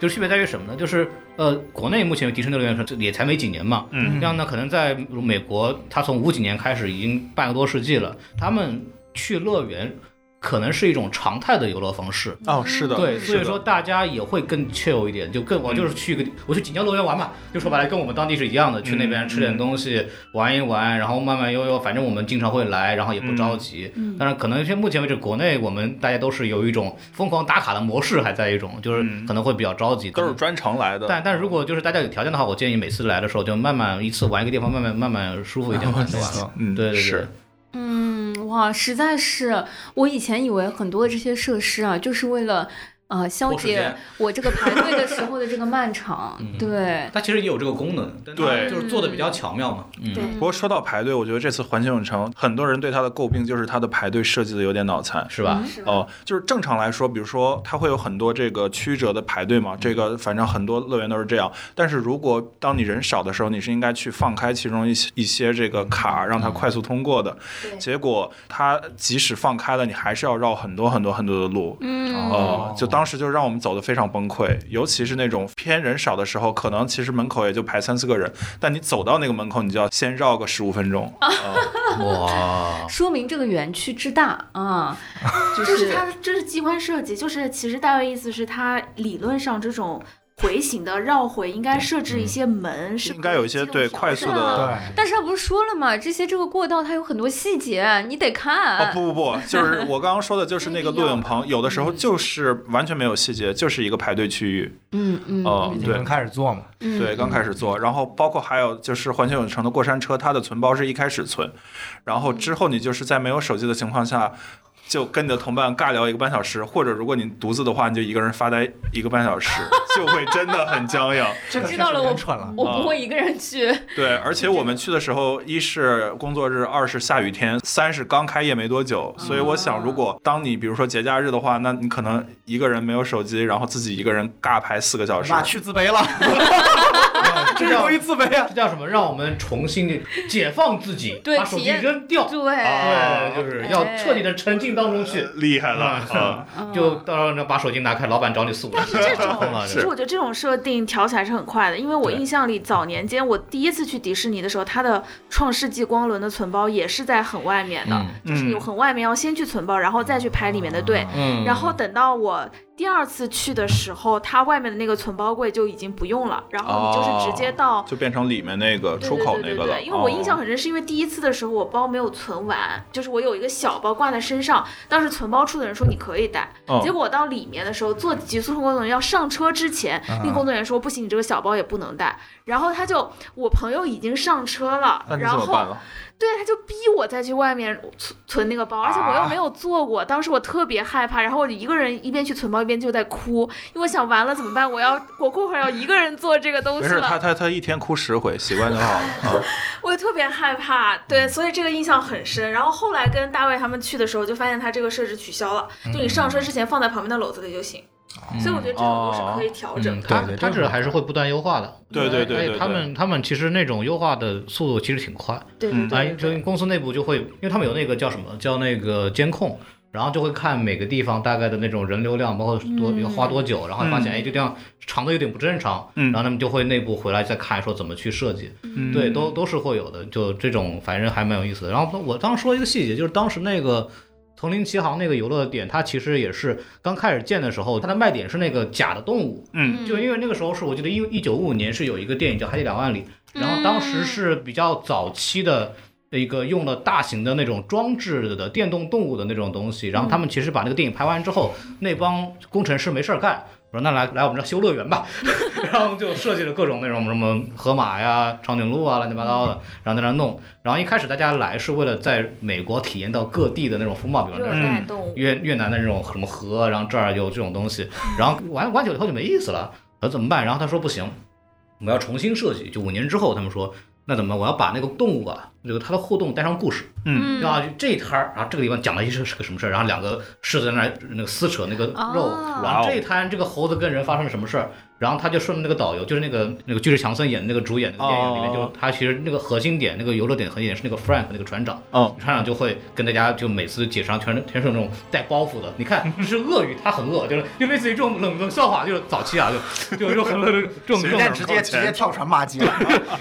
Speaker 3: 就区别在于什么呢？就是呃，国内目前迪士尼乐园是也才没几年嘛，
Speaker 4: 嗯
Speaker 3: 这样呢，可能在美国，它从五几年开始已经半个多世纪了，他们去乐园可能是一种常态的游乐方式。
Speaker 4: 哦，是的，
Speaker 3: 对，
Speaker 4: 是
Speaker 3: 所以
Speaker 4: 的
Speaker 3: 说大家也会更 chill 一点，就更我
Speaker 4: 嗯
Speaker 3: 就是去一个，我去锦江乐园玩嘛，就说白了跟我们当地是一样的，去那
Speaker 4: 嗯
Speaker 3: 边吃点东西，玩一玩，然后慢慢悠悠，反正我们经常会来，然后也不着急。
Speaker 1: 嗯
Speaker 3: 但是可能现目前为止，国内我们大家都是有一种疯狂打卡的模式，还在一种就是
Speaker 4: 嗯
Speaker 3: 可能会比较着急，
Speaker 4: 都是专程来的，
Speaker 3: 但但如果就是大家有条件的话，我建议每次来的时候就慢慢一次玩一个地方，慢慢慢慢舒服一点
Speaker 4: (laughs)
Speaker 3: 玩就完了。
Speaker 4: 嗯，
Speaker 3: 对对对
Speaker 4: 是，，
Speaker 2: 嗯，哇，实在是，我以前以为很多这些设施啊，就是为了呃消
Speaker 3: 拖时
Speaker 2: 解
Speaker 3: 间
Speaker 2: 我这个排队的时候的这个漫
Speaker 4: (laughs)
Speaker 2: 长
Speaker 3: 嗯。
Speaker 2: 对，
Speaker 3: 它其实也有这个功能，但它
Speaker 4: 对
Speaker 3: 就是做的比较巧妙嘛。嗯，
Speaker 1: 对
Speaker 4: 不过说到排队，我觉得这次环球影城很多人对它的诟病就是它的排队设计的有点脑残。
Speaker 3: 是吧？
Speaker 2: 嗯
Speaker 1: 是吧？
Speaker 4: 哦，就是正常来说，比如说它会有很多这个曲折的排队嘛，这个反正很多乐园都是这样。但是如果当你人少的时候，你是应该去放开其中一些一些这个卡，让它快速通过的。
Speaker 1: 对
Speaker 4: 结果它即使放开了，你还是要绕很多很多很多的路。
Speaker 2: 嗯，
Speaker 4: 哦、就当时就让我们走的非常崩溃，尤其是那种偏人少的时候，可能其实门口也就排三四个人，但你走到那个门口，你就要先绕个十五分钟。哦
Speaker 1: 嗯 (laughs)
Speaker 3: 哇，
Speaker 2: 嗯说明这个园区之大
Speaker 4: (laughs)
Speaker 2: 啊，就
Speaker 1: 就是是它这是机关设计，就是其实大卫意思是它理论上这种回形的绕回应该设置一些门，是
Speaker 4: 应该有一些
Speaker 1: 可以
Speaker 4: 对
Speaker 1: 自动调啊
Speaker 4: 快速
Speaker 1: 整
Speaker 2: 的
Speaker 1: 的。
Speaker 5: 对，
Speaker 2: 但是他不是说了嘛，这些这个过道它有很多细节，你得看。
Speaker 4: 哦不不 (laughs) 不，就是我刚刚说的，就是那个录影棚， (laughs) 有的时候就是完全没有细节，就是一个排队区域。
Speaker 2: 嗯嗯，
Speaker 4: 哦
Speaker 5: 毕
Speaker 2: 嗯
Speaker 5: 竟刚开始做嘛。
Speaker 2: 嗯
Speaker 4: 对，刚开始做，然后包括还有就是环球影城的过山车，它的存包是一开始存，然后之后你就是在没有手机的情况下，就跟你的同伴尬聊一个半小时，或者如果你独自的话，你就一个人发呆一个半小 (laughs) 时，就会真的很僵硬。
Speaker 5: 这
Speaker 2: 知道了我
Speaker 5: 很蠢了。
Speaker 2: 我不会一个人去，
Speaker 4: 对，而且我们去的时候，一是工作日，二是下雨天，三是刚开业没多久，所以我想，如果当你比如说节假日的话，那你可能一个人没有手机，然后自己一个人尬排四个小时
Speaker 5: 那。去自卑了，这是由于自卑啊。
Speaker 3: 这叫什么？让我们重新的解放自己，
Speaker 2: 对
Speaker 3: 把手
Speaker 2: 体
Speaker 3: 机
Speaker 2: 验
Speaker 3: 扔掉，
Speaker 2: 对，
Speaker 4: 啊
Speaker 3: 对，就是要彻底的沉浸当中去。
Speaker 4: 呃厉害了
Speaker 3: 啊
Speaker 4: 啊！ (laughs)
Speaker 2: 嗯
Speaker 3: 就到时候你把手机拿开，老板找你诉苦，
Speaker 1: 但是这种
Speaker 3: 疯
Speaker 4: 啊
Speaker 3: (laughs) 了
Speaker 1: 其实我觉得这种设定调起来是很快的，因为我印象里早年间我第一次去迪士尼的时候，它的《创世纪光轮》的存包也是在很外面的，
Speaker 3: 嗯
Speaker 1: 就是有很外面要先去存包，然后再去排里面的
Speaker 4: 哦
Speaker 1: 队。
Speaker 3: 嗯，
Speaker 1: 然后等到我第二次去的时候，它外面的那个存包柜就已经不用了，然后你就是直接到、
Speaker 4: 就变成里面那个
Speaker 1: 对
Speaker 4: 哦出口
Speaker 1: 对
Speaker 4: 那
Speaker 1: 对
Speaker 4: 个
Speaker 1: 对
Speaker 4: 了。哦
Speaker 1: 对，因为我印象很深，是因为第一次的时候我包没有存完，就是我有一个小包挂在身上，当时存包处的人说你可以带，
Speaker 4: 哦
Speaker 1: 结果我到里面的时候，做极速通过的人要上车之前，
Speaker 5: 嗯
Speaker 4: 嗯
Speaker 1: 那个工作人员说不行，你这个小包也不能带，然后他就我朋友已经上车了，
Speaker 4: 那你
Speaker 1: 然
Speaker 4: 怎么办
Speaker 1: 后
Speaker 4: 了？
Speaker 1: 对他就逼我再去
Speaker 4: 啊
Speaker 1: 外面存存那个包，而且我又没有做过，当时我特别害怕，然后我一个人一边去存包，
Speaker 7: 一边就在哭，因为我想完了怎么办？我要我过会儿要一个人做这个东
Speaker 4: 没
Speaker 7: 西
Speaker 4: 事，他
Speaker 7: 了，
Speaker 4: 他他一天哭十回，习惯就好了。啊
Speaker 7: 我特别害怕。对，所以这个印象很深。然后后来跟大卫他们去的时候，就发现他这个设置取消了，就你
Speaker 4: 嗯
Speaker 7: 上车之前放在旁边的篓子里就行。
Speaker 5: 嗯
Speaker 7: 所以我觉得这种都是可以调整
Speaker 3: 嗯，
Speaker 7: 的。
Speaker 3: 它
Speaker 5: 对对
Speaker 3: 它
Speaker 5: 这
Speaker 3: 这
Speaker 5: 个
Speaker 3: 还是会不断优化的。
Speaker 4: 对对对
Speaker 3: 哎
Speaker 4: 对
Speaker 3: 他们他们其实那种优化的速度其实挺快。
Speaker 7: 对
Speaker 4: 嗯
Speaker 7: 对
Speaker 3: 哎，
Speaker 7: 对
Speaker 3: 就
Speaker 7: 对，
Speaker 3: 公司内部就会，因为他们有那个叫什么，叫那个监控，然后就会看每个地方大概的那种人流量，包括多、要花多久，然后发现哎这地方长的有点不正常，
Speaker 4: 嗯
Speaker 3: 然后他们就会内部回来再看说怎么去设计，
Speaker 4: 嗯
Speaker 3: 对，都都是会有的，就这种反正还蛮有意思的。然后我当时说一个细节，就是当时那个。丛林奇航那个游乐点，它其实也是刚开始建的时候，它的卖点是那个假的动物，
Speaker 4: 嗯
Speaker 3: 就因为那个时候是我记得一一九五五年是有一个电影叫《海底两万里》，然后当时是比较早期的一个用了大型的那种装置的电动动物的那种东西，然后他们其实把那个电影拍完之后，那帮工程师没事儿干。我说那来来我们这儿修乐园吧， (laughs) 然后就设计了各种那种什么河马呀、长颈鹿啊，乱七八糟的，然后在那儿弄。然后一开始大家来是为了在美国体验到各地的那种风貌，比方说
Speaker 7: 热带动物。
Speaker 3: 越越南的这种什么河，然后这儿有这种东西，然后玩玩久了以后就没意思了，我说怎么办？然后他说不行，我们要重新设计，就五年之后，他们说那怎么办？我要把那个动物啊，这个它的互动带上故事，
Speaker 4: 嗯
Speaker 3: 然后啊这一摊儿，然后这个地方讲了一是是个什么事儿，然后两个狮子在那儿那个撕扯那个肉，
Speaker 2: 哦
Speaker 3: 然后这一摊这个猴子跟人发生了什么事儿，然后他就顺着那个导游，就是那个那个巨石强森演的那个主演那个电影里面，
Speaker 4: 哦
Speaker 3: 就他其实那个核心点那个游乐点核心点是那个 Frank 那个船长。
Speaker 4: 嗯
Speaker 3: 船长就会跟大家就每次解释上全是全是那种带包袱的，你看这是鳄鱼，它很饿，就是就类似于这种冷冷笑话，就是早期啊，就就就很冷这种这
Speaker 4: 随
Speaker 3: 种
Speaker 4: 便
Speaker 3: 冷
Speaker 5: 现在直
Speaker 4: 靠
Speaker 5: 接直
Speaker 4: 前
Speaker 5: 接跳船骂街了，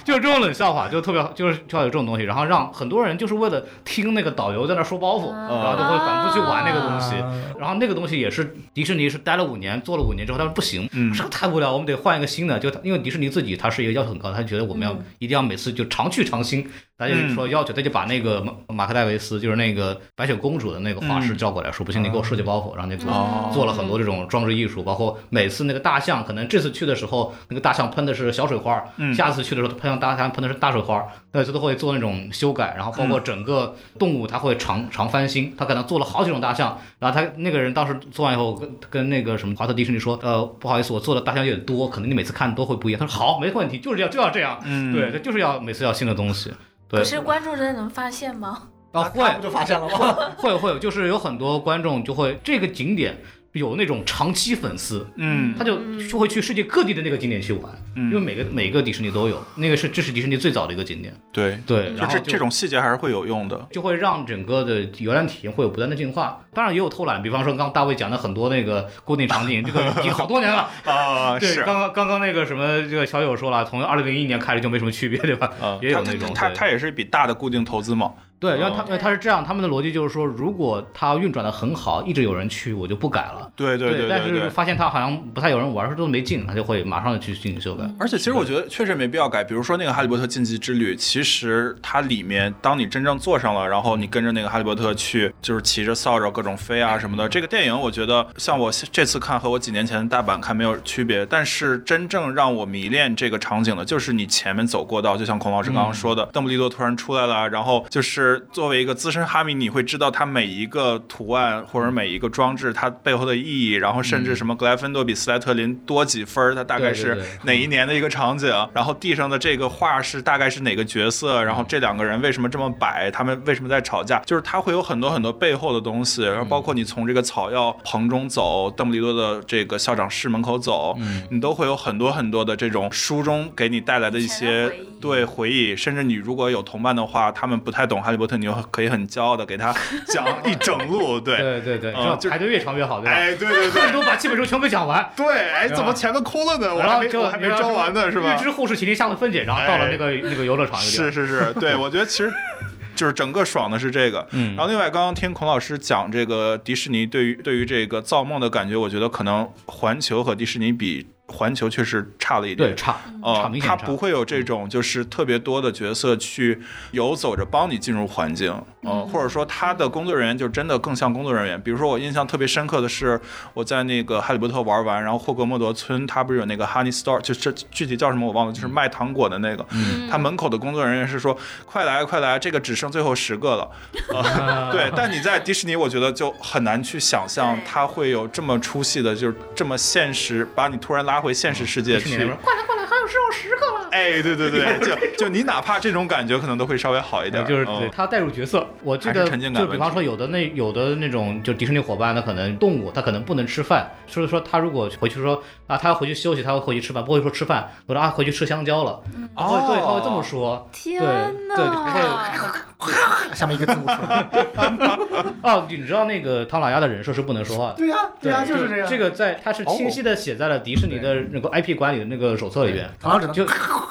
Speaker 3: 就是这种冷笑话，就特别就是就要有这种东西，然后让很多人就是为了听那个导游在那说包袱，然后就会反复去玩那个东
Speaker 5: 嗯
Speaker 3: 西。
Speaker 5: 啊
Speaker 3: 然后那个东西也是迪士尼是待了五年，做了五年之后，他们不行，
Speaker 4: 嗯
Speaker 3: 这个太无聊，我们得换一个新的。就他因为迪士尼自己它是一个要求很高，他觉得我们要、一定要每次就常去常新，他就说要求，他就把那个马马克戴维斯就是那个白雪公主的那个画师叫过来，说不行，你给我设计包袱，然后就做、
Speaker 1: 嗯
Speaker 4: 哦
Speaker 3: 做了很多这种装置艺术，包括每次那个大象，可能这次去的时候那个大象喷的是小水花，
Speaker 4: 嗯
Speaker 3: 下次去的时候喷上大象喷的是大水花，那次都会做那种修改，然后包括整个动物它会常常翻新，它可能做了好几种大象，然后他那个人当时做完以后跟跟那个什么华特迪士尼说，呃，不好意思，我做的大象有点多，可能你每次看都会不一样。他说好，没问题，就是要就要这样，
Speaker 4: 嗯，
Speaker 3: 对，他就是要每次要新的东西。对
Speaker 7: 可，是观众真的能发现吗？
Speaker 3: 啊会
Speaker 5: 不就发现了吗？
Speaker 3: 会会，就是有很多观众就会这个景点有那种长期粉丝，
Speaker 4: 嗯
Speaker 3: 他就就会去世界各地的那个景点去玩，
Speaker 4: 嗯
Speaker 3: 因为每个每个迪士尼都有，那个是这是迪士尼最早的一个景点，
Speaker 4: 对，
Speaker 3: 对，
Speaker 4: 嗯就
Speaker 3: 然后
Speaker 4: 这
Speaker 3: 就
Speaker 4: 这种细节还是会有用的。
Speaker 3: 就会让整个的游览体验会有不断的进化。当然也有偷懒，比方说刚刚大卫讲的很多那个固定场景，这
Speaker 4: (laughs)
Speaker 3: 个已经好多年了。
Speaker 4: 啊
Speaker 3: 对，刚刚刚刚那个什么，这个小友说了，从二零零一年开始就没什么区别，对吧？
Speaker 4: 啊，
Speaker 3: 也有
Speaker 4: 它
Speaker 3: 那种
Speaker 4: 它它
Speaker 3: 对
Speaker 4: 它也是一笔大的固定投资嘛。
Speaker 3: 对，因为他
Speaker 4: 哦
Speaker 3: 因为他是这样，他们的逻辑就是说，如果它运转的很好，一直有人去，我就不改了。
Speaker 4: 对对对
Speaker 3: 但
Speaker 4: 对
Speaker 3: 是
Speaker 4: 对。
Speaker 3: 发现它好像不太有人玩，说都没劲，他就会马上就去进行修改。
Speaker 4: 而且其实我觉得确实没必要改，比如说那个《哈利波特禁忌之旅》，其实它里面当你真正坐上了，然后你跟着那个哈利波特去，就是骑着扫帚各种飞啊什么的。这个电影我觉得像我这次看和我几年前的大阪看没有区别，但是真正让我迷恋这个场景的，就是你前面走过道，就像孔老师刚
Speaker 3: 嗯
Speaker 4: 刚说的，邓布利多突然出来了，然后就是作为一个资深哈迷，你会知道它每一个图案或者每一个装置它背后的意义，然后甚至什么格莱芬多比斯莱特林多几分儿，它大概
Speaker 3: 对
Speaker 4: 是
Speaker 3: 对对
Speaker 4: 哪一年的一个场景，啊然后地上的这个画是大概是哪个角色，然后这两个人为什么这么摆，他们为什么在吵架，就是它会有很多很多背后的东西，然后包括你从这个草药棚中走，邓布利多的这个校长室门口走，你都会有很多很多的这种书中给你带来的一些
Speaker 7: 以前的回忆
Speaker 4: 对回忆，甚至你如果有同伴的话，他们不太懂哈利波特，你又可以很骄傲的给他讲一整路，对。
Speaker 3: (laughs) 对对对，
Speaker 4: 嗯
Speaker 3: 这样
Speaker 4: 就是
Speaker 3: 排队越长越好，对吧？
Speaker 4: 哎，对对
Speaker 3: 恨
Speaker 4: 对
Speaker 3: 不得把七本书全部讲完，
Speaker 4: 对，哎，怎么前面空了呢？我
Speaker 3: 然 (laughs)
Speaker 4: 还
Speaker 3: 后
Speaker 4: 没
Speaker 3: 就
Speaker 4: 我还没招完呢，是吧？哎
Speaker 3: 预知后事，请听下次分解，然后到了那个那个游乐场就这
Speaker 4: 是
Speaker 3: 样，
Speaker 4: 是是，对我觉得其实。就是整个爽的是这个，
Speaker 3: 嗯
Speaker 4: 然后另外刚刚听孔老师讲这个迪士尼对于对于这个造梦的感觉，我觉得可能环球和迪士尼比环球确实差了一点
Speaker 3: 对，。差差
Speaker 4: 哦，
Speaker 3: 明显
Speaker 4: 它
Speaker 3: 差。
Speaker 4: 不会有这种就是特别多的角色去游走着帮你进入环境，嗯，或者说他的工作人员就真的更像工作人员。比如说我印象特别深刻的是，我在那个《哈利波特》玩完，然后霍格莫德村它不是有那个 Honey Store，就这具体叫什么我忘了，就是卖糖果的那个，
Speaker 3: 嗯
Speaker 4: 他门口的工作人员是说：“快来，快来，这个只剩最后十个了。
Speaker 3: 嗯
Speaker 4: 呃” (laughs) 对，但你在迪士尼，我觉得就很难去想象
Speaker 7: 对
Speaker 4: 他会有这么出戏的，就是这么现实，把你突然拉回现实世界
Speaker 3: 迪士尼那
Speaker 4: 去
Speaker 3: 边。
Speaker 4: 快来，快来，还有剩十个了！哎，对对对，就就你哪怕这种感觉，可能都会稍微好一点。
Speaker 3: 就是
Speaker 4: 嗯
Speaker 3: 对他带入角色，我记
Speaker 4: 还
Speaker 3: 得
Speaker 4: 是沉浸感
Speaker 3: 就比方说有的那有的那种就迪士尼伙伴，他可能动物他可能不能吃饭，所以说他如果回去说啊他要回去休息，他会回去吃饭，不会说吃饭，我说啊回去吃香蕉了，他会对他会这
Speaker 4: 哦
Speaker 3: 么说，对
Speaker 2: 天
Speaker 3: 对不会
Speaker 5: (laughs) 下面一个字母出来。
Speaker 3: 哦，你知道那个唐老鸭的人设是不能说话的。
Speaker 5: 对呀，对呀，就是
Speaker 4: 啊
Speaker 5: 这样。
Speaker 3: 这个在它是清晰的写在了迪士尼的
Speaker 4: 哦
Speaker 3: 那个 IP 管理的那个手册里边，
Speaker 5: 好像只能
Speaker 3: 就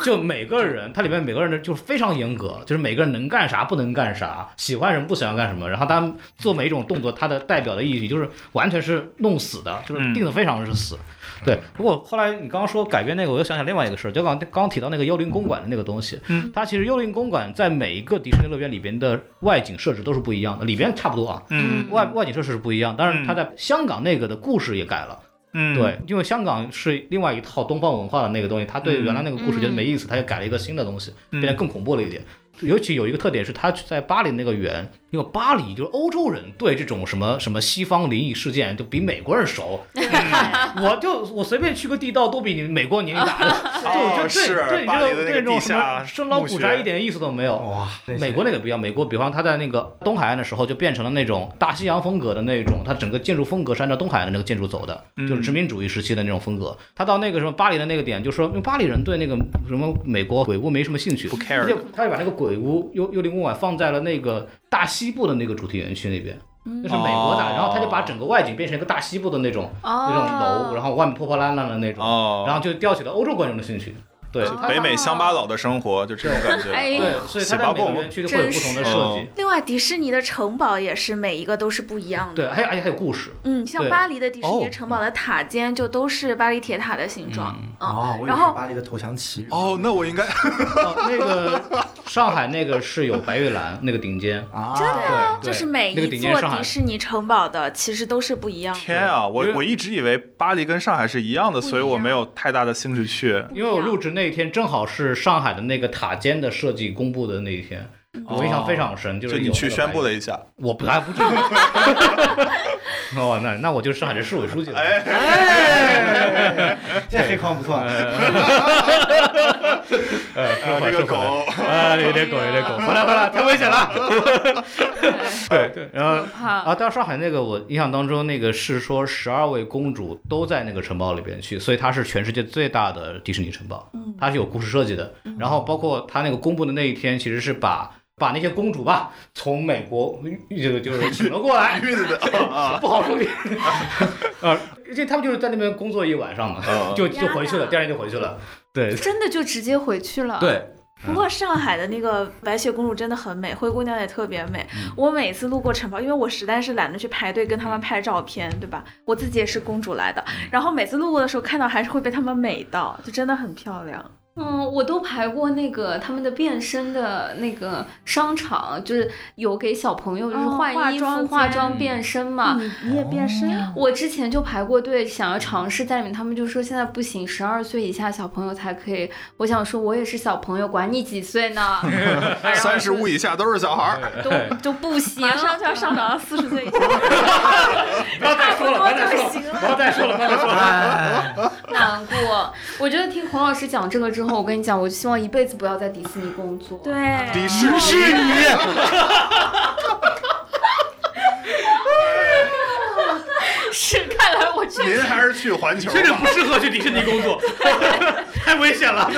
Speaker 3: 就每个人，它里面每个人的就是非常严格，就是每个人能干啥不能干啥，喜欢什么不喜欢干什么，然后他做每一种动作，它的代表的意义就是完全是弄死的，
Speaker 4: 嗯
Speaker 3: 就是定的非常是死。对，不过后来你刚刚说改编那个，我又想起另外一个事儿，就刚刚刚提到那个幽灵公馆的那个东西，
Speaker 4: 嗯，
Speaker 3: 它其实幽灵公馆在每一个迪士尼乐园里边的外景设置都是不一样的，里边差不多啊，
Speaker 4: 嗯
Speaker 3: 外外景设置是不一样，但是它
Speaker 4: 嗯
Speaker 3: 在香港那个的故事也改了。
Speaker 4: 嗯，
Speaker 3: 对，因为香港是另外一套东方文化的那个东西，他对原来那个故事觉得没意思，他就改了一个新的东西，
Speaker 4: 嗯
Speaker 3: 变得更恐怖了一点。尤其有一个特点是，他在巴黎那个园，因为巴黎就是欧洲人对这种什么什么西方灵异事件就比美国人熟，嗯我就我随便去个地道都比你美国年纪大
Speaker 4: (laughs)
Speaker 3: 的，
Speaker 4: 哦，
Speaker 3: 就就是对对
Speaker 4: 巴黎的
Speaker 3: 这
Speaker 4: 那
Speaker 3: 这
Speaker 4: 个
Speaker 3: 种
Speaker 4: 地
Speaker 3: 什
Speaker 4: 下
Speaker 3: 么生老
Speaker 4: 墓
Speaker 3: 骨
Speaker 4: 穴
Speaker 3: 宅一点意思都没有。
Speaker 5: 哇，这
Speaker 3: 美国那个不一样，美国比方它在那个东海岸的时候，就变成了那种大西洋风格的那种，它整个建筑风格是按照东海岸的那个建筑走的，
Speaker 4: 嗯
Speaker 3: 就是殖民主义时期的那种风格。它到那个什么巴黎的那个点，就说因为巴黎人对那个什么美国鬼屋没什么兴趣，
Speaker 4: 不 care
Speaker 3: 他就他就把那个鬼屋幽幽灵公馆放在了那个大西部的那个主题园区那边。那是美国的，
Speaker 4: 哦
Speaker 3: 然后他就把整个外景变成一个大西部的那种、那种楼，然后外面破破烂烂的那种，
Speaker 4: 哦，
Speaker 3: 然后就吊起了欧洲观众的兴趣。对，
Speaker 4: 就北美乡巴佬的生活，就这种感觉。
Speaker 2: 哎
Speaker 3: 对，所以它
Speaker 4: 喜
Speaker 3: 在
Speaker 4: 巴
Speaker 3: 每个
Speaker 4: 贡
Speaker 3: 园区会有不同的
Speaker 4: 真是
Speaker 3: 设计
Speaker 4: 哦。
Speaker 7: 另外，迪士尼的城堡也是每一个都是不一样的。
Speaker 3: 对，还有而且哎还有故事。
Speaker 7: 嗯，像
Speaker 3: 对
Speaker 7: 巴黎的迪士
Speaker 4: 哦
Speaker 7: 尼城堡的塔尖就都是巴黎铁塔的形状啊。
Speaker 5: 哦，我以为
Speaker 7: 然后
Speaker 5: 是巴黎的投降旗。
Speaker 4: 哦，那我应该
Speaker 3: 哦，那个上海那个是有白玉兰那个顶尖，
Speaker 5: 啊，
Speaker 3: 对，
Speaker 7: 就
Speaker 3: 对
Speaker 7: 是每
Speaker 3: 那个
Speaker 7: 一
Speaker 3: 顶尖是
Speaker 7: 座
Speaker 3: 上海
Speaker 7: 迪。士尼城堡的其实都是不一样的。
Speaker 4: 天啊！我
Speaker 3: 因为
Speaker 4: 我一直以为巴黎跟上海是一样的，所以我没有太大的兴趣去。
Speaker 3: 因为我入职那一天正好是上海的那个塔尖的设计公布的那一天，我印象非常深， (laughs) 就是
Speaker 4: 就你去宣布
Speaker 3: 的，
Speaker 4: 了
Speaker 3: (laughs)
Speaker 4: 一下，
Speaker 3: 我不还不至于。哦，那那我就是上海的市委书记了。
Speaker 4: 哎
Speaker 5: 这黑框不错。
Speaker 3: 哎，
Speaker 4: 啊
Speaker 3: 这
Speaker 4: 这个狗，
Speaker 3: (laughs) 啊，有点狗，有点狗，回来回来，太危险
Speaker 4: (laughs)
Speaker 3: 了。对对，然后
Speaker 2: 怕
Speaker 3: 啊，到上海那个，我印象当中那个是说十二位公主都在那个城堡里边去，所以它是全世界最大的迪士尼城堡，它是有故事设计的。然后包括它那个公布的那一天，其实是把。把那些公主吧，从美国这个就是请了过 (laughs) 来，
Speaker 4: 运的啊，
Speaker 3: 不好说。 (laughs) 呃，因为他们就是在那边工作一晚上嘛，
Speaker 4: 啊
Speaker 3: 就就回去了，第二天就回去了。嗯对 (laughs)
Speaker 2: 真的就直接回去了。，
Speaker 3: 对，
Speaker 7: 不过上海的那个白雪公主真的很美，灰姑娘也特别美。我每次路过城堡，因为我实在是懒得去排队跟他们拍照片，对吧？我自己也是公主来的，然后每次路过的时候看到还是会被他们美到，就真的很漂亮。
Speaker 2: 嗯，我都排过那个他们的变身的那个商场，就是有给小朋友就是
Speaker 7: 哦
Speaker 2: 换
Speaker 7: 化
Speaker 2: 衣服、
Speaker 7: 妆间
Speaker 2: 化妆变身嘛。
Speaker 1: 嗯
Speaker 7: 你你也变身啊？
Speaker 2: 我之前就排过队，想要尝试在里面，他们就说现在不行，十二岁以下小朋友才可以。我想说，我也是小朋友，管你几岁呢，哎
Speaker 4: 三十五以下都是小孩儿。
Speaker 2: 都就不行。
Speaker 7: 马上就要上涨到四十岁以下，
Speaker 3: 不要再说了，不要再说了，不要再说了，不要再说了。
Speaker 5: 哎，
Speaker 2: 难过。 (laughs) 我觉得听孔老师讲这个之后，我跟你讲，我希望一辈子不要在迪士尼工作。
Speaker 7: 对，
Speaker 4: 迪士尼，
Speaker 2: 是，看来我确
Speaker 4: 您
Speaker 2: 实
Speaker 4: 还是去环球
Speaker 3: 确实
Speaker 4: 吧。
Speaker 3: (laughs) 不适合去迪士尼工作，太危险了。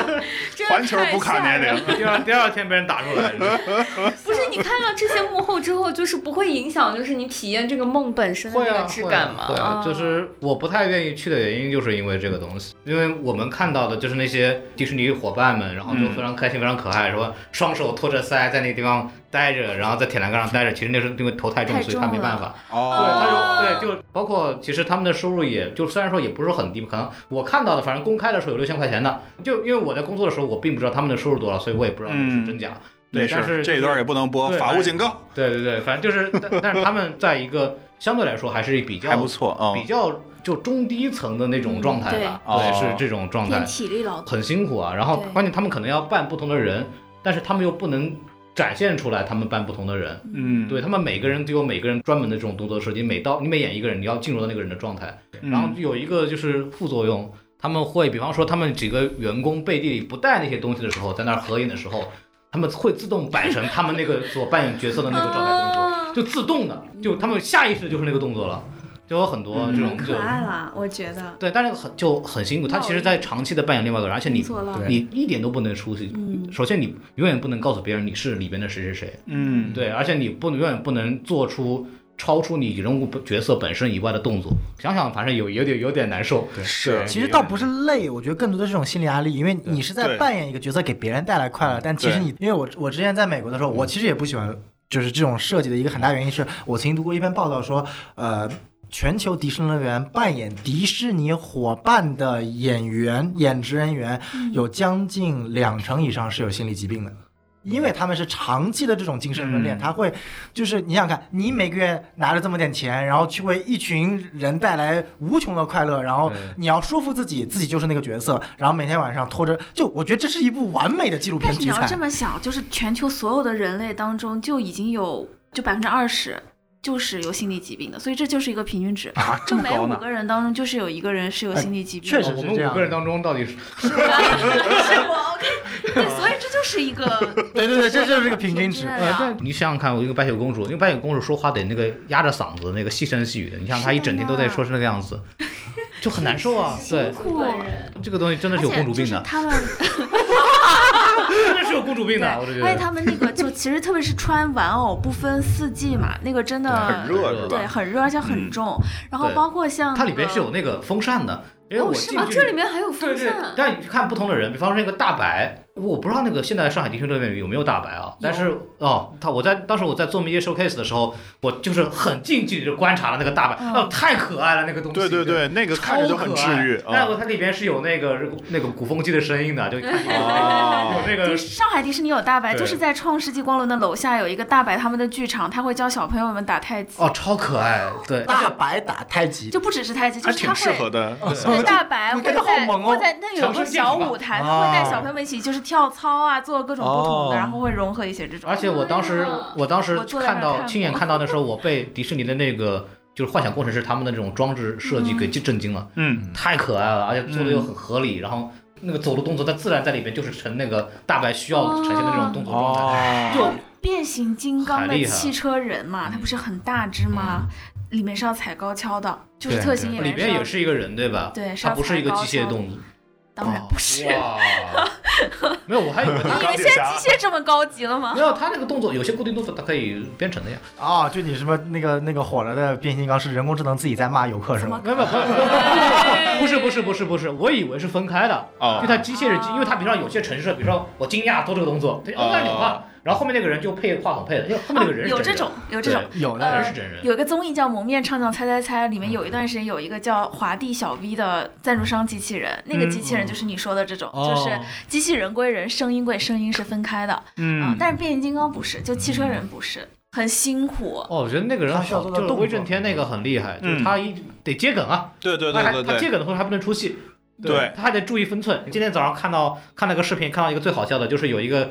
Speaker 2: 这
Speaker 4: (laughs) 环球不卡
Speaker 3: (laughs)
Speaker 4: 年龄。
Speaker 3: 第二第二天被人打 (laughs) 出来，
Speaker 2: 不是你看到这些幕后之后，就是不会影响，就是你体验这个梦本身的
Speaker 3: 会
Speaker 2: 那
Speaker 3: 啊
Speaker 2: 个质感吗？
Speaker 3: 会啊，就是我不太愿意去的原因，就是因为这个东西，因为我们看到的就是那些迪士尼伙伴们，然后就非常开心、非常可爱，说双手托着腮在那个地方待着，然后在铁栏杆上待着。其实那时候因为头太重，
Speaker 9: 太
Speaker 3: 所以
Speaker 9: 重
Speaker 3: 他没
Speaker 9: 了
Speaker 3: 办法。对，
Speaker 4: 哦，
Speaker 3: 他说对，就包括其实他们的收入也就虽然说也不是很低，可能我看到的，反正公开的时候有六千块钱的，就因为我在工作的时候我并不知道他们的收入多少，所以我也不知道是真假。
Speaker 4: 没
Speaker 3: 对，
Speaker 4: 事
Speaker 3: 但
Speaker 4: 儿，
Speaker 3: 是
Speaker 4: 这一段也不能播，
Speaker 3: 对
Speaker 4: 法务警告，
Speaker 3: 对对对，反正就是，但但是他们在一个相对来说还是比较
Speaker 4: 还不错啊。
Speaker 3: 比较就中低层的那种状态吧，
Speaker 4: 嗯对
Speaker 3: 对，
Speaker 4: 哦
Speaker 3: 是这种状态
Speaker 1: 练，体力劳动。
Speaker 3: 很辛苦啊。然后
Speaker 1: 对
Speaker 3: 关键他们可能要扮不同的人，但是他们又不能展现出来他们扮不同的人，
Speaker 4: 嗯，
Speaker 3: 对他们每个人都有每个人专门的这种动作设计，每到你每演一个人，你要进入到那个人的状态。
Speaker 4: 嗯，
Speaker 3: 然后有一个就是副作用，他们会比方说他们几个员工背地里不带那些东西的时候，在那儿合影的时候。他们会自动摆成他们那个所扮演角色的那个状态动作，
Speaker 2: 啊
Speaker 3: 就自动的，就他们下意识就是那个动作了，就有很多这种
Speaker 1: 很
Speaker 3: 这
Speaker 1: 嗯可
Speaker 3: 种
Speaker 1: 爱啦，我觉得
Speaker 3: 对，但是很就很辛苦。他
Speaker 1: 那我
Speaker 3: 其实，在长期的扮演另外一个人，而且你
Speaker 1: 做了
Speaker 5: 对
Speaker 3: 你一点都不能出戏。
Speaker 1: 嗯
Speaker 3: 首先，你永远不能告诉别人你是里边的谁谁谁。
Speaker 4: 嗯，
Speaker 3: 对，而且你不能永远不能做出超出你人物角色本身以外的动作。想想，反正有有点有点难受。
Speaker 4: 是
Speaker 5: 其实倒不是累，我觉得更多的是这种心理压力，因为你是在
Speaker 4: 对
Speaker 5: 扮演一个角色，给别人带来快乐。但其实你，因为我我之前在美国的时候，我其实也不喜欢，就是这种设计的一个很大原因是我曾经读过一篇报道说，呃。全球迪士尼乐园扮演迪士尼伙伴的演员、演职人员有将近两成以上是有心理疾病的，因为他们是长期的这种精神分裂，
Speaker 4: 嗯
Speaker 5: 他会就是你想想看，你每个月拿着这么点钱，然后去为一群人带来无穷的快乐，然后
Speaker 3: 对
Speaker 5: 你要说服自己，自己就是那个角色，然后每天晚上拖着，就我觉得这是一部完美的纪录
Speaker 1: 但
Speaker 5: 片
Speaker 1: 是你
Speaker 5: 题
Speaker 1: 要
Speaker 5: 材
Speaker 1: 这。么想，就是全球所有的人类当中，就已经有就百分之二十就是有心理疾病的，所以这就是一个平均值。
Speaker 4: 啊，
Speaker 1: 就
Speaker 4: 这么
Speaker 1: 每
Speaker 4: 高
Speaker 1: 五
Speaker 4: 呢？
Speaker 1: 个人当中，就是有一个人是有心理疾病的。
Speaker 5: 确实
Speaker 3: 我
Speaker 5: 是
Speaker 3: 们
Speaker 5: 这样
Speaker 3: 五个人当中到底是
Speaker 1: (laughs) 是我 OK，对，所以这就是一个
Speaker 5: 对对对，这就是个平均值。
Speaker 1: 的
Speaker 3: 呃，
Speaker 1: 量
Speaker 3: 但你想想看，我一个白雪公主，因为白雪公主说话得那个压着嗓子，那个细声细语的，你像她一整天都在说是那个
Speaker 1: (laughs)
Speaker 3: 样子，就很难受啊。对，
Speaker 1: 酷，
Speaker 3: 这个东西真的
Speaker 1: 而
Speaker 3: 是有
Speaker 1: 且
Speaker 3: 公主
Speaker 1: 就
Speaker 3: 病
Speaker 1: 是
Speaker 3: 的，
Speaker 1: 他们，
Speaker 3: 真的是有公主
Speaker 1: 对，
Speaker 3: 病的，我就觉
Speaker 1: 而且
Speaker 3: 得。
Speaker 1: 他们那个就 (laughs) 其实特别是穿玩偶不分四季嘛，那个真的
Speaker 4: 很热是
Speaker 1: 对，
Speaker 4: 吧？
Speaker 1: 很热，而且很
Speaker 4: 嗯
Speaker 1: 重。然后
Speaker 3: 对
Speaker 1: 包括像
Speaker 3: 它
Speaker 1: 那
Speaker 3: 里边
Speaker 1: 个
Speaker 3: 是有那个风扇的，因为我进
Speaker 2: 啊，
Speaker 3: 去、
Speaker 2: 这里面还有
Speaker 3: 对
Speaker 2: 风
Speaker 3: 对
Speaker 2: 扇，，
Speaker 3: 但你看不同的人，比方说那个大白，我不知道那个现在上海迪士尼乐园有没有大白啊，但是哦，他我在当时我在做《midday showcase》的时候，我就是很近距离的观察了那个大白，哦，太可爱了那个东西，
Speaker 4: 对对对，那个看着就很治愈
Speaker 3: 但
Speaker 1: (laughs)
Speaker 4: 啊。
Speaker 3: 我它里边是有那个那个鼓风机的声音的，就看起来有
Speaker 4: 哦，
Speaker 3: 那
Speaker 1: 迪
Speaker 3: 个
Speaker 1: 士上海迪士尼有大白，
Speaker 3: 对
Speaker 1: 就是在创世纪光轮的楼下有一个大白他们的剧场，他会教小朋友们打太极，
Speaker 3: 哦，超可爱，对，
Speaker 5: 呃大白打太极，
Speaker 1: 就不只是太极，就
Speaker 4: 还
Speaker 1: 是他
Speaker 4: 挺适
Speaker 1: 会
Speaker 4: 合的。嗯
Speaker 1: 对大白
Speaker 5: 你
Speaker 1: 会
Speaker 5: 看
Speaker 1: 在
Speaker 5: 着好萌哦
Speaker 1: 会在那有个小舞台，他
Speaker 5: 强身健体吧
Speaker 1: 会带小朋友们一起就是跳操啊，做各种不同的，
Speaker 4: 哦
Speaker 1: 然后会融合一些这种。
Speaker 3: 而且我当时我当时
Speaker 1: 我哦坐在那儿
Speaker 3: 看到
Speaker 1: 看
Speaker 3: 亲眼
Speaker 1: 过
Speaker 3: 看到的时候，我被迪士尼的那个。就是幻想工程师他们的这种装置设计给震惊了，
Speaker 4: (laughs)
Speaker 1: (laughs)
Speaker 4: 嗯，
Speaker 3: 太可爱了，而且做的又很合理，然后那个走路动作它自然在里面就是成那个大白需要呈现的那种动作状态。
Speaker 4: 哦，
Speaker 3: 就
Speaker 1: 变形金刚
Speaker 3: 很
Speaker 1: 的
Speaker 3: 厉害
Speaker 1: 汽车人
Speaker 3: 嗯
Speaker 1: 嘛，他不是很大只吗？里面是要踩高跷的，就是
Speaker 3: 对
Speaker 1: 特型演
Speaker 3: 里
Speaker 1: 员
Speaker 3: 边
Speaker 1: 是要
Speaker 3: 也是一个人对吧？
Speaker 1: 对是
Speaker 3: 它
Speaker 1: 要
Speaker 3: 不是一个机械动物，
Speaker 1: 当然不是，
Speaker 3: 哦哇，没有，我还以为它
Speaker 1: (laughs) 因为 (laughs) 现在机械这么高级了吗
Speaker 3: 没？有它那个动作，有些固定动作它可以编程的呀。
Speaker 5: 哦，就你什么那个那个火了的变形金刚是人工智能自己在骂游客是吗？
Speaker 3: 没有没有，
Speaker 1: 哎
Speaker 3: 不是
Speaker 1: (laughs)
Speaker 3: 不是不是不是，我以为是分开的，因为
Speaker 4: 哦，
Speaker 3: 它机械是机，因为它比如说有些程式，比如说我惊讶做这个动作，它就按钮啊，然后后面那个人就配话筒配的，因为后面那个人是
Speaker 1: 哦有
Speaker 3: 真
Speaker 1: 这
Speaker 3: 人
Speaker 1: 种，有这种。嗯
Speaker 5: 有
Speaker 3: 对嗯
Speaker 5: 的
Speaker 3: 人
Speaker 5: 人
Speaker 3: 是真人。
Speaker 1: 有一个综艺叫《蒙面唱将猜猜猜》，里面有一段时间有一个叫华帝小 V 的赞助商机器人，
Speaker 3: 嗯
Speaker 1: 那个机器人就是你说的这种，
Speaker 3: 哦
Speaker 1: 就是机器人归人，声音归声音是分开的。啊
Speaker 4: 嗯，
Speaker 1: 但是变形金刚不是，就汽车人不是，很辛苦。
Speaker 3: 哦，我觉得那个人
Speaker 5: 他需要
Speaker 3: 好
Speaker 5: 做到
Speaker 3: 就是
Speaker 5: 动
Speaker 3: 威
Speaker 5: 作
Speaker 3: 震天那个很厉害，就是
Speaker 4: 嗯
Speaker 3: 他一得接梗啊，
Speaker 4: 对对
Speaker 3: 他还
Speaker 4: 对对
Speaker 3: 他接
Speaker 4: 对，
Speaker 3: 梗的时候还不能出戏，
Speaker 4: 对
Speaker 3: 他还得注意分寸。今天早上看到看了个视频，看到一个最好笑的，就是有一个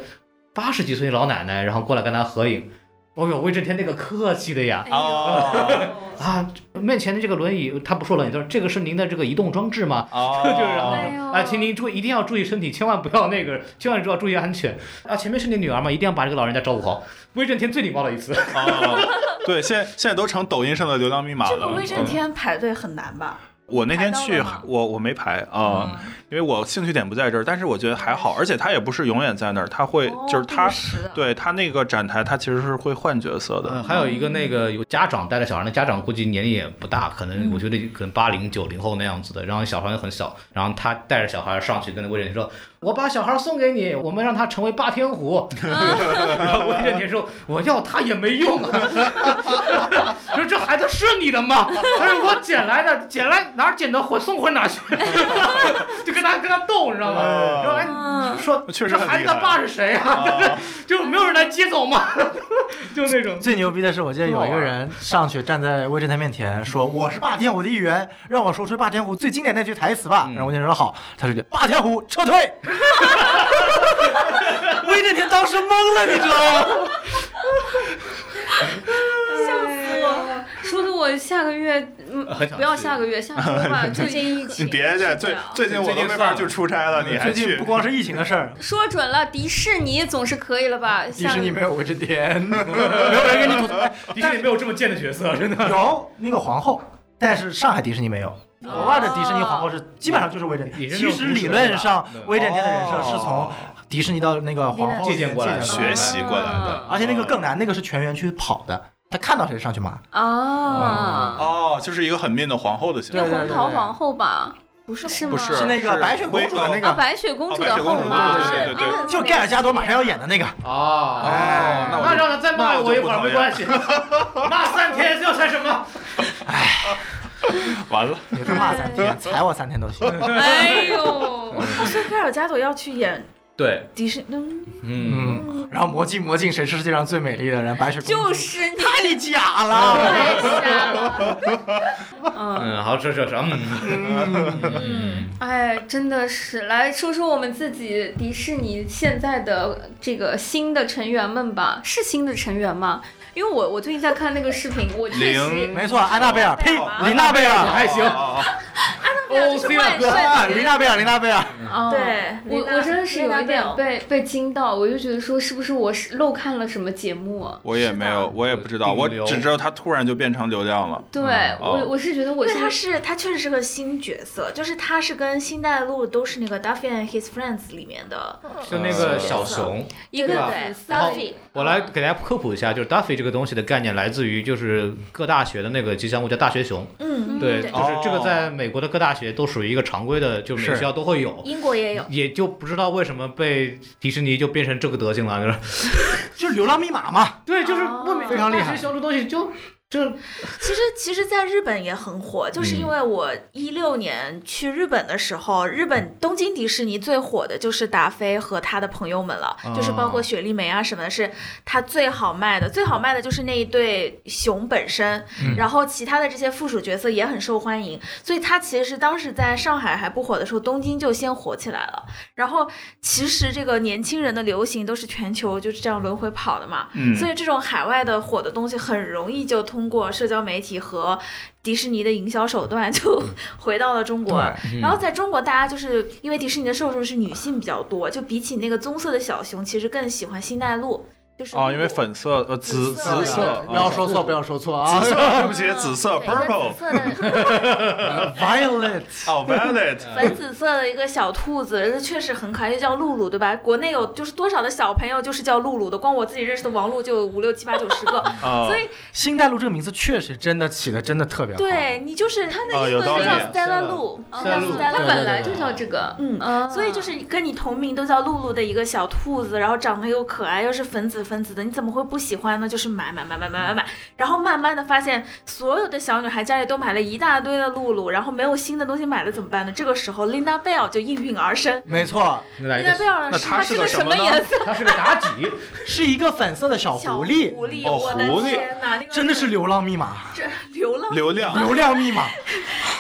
Speaker 3: 八十几岁老奶奶，然后过来跟他合影。哦呦，威震天那个客气的
Speaker 2: 哎
Speaker 3: 呀！
Speaker 4: 哦
Speaker 3: 啊，面前的这个轮椅，他不说轮椅，他说这个是您的这个移动装置吗？
Speaker 4: 哦，
Speaker 1: (laughs)
Speaker 3: (laughs) 就是然后
Speaker 2: 哎呦
Speaker 3: 说啊，请您注意，一定要注意身体，千万不要那个，千万要注意安全啊！前面是你女儿嘛，一定要把这个老人家照顾好。威震天最礼貌的一次，
Speaker 4: 哦，对，现在现在都成抖音上的流量密码
Speaker 1: 这个威
Speaker 3: 嗯
Speaker 4: 了。
Speaker 1: 震天排队很难吧？
Speaker 4: 我那天
Speaker 1: 排
Speaker 4: 去
Speaker 1: 到了吗，嗯
Speaker 4: 我我没排啊、
Speaker 3: 哦
Speaker 4: 因为我兴趣点不在这儿，但是我觉得还好，而且它也不是永远在那儿，它会、
Speaker 1: 哦
Speaker 4: 就是它
Speaker 1: 定时的
Speaker 4: 对它那个展台，它其实是会换角色的。
Speaker 3: 呃，还有一个那个有家长带着小孩，那家长估计年龄也不大，可能我觉得可能八零九零后那样子的，然后小孩很小，然后他带着小孩上去跟那魏仁说：“我把小孩送给你，我们让他成为霸天虎。” (laughs) 然后魏仁田说：“我要他也没用啊， (laughs) 说这孩子是你的吗？”他说：“我捡来的，捡来哪儿捡的回送回哪儿去， (laughs) 就跟他跟他斗，你知道吗？然后哎，说
Speaker 4: 嗯确实
Speaker 3: 这
Speaker 4: 很
Speaker 3: 孩子
Speaker 4: 厉
Speaker 3: 他
Speaker 4: 害
Speaker 3: 爸是谁
Speaker 1: 嗯
Speaker 3: 啊？
Speaker 4: 哦
Speaker 3: 就是没有人来接走吗？ (laughs) 就那种。”
Speaker 5: 最牛逼的是，我记得有一个人上去站在魏正他面前说：“
Speaker 3: 嗯
Speaker 5: 我是霸天虎的一员，让我说出霸天虎最经典那句台词
Speaker 3: 嗯
Speaker 5: 吧。”然后魏正说：“好。”他说：“霸天虎撤退。” (laughs) 魏正天当时懵了，你知道吗？
Speaker 2: 我叔叔，我下个月，嗯
Speaker 3: 很想
Speaker 2: 不
Speaker 3: 去，
Speaker 2: 要下个月，下周吧，最近疫
Speaker 4: 你 (laughs) 别去，最最近我
Speaker 3: 最
Speaker 4: 都
Speaker 3: 近
Speaker 4: 没法
Speaker 3: 算了
Speaker 4: 去出差了，你还
Speaker 5: 最近
Speaker 4: 去
Speaker 5: 不？光是疫情的事儿，
Speaker 2: 说准了，迪士尼总是可以了吧？
Speaker 5: 迪
Speaker 2: 迪
Speaker 5: 士尼没有魏正天， (laughs) 没有人跟你吐槽。哎
Speaker 3: 迪士尼没有这么贱的角色， (laughs) 真的。
Speaker 5: 有那个皇后，但是上海迪士尼没有。
Speaker 3: 哦
Speaker 5: 国外的迪士尼皇后是基本上就是威震
Speaker 3: 也
Speaker 5: 天，
Speaker 3: 是那
Speaker 5: 其
Speaker 3: 种
Speaker 5: 实理论上
Speaker 3: 对
Speaker 5: 威震天的人设是从迪士尼的那个皇
Speaker 3: 哦
Speaker 5: 后
Speaker 3: 借鉴过来的
Speaker 4: 学习过来的。
Speaker 5: 而且那个更难，那个是全员去跑的，他看到谁上去骂。
Speaker 2: 哦啊，
Speaker 4: 哦，就是一个很面的皇后的形
Speaker 5: 对
Speaker 4: 象，
Speaker 5: 对
Speaker 2: 红
Speaker 5: 对
Speaker 2: 桃皇后吧？
Speaker 1: 不是
Speaker 2: 是吗？
Speaker 4: 不是
Speaker 5: 是那个白雪公主的那个
Speaker 2: 啊，白雪公主的后哎
Speaker 4: 哦
Speaker 2: 妈
Speaker 4: 白雪公主对对对对对
Speaker 5: 就盖尔加朵马上要演的那个，
Speaker 3: 哦，
Speaker 5: 哎
Speaker 4: 那我就
Speaker 3: 让他再骂我一会儿没关 (laughs) 系，骂三天要算什么？
Speaker 4: (laughs) 完了，
Speaker 5: 你说骂三天，踩我三天都行。
Speaker 2: 哎呦，
Speaker 1: 所以盖尔加朵要去演
Speaker 3: 对，
Speaker 1: 迪士尼，
Speaker 3: 嗯，
Speaker 5: 嗯，然后魔镜魔镜，谁是世界上最美丽的人？白雪公主
Speaker 2: 就是你
Speaker 5: 太假了。
Speaker 2: 太瞎了。嗯，
Speaker 3: 嗯，好，这这这，嗯，
Speaker 2: 哎，真的是，来说说我们自己迪士尼现在的这个新的成员们吧，是新的成员吗？因为我我最近在看那个视频，我确实
Speaker 4: 零
Speaker 5: 没错，安娜贝尔，呸，琳娜贝尔，
Speaker 3: (laughs) 还
Speaker 4: 哦
Speaker 3: 行，
Speaker 1: (laughs)
Speaker 2: 这
Speaker 3: 哦
Speaker 2: 是换帅
Speaker 5: 琳娜贝尔，琳娜贝尔，
Speaker 2: 啊。
Speaker 1: 对，
Speaker 2: 我
Speaker 1: 琳达
Speaker 2: 我真的是有一
Speaker 1: 琳达贝
Speaker 2: 点
Speaker 1: 尔
Speaker 2: 被被惊到，我就觉得说是不是我是漏看了什么节目啊、
Speaker 4: 我也没有，我也不知道，我
Speaker 3: 顶流
Speaker 4: 只知道他突然就变成流量了。
Speaker 2: 对、
Speaker 4: 哦
Speaker 2: 我我是觉得我
Speaker 1: 因为
Speaker 2: 是
Speaker 1: 他是他确实是个新角色，就是他是跟新带路都是那个 Duffy and His Friends 里面的，
Speaker 3: 就那个小熊。
Speaker 2: 一
Speaker 1: 对
Speaker 2: 个
Speaker 1: 对
Speaker 2: 粉丝
Speaker 3: 然后
Speaker 2: 对
Speaker 3: 我来给大家科普一下，就是 Duffy 这个东西的概念来自于就是各大学的那个吉祥物叫大学熊，
Speaker 1: 嗯，
Speaker 3: 对，
Speaker 4: 哦
Speaker 1: 对
Speaker 3: 就是这个在美国的各大学都属于一个常规的，就每个
Speaker 5: 是
Speaker 3: 学校都会有，
Speaker 1: 英国也有，
Speaker 3: 也就不知道为什么被迪士尼就变成这个德行了，就是
Speaker 5: 就是流浪密码嘛。
Speaker 3: 对，就是
Speaker 1: 哦
Speaker 3: 莫名
Speaker 5: 非常厉害
Speaker 3: 大学熊这东西就就
Speaker 1: (laughs) 其实，其实，在日本也很火，就是因为我一六年去日本的时候，日本东京迪士尼最火的就是达菲和他的朋友们了，就是包括雪莉梅啊什么的，是他最好卖的，最好卖的就是那一对熊本身，然后其他的这些附属角色也很受欢迎，所以他其实是当时在上海还不火的时候，东京就先火起来了。然后，其实这个年轻人的流行都是全球就是这样轮回跑的嘛，
Speaker 4: 嗯
Speaker 1: 所以这种海外的火的东西，很容易就通过社交媒体和迪士尼的营销手段 (laughs) 就
Speaker 4: 嗯
Speaker 1: 回到了中国。然后在中国，大家就是因为迪士尼的受众是女性比较多，就比起那个棕色的小熊，其实更喜欢新大陆，就是
Speaker 4: 哦，因为
Speaker 1: 露
Speaker 4: 粉色呃紫
Speaker 1: 紫色
Speaker 4: 紫色，
Speaker 5: 不要说错，不要说错啊
Speaker 4: 紫色，对不起，紫色
Speaker 1: 对一个
Speaker 4: purple
Speaker 1: 紫色的
Speaker 5: ，Violet。 (laughs)
Speaker 4: 哦
Speaker 1: (laughs)
Speaker 4: violet，
Speaker 1: 粉紫色的一个小兔子，确实很可爱，就叫露露，对吧？国内有就是多少的小朋友就是叫露露的，光我自己认识的王璐就有五六七八九十个，
Speaker 4: (laughs) 啊
Speaker 1: 所以
Speaker 5: 新大陆这个名字确实真的起的真的特别好。
Speaker 1: 对你就是他
Speaker 4: 哦
Speaker 1: 的英
Speaker 4: 有
Speaker 1: 文
Speaker 4: 道
Speaker 1: 就
Speaker 4: 理
Speaker 1: 叫 Stella Lu，
Speaker 3: 在录
Speaker 2: 他嗯本来就叫这个，
Speaker 1: 嗯
Speaker 2: 啊
Speaker 1: 所以就是跟你同名都叫露露的一个小兔子，然后长得又可爱，又是粉紫粉紫的，你怎么会不喜欢呢？就是买买买买买买买，然后慢慢的发现所有的小女孩家里都买了一大堆的露露，然后没有新的东西买了怎么办呢？这个时候 Linda Bell 就应运而生。
Speaker 5: 没错，
Speaker 3: 来一
Speaker 1: Linda
Speaker 3: 个，
Speaker 1: Bell
Speaker 4: 那
Speaker 1: 是
Speaker 4: 她是
Speaker 1: 是
Speaker 4: 个
Speaker 1: 个
Speaker 4: 什
Speaker 1: 什
Speaker 4: 么
Speaker 1: 么
Speaker 4: 呢
Speaker 1: 颜色？
Speaker 3: 他是个妲己。
Speaker 5: 是一个粉色的小
Speaker 1: 小
Speaker 5: 狐狸，
Speaker 1: 狐狸，
Speaker 4: 哦
Speaker 1: 我的
Speaker 4: 狐狸
Speaker 1: 天哪，那个
Speaker 5: 真的是流浪密码，
Speaker 1: 这流浪
Speaker 4: 流量。
Speaker 5: 流量密
Speaker 3: (laughs)
Speaker 5: 码。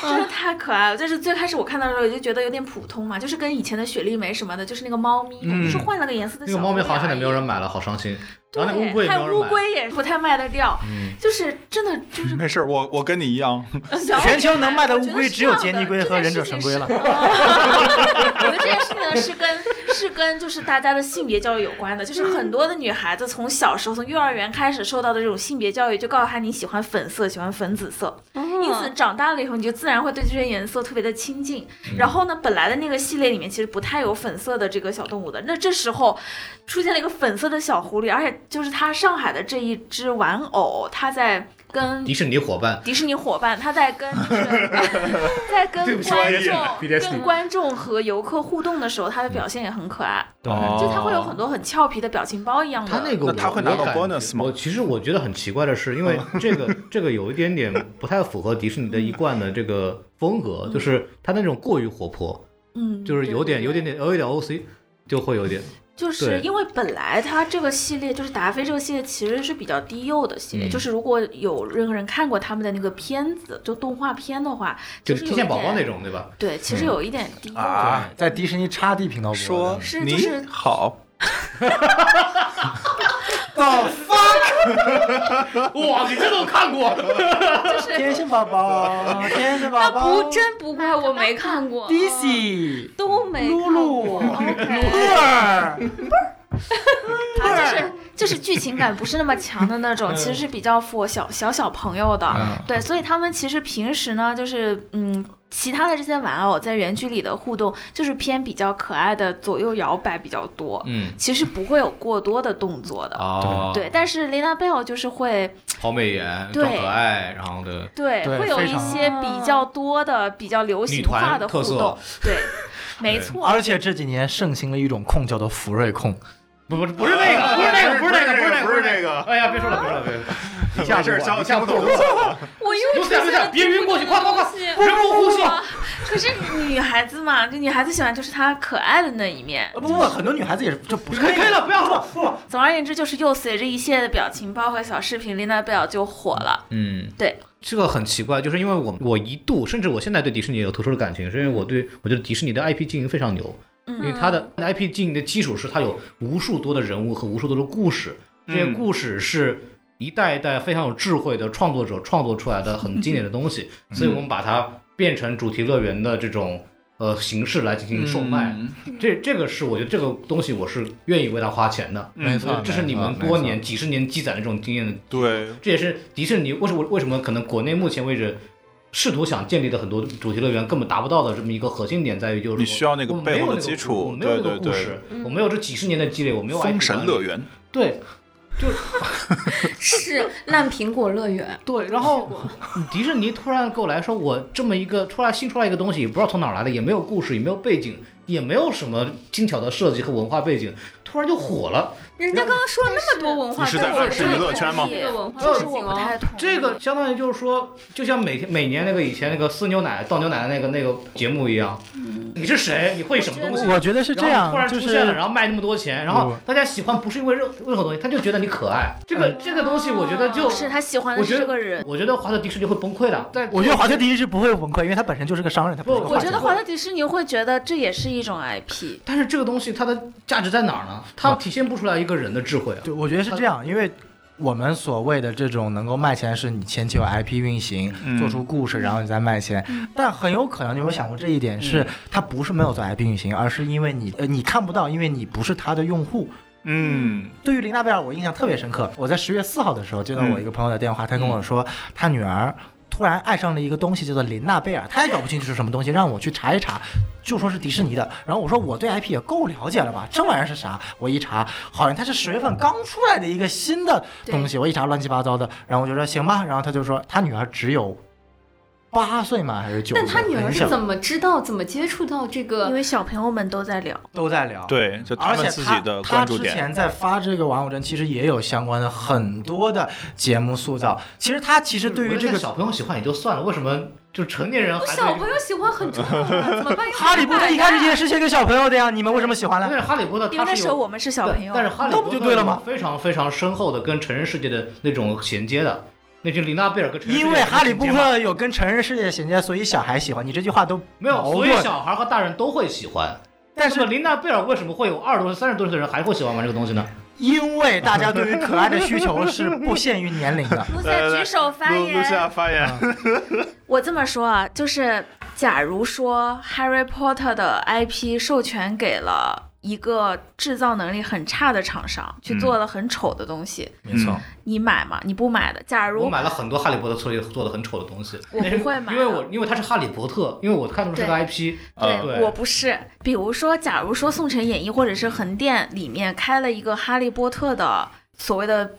Speaker 1: 真的太可爱了！就是最开始我看到的时候，我就觉得有点普通嘛，就是跟以前的雪莉梅什么的，就是那个猫咪，就是换了个颜色的
Speaker 3: 那
Speaker 1: 小
Speaker 3: 个
Speaker 1: 狐狸而已。
Speaker 3: 猫咪好像现在没有人买了，好伤心。然后那个乌龟也
Speaker 1: 还
Speaker 3: 没有
Speaker 1: 有
Speaker 3: 人
Speaker 1: 乌
Speaker 3: 买
Speaker 1: 龟也不太卖得掉，
Speaker 3: 嗯
Speaker 1: 就是真的就是呃
Speaker 4: 没事儿，我我跟你一样，
Speaker 5: 全球能卖的
Speaker 1: 我
Speaker 5: 乌
Speaker 1: 觉得
Speaker 5: 龟
Speaker 1: 是
Speaker 5: 只有
Speaker 1: 这样
Speaker 5: 杰
Speaker 1: 的
Speaker 5: 尼龟
Speaker 1: 这
Speaker 5: 和
Speaker 1: 件
Speaker 5: 忍
Speaker 1: 事
Speaker 5: 者神
Speaker 1: 情
Speaker 5: 龟
Speaker 1: 是
Speaker 5: 了。
Speaker 1: (laughs) 我觉得这件事情呢是跟是跟就是大家的性别教育有关的，
Speaker 5: 嗯
Speaker 1: 就是很多的女孩子从小时候从幼儿园开始受到的这种性别教育，就告诉她你喜欢粉色，喜欢粉紫色，因此长大了以后你就自然会对这些颜色特别的亲近。
Speaker 3: 嗯
Speaker 1: 然后呢，本来的那个系列里面其实不太有粉色的这个小动物的，那这时候出现了一个粉色的小狐狸，而且就是它上海的这一只玩偶，它在跟
Speaker 3: 迪士尼伙伴，
Speaker 1: 迪士尼伙伴，他在跟就是
Speaker 3: (laughs)
Speaker 1: 在
Speaker 3: 对
Speaker 1: 跟
Speaker 3: 不起
Speaker 1: 观
Speaker 3: PTSD
Speaker 1: 众、
Speaker 3: PTSD
Speaker 1: 跟观众和游客互动的时候，他的表现也很可爱，
Speaker 4: 哦
Speaker 1: 就他会有很多很俏皮的表情包一样的。
Speaker 3: 他那个
Speaker 4: 那
Speaker 3: 我
Speaker 4: 他会拿到
Speaker 3: 我感觉
Speaker 4: bonus 吗哦
Speaker 3: 我其实我觉得很奇怪的是，因为这个这个有一点点不太符合迪士尼的一
Speaker 1: 嗯
Speaker 3: 贯的这个风格，就是他那种过于活泼，
Speaker 1: 嗯，
Speaker 3: 就是有点
Speaker 1: 对
Speaker 3: 有点，点有一点 OC，就会有点
Speaker 1: 就是
Speaker 3: 对
Speaker 1: 因为本来他这个系列就是达菲这个系列其实是比较低幼的系列，
Speaker 3: 嗯
Speaker 1: 就是如果有任何人看过他们的那个片子，就动画片的话，
Speaker 3: 就
Speaker 1: 其实
Speaker 3: 是
Speaker 1: 有
Speaker 3: 天线宝宝
Speaker 1: 一
Speaker 3: 那
Speaker 1: 点
Speaker 3: 种，嗯对吧？
Speaker 1: 对，其实有一点低幼的。
Speaker 4: 啊
Speaker 5: 在迪士尼插地频道播的嗯
Speaker 4: 说
Speaker 1: 是就
Speaker 4: 你
Speaker 1: 是
Speaker 4: 好，
Speaker 3: 哇，你这都看过？
Speaker 5: (laughs) 天线宝宝，天线宝宝
Speaker 2: 不真不怪我没看过，嗯
Speaker 5: ，Dizzy，
Speaker 2: 都没
Speaker 5: 露露，
Speaker 2: 看
Speaker 5: 布尔，
Speaker 1: 它就是就是剧情感不是那么强的那
Speaker 3: (laughs)
Speaker 1: 种，其
Speaker 3: 嗯
Speaker 1: 实是比较符合小小小朋友的。对，所以他们其实平时呢，就是嗯。其他的这些玩偶在园区里的互动，就是偏比较可爱的左右摇摆比较多，
Speaker 3: 嗯，
Speaker 1: 其实不会有过多的动作的。
Speaker 3: 哦，
Speaker 1: 对，，但是雷娜贝尔就是会
Speaker 3: 好美颜，
Speaker 1: 对
Speaker 3: 装可爱，然后的
Speaker 1: 对
Speaker 5: 对
Speaker 1: 会有
Speaker 5: 非
Speaker 1: 一
Speaker 5: 常
Speaker 1: 些比较多的、比较流行
Speaker 3: 女
Speaker 1: 化
Speaker 3: 团
Speaker 1: 的互
Speaker 3: 特
Speaker 1: 动
Speaker 3: (laughs) 色，。
Speaker 1: 对，没错。
Speaker 5: 而且这几年盛行了一种控，叫做福瑞控，
Speaker 3: 不不不是那个，不是那个，不是那个，不是那个，
Speaker 4: 不是那个不是那个
Speaker 3: 哎呀，别说了，别说了，别说了。 (laughs)
Speaker 5: 一下
Speaker 4: 没事
Speaker 5: 子
Speaker 4: 儿，
Speaker 5: 我
Speaker 4: 小听不懂。
Speaker 2: 我又
Speaker 3: 留下留下，别晕过去，快快快，人工呼吸。
Speaker 1: 可是女孩子嘛，就女孩子喜欢就是她可爱的那一面。
Speaker 5: 不不，很多女孩子也是，这不是
Speaker 3: 可以可以了，不要说。
Speaker 1: 总而言之，就是又随着一系列的表情包和小视频，琳娜贝尔就火了。
Speaker 3: 嗯，
Speaker 1: 对，
Speaker 3: 这个很奇怪，就是因为我我一度，甚至我现在对迪士尼有特殊的感情，是因为我对我觉得迪士尼的 IP 经营非常牛，
Speaker 1: 嗯
Speaker 3: 因为它的 IP 经营的基础是它有无数多的人物和无数多的故事，这些
Speaker 4: 嗯
Speaker 3: 故事是一代一代非常有智慧的创作者创作出来的很经典的东西，所以我们把它变成主题乐园的这种。呃，形式来进行售卖，
Speaker 4: 嗯
Speaker 3: 这这个是我觉得这个东西我是愿意为它花钱的，
Speaker 4: 没
Speaker 5: 错
Speaker 3: 这是你们
Speaker 5: 嗯没错
Speaker 3: 多
Speaker 5: 没错
Speaker 3: 年几十年积攒的这种经验的
Speaker 4: 对，
Speaker 3: 这也是迪士尼为什么为什么可能国内目前为止试图想建立的很多主题乐园根本达不到的这么一个核心点，在于就是
Speaker 4: 你需要那个
Speaker 3: 我没
Speaker 4: 背
Speaker 3: 有
Speaker 4: 后的
Speaker 3: 那个
Speaker 4: 基础
Speaker 3: 我没有那个
Speaker 4: 对对
Speaker 3: 故事，我没有这几十年的积累，我没有
Speaker 4: 封神乐
Speaker 3: 园，
Speaker 4: 园，
Speaker 3: 对
Speaker 2: 是烂苹果乐园，
Speaker 3: 对。然后迪士尼突然给我来说，我这么一个突然新出来一个东西，也不知道从哪儿来的，也没有故事，也没有背景，也没有什么精巧的设计和文化背景，突然就火了。
Speaker 2: 人家刚刚说了那么多文化，
Speaker 4: 你是在
Speaker 2: 但我
Speaker 4: 暗示
Speaker 2: 真的
Speaker 4: 娱乐
Speaker 2: 不
Speaker 4: 圈吗
Speaker 2: 同意这个文化
Speaker 1: 其
Speaker 2: 背
Speaker 1: 实
Speaker 2: 景
Speaker 1: 我不
Speaker 2: 哦
Speaker 1: 太同意
Speaker 3: 这个相当于就是说，就像每天每年那个以前那个撕牛奶倒牛奶的那个那个节目一样，你是谁？你会什么东西？
Speaker 5: 我觉得是这
Speaker 3: 然后
Speaker 5: 样
Speaker 3: 突，然
Speaker 5: 就
Speaker 3: 出现了，
Speaker 5: 是
Speaker 3: 然后卖那么多钱，然
Speaker 5: 不
Speaker 3: 后大家喜欢不是因为任任何东西，他就觉得你可爱。这个这个东西，我觉得就
Speaker 1: 不是他喜欢
Speaker 3: 我
Speaker 1: 的
Speaker 3: 觉
Speaker 1: 是这
Speaker 3: 得
Speaker 1: 个人。
Speaker 3: 我觉得华特迪士尼会崩溃的。但
Speaker 5: 我觉得华特迪士尼不会文溃，因为他本身就是个商人，他不是个
Speaker 3: 不
Speaker 1: 我
Speaker 5: 画
Speaker 1: 觉得
Speaker 5: 家。
Speaker 1: 华特迪士尼会觉得这也是一种 IP，
Speaker 3: 但是这个东西它的价值在哪儿呢？它体现不出来一个人的智慧啊。
Speaker 5: 对，我觉得是这样，因为。我们所谓的这种能够卖钱，是你前期有 IP 运行，
Speaker 4: 嗯
Speaker 5: 做出故事，然后你再卖钱。但很有可能你有没有想过这一点是，它不是没有做 IP 运行，而是因为你呃你看不到，因为你不是它的用户。
Speaker 4: 嗯，
Speaker 5: 对于林娜贝尔，我印象特别深刻。我在十月四号的时候接到我一个朋友的电话，他跟我说，他女儿突然爱上了一个东西，叫做林娜贝尔，他也搞不清楚是什么东西，让我去查一查，就说是迪士尼的。然后我说我对 IP 也够了解了吧，这玩意儿是啥？我一查，好像它是十月份刚出来的一个新的东西，我一查乱七八糟的。然后我就说行吧，然后他就说他女儿只有八岁嘛，还是九岁，
Speaker 2: 但他女儿
Speaker 5: 很
Speaker 2: 是
Speaker 5: 小
Speaker 2: 怎么知道、怎么接触到这
Speaker 1: 因
Speaker 2: 个？
Speaker 1: 为小朋友们都在聊。
Speaker 5: 都在聊。
Speaker 4: 对，就他
Speaker 5: 而且
Speaker 4: 们自己的
Speaker 5: 他
Speaker 4: 关
Speaker 5: 他
Speaker 4: 注
Speaker 5: 之
Speaker 4: 点，
Speaker 5: 前在发这个玩偶针，其实也有相关的很多的节目塑造。其实他其实对于这
Speaker 3: 我觉得
Speaker 5: 个
Speaker 3: 小朋友喜欢也就算了，为什么就成年人还对
Speaker 2: 小朋友喜欢很重要啊，怎么办？
Speaker 5: 哈利波特一开始也
Speaker 2: 也
Speaker 5: 是写给小朋友的呀，你们为什么喜欢
Speaker 3: 但
Speaker 5: 呢？
Speaker 3: 是哈利波特
Speaker 1: 因为
Speaker 3: 他
Speaker 1: 那
Speaker 3: 是
Speaker 1: 时候
Speaker 3: 有。
Speaker 1: 我们是小朋友，
Speaker 3: 但是哈利
Speaker 5: 那
Speaker 3: 波
Speaker 5: 不
Speaker 3: 特
Speaker 5: 就对了吗
Speaker 3: 有非常非常深厚的跟成人世界的那种衔接的，那就琳娜贝尔跟成人世界
Speaker 5: 因为哈利
Speaker 3: 衔接
Speaker 5: 波
Speaker 3: 嘛
Speaker 5: 特有跟成人世界的衔接，所以小孩喜欢。你这句话都
Speaker 3: 没有，
Speaker 5: 矛
Speaker 3: 所以
Speaker 5: 盾。
Speaker 3: 小孩和大人都会喜欢。
Speaker 5: 但
Speaker 3: 那么琳娜贝尔为什么会有二十多岁、三十多岁的人还会喜欢玩这个东西呢？
Speaker 5: 因为大家对于可爱的需求是不限于年龄的。
Speaker 1: 露夏举手发
Speaker 4: 露露夏
Speaker 1: 言。
Speaker 4: 发
Speaker 1: (laughs)
Speaker 5: 啊
Speaker 4: 言，
Speaker 1: 我这么说啊，就是假如说《Harry Potter》的 IP 授权给了。一个制造能力很差的厂商
Speaker 3: 嗯
Speaker 1: 去做了很丑的东西，
Speaker 3: 没错，
Speaker 1: 你买吗？你不买的。假如
Speaker 3: 嗯我买了很多哈利波特做的做的很丑的东西，
Speaker 1: 我不会买的
Speaker 3: (laughs) 因为我因为它是哈利波特，因为我看中这个 IP，
Speaker 1: 对，
Speaker 3: 嗯对
Speaker 1: 我不是。比如说，假如说《宋城演义》或者是横店里面开了一个《哈利波特》的所谓的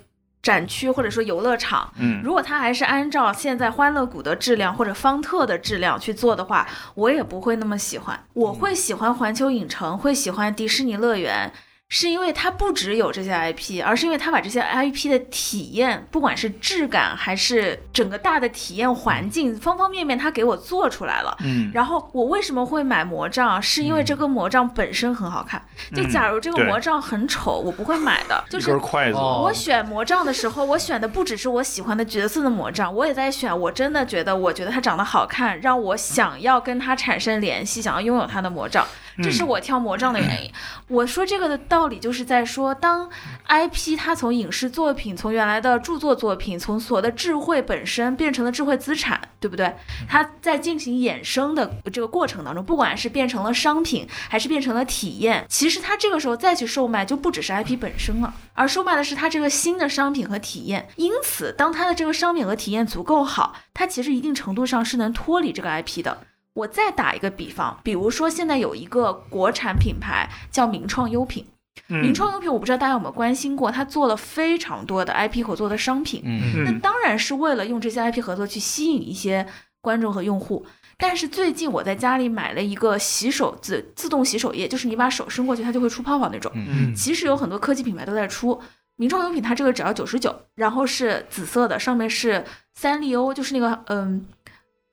Speaker 1: 展区或者说游乐场，
Speaker 4: 嗯
Speaker 1: 如果它还是按照现在欢乐谷的质量或者方特的质量去做的话，我也不会那么喜
Speaker 4: 嗯
Speaker 1: 欢。我会喜欢环球影城，会喜欢迪士尼乐园。是因为它不只有这些 IP，而是因为它把这些 IP 的体验，不管是质感还是整个大的体验环境方方面面，它给我做出来了。
Speaker 4: 嗯，
Speaker 1: 然后我为什么会买魔杖？是因为这个魔杖本身很好看。就假如这个
Speaker 4: 对
Speaker 1: 魔杖很丑，我不会买的。就
Speaker 4: 一
Speaker 1: 是
Speaker 4: 根筷子，
Speaker 3: 哦
Speaker 1: 我选魔杖的时候，我选的不只是我喜欢的角色的魔杖，我也在选我真的觉得我觉得它长得好看，让我想要跟它产生联系，想要拥有它的魔杖。这是我挑魔杖的原因。我说这个的道理就是在说，当 IP 它从影视作品、从原来的著作作品、从所有的智慧本身变成了智慧资产，对不对？它在进行衍生的这个过程当中，不管是变成了商品，还是变成了体验，其实它这个时候再去售卖，就不只是 IP 本身了，而售卖的是它这个新的商品和体验。因此，当它的这个商品和体验足够好，它其实一定程度上是能脱离这个 IP 的。我再打一个比方，比如说现在有一个国产品牌叫名创优品，名
Speaker 4: 嗯
Speaker 1: 创优品我不知道大家有没有关心过，它做了非常多的 IP 合作的商品，
Speaker 3: 嗯，
Speaker 1: 那
Speaker 4: 嗯
Speaker 1: 当然是为了用这些 IP 合作去吸引一些观众和用户。但是最近我在家里买了一个洗手自自动洗手液，就是你把手伸过去，它就会出泡泡那种。
Speaker 4: 嗯
Speaker 1: 其实有很多科技品牌都在出，名创优品它这个只要九十九，然后是紫色的，上面是三丽鸥，就是那个嗯。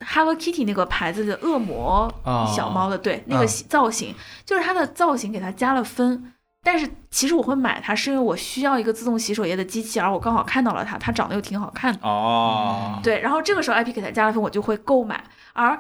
Speaker 1: Hello Kitty 那个牌子的恶魔
Speaker 3: 哦
Speaker 1: 小猫的，对那个洗造型，就是它的造型给它加了分。但是其实我会买它，是因为我需要一个自动洗手液的机器，而我刚好看到了它，它长得又挺好看的。
Speaker 4: 哦，
Speaker 1: 对，然后这个时候 IP 给它加了分，我就会购买。而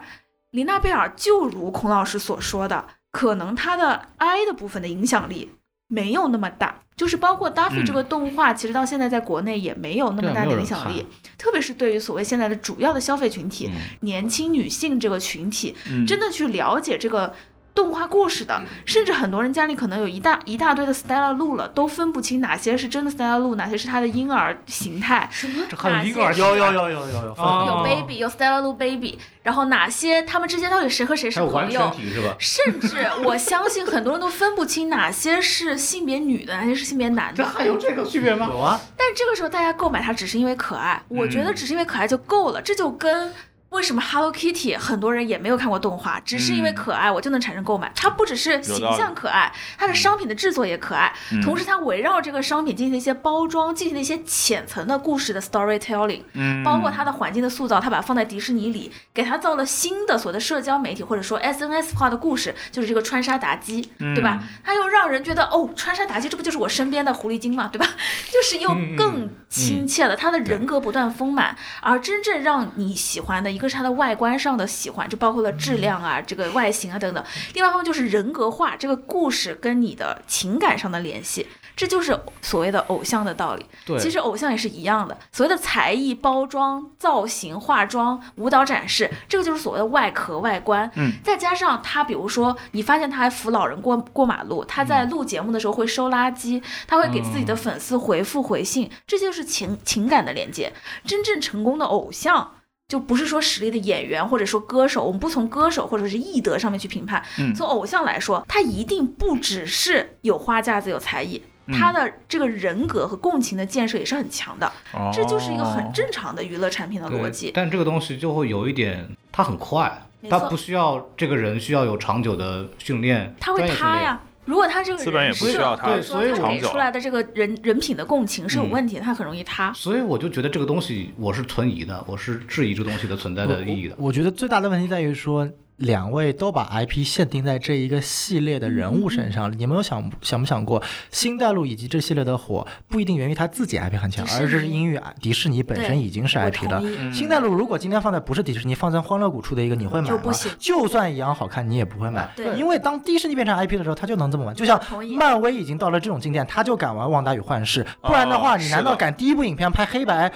Speaker 1: 琳娜贝尔就如孔老师所说的，可能它的 I 的部分的影响力没有那么大，就是包括 Duffy 这个动画，其实到现在在国内也没有那么
Speaker 3: 嗯对啊
Speaker 1: 大
Speaker 3: 没
Speaker 1: 的
Speaker 3: 有
Speaker 1: 影
Speaker 3: 人
Speaker 1: 响
Speaker 3: 看
Speaker 1: 力，特别是对于所谓现在的主要的消费群体，
Speaker 3: 嗯
Speaker 1: 年轻女性这个群体，
Speaker 4: 嗯
Speaker 1: 真的去了解这个。动画故事
Speaker 3: 嗯
Speaker 1: 的，甚至很多人家里可能有一大一大堆的 Stella 鹿了，都分不清哪些是真的 Stella 鹿，哪些是它的婴儿形态，
Speaker 3: 这还有婴儿
Speaker 5: 有有有有有有，
Speaker 1: 有
Speaker 3: 哦
Speaker 1: baby，有 Stella Lu baby，然后哪些他们之间到底谁和谁是
Speaker 3: 还有完
Speaker 1: 朋
Speaker 3: 全
Speaker 1: 友？
Speaker 3: 体是吧？
Speaker 1: 甚至我相信很多人都分不清哪些是性别女的，哪些是性别男的。
Speaker 3: 还有这个区别吗？
Speaker 5: 有啊，
Speaker 1: 但这个时候大家购买它只是因为可爱，我觉
Speaker 4: 嗯
Speaker 1: 得只是因为可爱就够了。这就跟为什么 Hello Kitty 很多人也没有看过动画，只是因为可爱我就能产生购买。它不只是形
Speaker 4: 嗯有道嗯
Speaker 1: 象可爱，它的商品的制作也可爱，同时它围绕这个商品进行一些包装，进行了一些浅层的故事的 storytelling。
Speaker 4: 嗯
Speaker 1: 包括它的环境的塑造，它把它放在迪士尼里，给它造了新的所谓的社交媒体或者说 SNS 化的故事，就是这个穿沙妲己，
Speaker 4: 嗯
Speaker 1: 对吧？它又让人觉得哦，穿沙妲己这不就是我身边的狐狸精嘛，对吧？ (laughs) 就是又更亲切了，它的人格不断丰满，而真正让你喜欢的，一个是它的外观上的喜欢，就包括了质量啊、这个外形啊等等；，另外一方面就是人格化，这个故事跟你的情感上的联系。这就是所谓的偶像的道理。
Speaker 3: 对，
Speaker 1: 其实偶像也是一样的，所谓的才艺、包装、造型、化妆、舞蹈展示，这个就是所谓的外壳、外观。
Speaker 4: 嗯，
Speaker 1: 再加上他，比如说你发现他还扶老人过过马路，他
Speaker 4: 嗯
Speaker 1: 在录节目的时候会收垃圾，他会给自己的粉丝回复回信，这就是情情感的连接。真正成功的偶像。就不是说实力的演员或者说歌手，我们不从歌手或者是艺德上面去评判，
Speaker 4: 嗯
Speaker 1: 从偶像来说，他一定不只是有花架子、有才艺，
Speaker 5: 嗯
Speaker 1: 他的这个人格和共情的建设也是很强的，
Speaker 4: 哦
Speaker 1: 这就是一个
Speaker 5: 哦
Speaker 1: 很正常的娱乐产品的
Speaker 3: 对
Speaker 1: 逻辑。
Speaker 3: 但这个东西就会有一点，它很快，
Speaker 1: 没
Speaker 3: 它
Speaker 1: 错
Speaker 3: 不需要这个人需要有长久的训练，
Speaker 1: 他会
Speaker 3: 专业训
Speaker 1: 塌
Speaker 3: 练。
Speaker 1: 呀，如果他这个
Speaker 4: 资本也
Speaker 1: 人
Speaker 4: 不
Speaker 1: 设
Speaker 4: 需要它
Speaker 3: 对所以
Speaker 1: 他
Speaker 4: 长
Speaker 1: 给
Speaker 4: 久
Speaker 1: 出来的这个人人品的共情是有
Speaker 5: 嗯
Speaker 1: 问题的，他很容易塌。
Speaker 3: 所以我就觉得这个东西我是存疑的，我是质疑这个东西的存在的意义的。
Speaker 5: 我觉得最大的问题在于说，两位都把 IP 限定在这一个系列的人物身上，你们有想想不想过，新大陆以及这系列的火不一定源于他自己 IP 很强，而是因为迪士尼本身已经是 IP 了。
Speaker 4: 嗯
Speaker 5: 新大陆如果今天放在不是迪士尼，放在欢乐谷出的一个，你会买吗？就算一样好看，你也不会买，因为当迪士尼变成 IP 的时候，他就能这么玩。就像漫威已经到了这种境界，他就敢玩《旺达与幻视》，不然的话，你难道敢第一部影片拍黑白？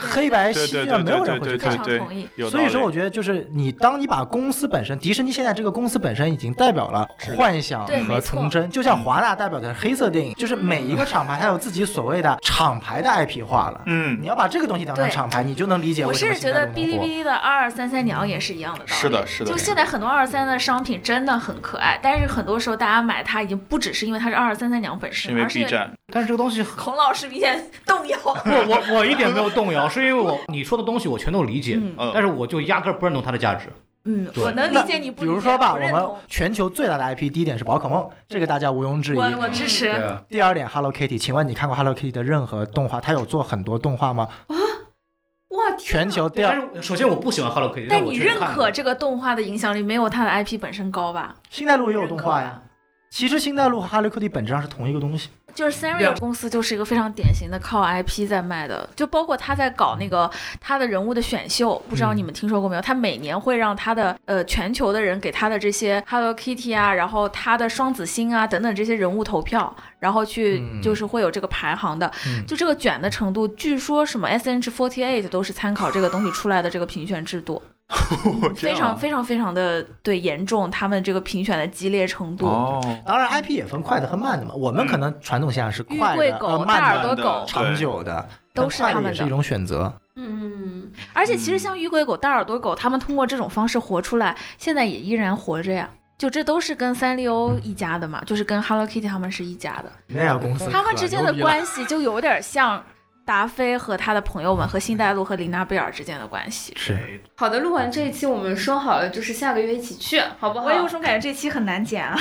Speaker 5: 黑白
Speaker 4: 哦对
Speaker 5: 西
Speaker 4: 对
Speaker 5: 啊，
Speaker 4: 对
Speaker 5: 没有人会去
Speaker 4: 对对
Speaker 5: 看。
Speaker 4: 对
Speaker 7: 同意
Speaker 4: 对，
Speaker 5: 所以说，我
Speaker 4: 觉
Speaker 5: 觉得就是你，当你把公司本身，迪士尼现在这个公司本身已经代表了幻想
Speaker 1: 对没
Speaker 5: 和
Speaker 1: 错
Speaker 5: 童真，就像华纳代表的黑色电影，就是每一个厂牌它有自己所谓的厂牌的 IP 化了。
Speaker 4: 嗯
Speaker 5: 你，要把这个东西当成
Speaker 1: 对
Speaker 5: 厂牌，你就能理解
Speaker 1: 我
Speaker 5: 为什
Speaker 1: 甚
Speaker 5: 么
Speaker 1: 至觉
Speaker 5: 现在
Speaker 1: 得
Speaker 5: 这么
Speaker 1: 哔哩
Speaker 5: 火
Speaker 1: 哔哩的二二三三娘也是一样的道理。
Speaker 4: 是的，是的
Speaker 1: 就，现在很多二三的商品真的很可爱，但是很多时候大家买它已经不只是因为它是二三三娘本
Speaker 4: 是
Speaker 1: 身，
Speaker 4: 因为
Speaker 1: 而
Speaker 4: B
Speaker 1: 是
Speaker 4: 站，
Speaker 3: 但是这个东西很
Speaker 1: 孔老师明显动摇。
Speaker 3: 我我我一点没有动 (laughs) 摇，是因为我你说的东西我全都理解，
Speaker 1: 嗯
Speaker 4: 嗯
Speaker 3: 但是我就压根儿不认同它的价值。
Speaker 1: 嗯，
Speaker 3: 对
Speaker 1: 我能理解你不
Speaker 5: 比
Speaker 1: 理解。
Speaker 5: 如说吧，
Speaker 1: 不
Speaker 5: 我
Speaker 1: 认
Speaker 5: 们
Speaker 1: 同
Speaker 5: 全球最大的 IP，第一点是宝可梦，这个大家毋庸置疑。
Speaker 1: 我我支持。
Speaker 3: 啊，
Speaker 5: 第二点，Hello Kitty，请问你看过 Hello Kitty 的任何动画？它有做很多动画吗？
Speaker 1: 哇，天
Speaker 5: 全
Speaker 1: 哪！
Speaker 5: 球第
Speaker 3: 但
Speaker 5: 二，
Speaker 3: 是首先我不喜欢 Hello Kitty，
Speaker 1: 但
Speaker 3: 我
Speaker 1: 你
Speaker 3: 确实
Speaker 1: 认
Speaker 3: 看
Speaker 1: 可
Speaker 3: 了
Speaker 1: 这个动画的影响力没有它的 IP 本身高吧？
Speaker 5: 新大陆也有动画呀。其实新大陆和 Hello Kitty 本质上是同一个东西。
Speaker 1: 就是 Sanrio 公司就是一个非常典型的靠 IP 在卖的，就包括他在搞那个
Speaker 5: 嗯
Speaker 1: 他的人物的选秀，不知道你们听说过没有？他每年会让他的呃全球的人给他的这些 Hello Kitty 啊，然后他的双子星啊等等这些人物投票，然后去
Speaker 5: 嗯
Speaker 1: 就是会有这个排行的，
Speaker 5: 嗯
Speaker 1: 就这个卷的程度，据说什么 SNH48 都是参考这个东西出来的这个评选制
Speaker 5: (laughs)
Speaker 1: 度，
Speaker 5: 哦
Speaker 1: 非
Speaker 5: 啊
Speaker 1: 常非常非常的对严重他们这个评选的激烈程度。
Speaker 4: 哦，
Speaker 5: 当然，IP 也分快的和慢的嘛。我们可能传统下是
Speaker 1: 玉
Speaker 5: 快
Speaker 1: 桂
Speaker 5: 的、
Speaker 1: 狗、
Speaker 5: 呃、
Speaker 1: 大耳
Speaker 5: 慢
Speaker 1: 朵
Speaker 5: 的、
Speaker 4: 的
Speaker 1: 狗，
Speaker 5: 长久的，
Speaker 1: 都
Speaker 5: 但
Speaker 1: 是
Speaker 5: 快
Speaker 1: 他
Speaker 5: 的
Speaker 1: 们
Speaker 5: 也是
Speaker 1: 的
Speaker 5: 一种选择。
Speaker 1: 嗯，而且其实像玉龟狗、大耳朵狗，他们通过这种方式活出来，现在也依然活着呀。就这都是跟三丽鸥一家的嘛，就是跟 Hello Kitty 他们是一家的，
Speaker 5: 那家公司
Speaker 1: 他们之间的关系就有点像达菲和他的朋友们和辛黛露和琳娜贝尔之间的关系。
Speaker 5: 是
Speaker 2: 好的，录完这一期我们说好了，就是下个月一起去，好不好？
Speaker 7: 我有种感觉这期很难剪
Speaker 1: (laughs)
Speaker 7: 啊。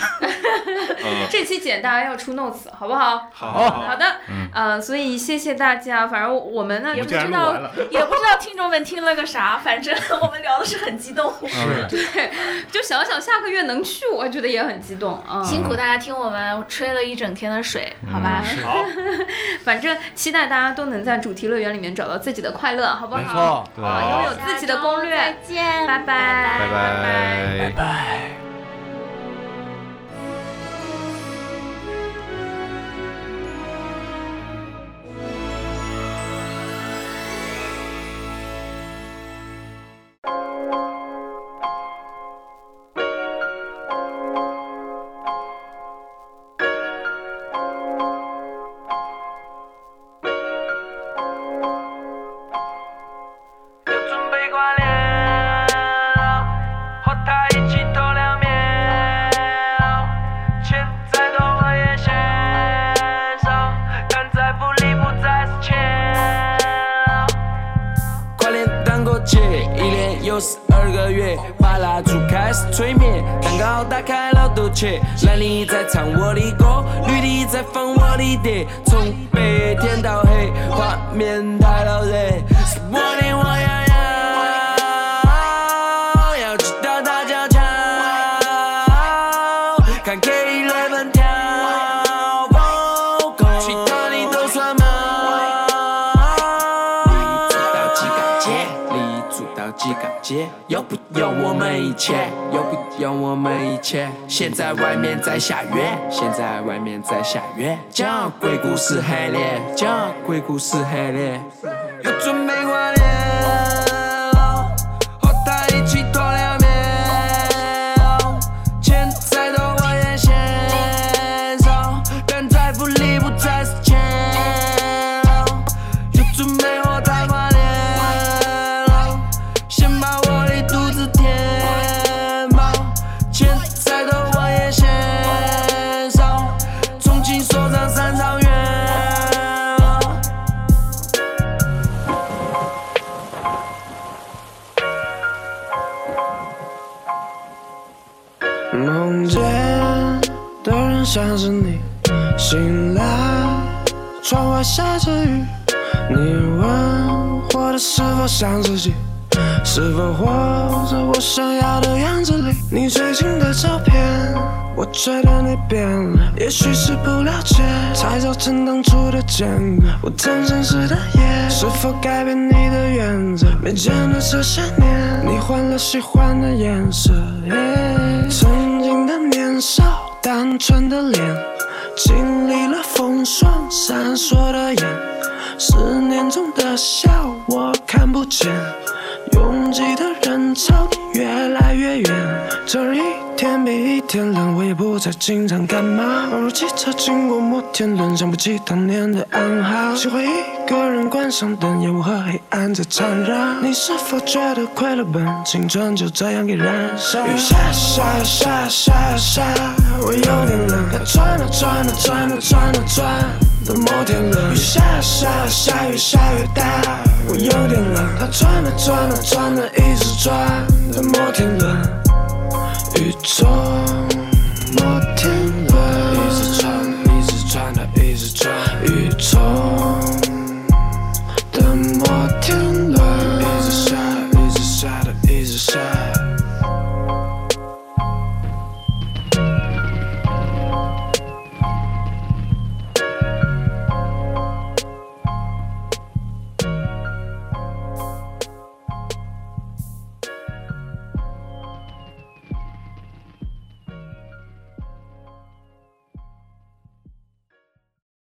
Speaker 4: 嗯，
Speaker 2: 这期剪，大家要出 notes，好不好？
Speaker 4: 好
Speaker 2: 好
Speaker 4: 好，
Speaker 2: 的，
Speaker 3: 嗯
Speaker 2: 呃，所以谢谢大家，反正我们呢
Speaker 3: 我
Speaker 2: 也
Speaker 3: 们
Speaker 2: 不
Speaker 3: 竟然
Speaker 2: 知
Speaker 3: 录完
Speaker 2: 道，
Speaker 3: 了，
Speaker 7: 也不知道听众们听了个啥，反正我们聊的是很激动。
Speaker 5: 是，
Speaker 2: 就想想下个月能去，我觉得也很激动啊。
Speaker 1: 辛苦大家听我们吹了一整天的水，好吧？
Speaker 4: 好，
Speaker 3: (laughs)
Speaker 2: 反正期待大家都能在主题乐园里面找到自己的快乐，好不好？
Speaker 5: 没错，
Speaker 3: 对，
Speaker 2: 啊，拥有自己的攻略。
Speaker 1: 再见，
Speaker 2: 拜拜
Speaker 1: 拜
Speaker 2: 拜
Speaker 3: 拜
Speaker 5: 哎
Speaker 3: 拜。
Speaker 10: 就准备挂脸了，和他一起偷凉面了，钱再多我也嫌少，看在府里不再是钱了。快点当过姐，一连又是二个月，把蜡烛开始吹灭，蛋糕打开了都切，蓝里在唱我的歌，绿的在放我的碟，从白天到黑，画面太劳累，是我的我要要，要去到大家瞧，看 K 来蹦跳，其他的都算毛。立足到几个街，立足到几个街，要不要我们一起？要不要我们一起？现在外面在下雨，现在外面在下雨，讲鬼故事系列，讲鬼故事系列，又准备挂脸了，和他一起多聊面，钱再多我也嫌少，但财富里不再是钱。又准备我太挂脸了，先把我的肚子填饱，钱再多我也嫌少，重庆说唱三朝元老。梦见的人像是你，醒来窗外下着雨，你问我的是否像自己，是否活在我想要的样子里？你最近的照片，我觉得你变了，也许是不了解，才造成当初的茧。我曾相识的夜，是否改变你的原则？没见的这些年，你换了喜欢的颜色。耶曾经的年少，单纯的脸，经历了风霜，闪烁的眼。思念中的笑，我看不见。拥挤的人潮，你越来越远。这一天比一天冷，我也不再经常感冒。偶尔骑车经过摩天轮，想不起当年的暗号。喜欢一个人观赏灯，烟雾和黑暗在缠绕。你是否觉得亏了本？青春就这样给燃烧。雨下呀下呀下呀下呀下呀，我有点冷。它转啊转啊转啊转啊转到摩天轮。雨下呀下呀下雨下越大，我有点冷。它转啊转啊转啊一直转到摩天轮。宇宙。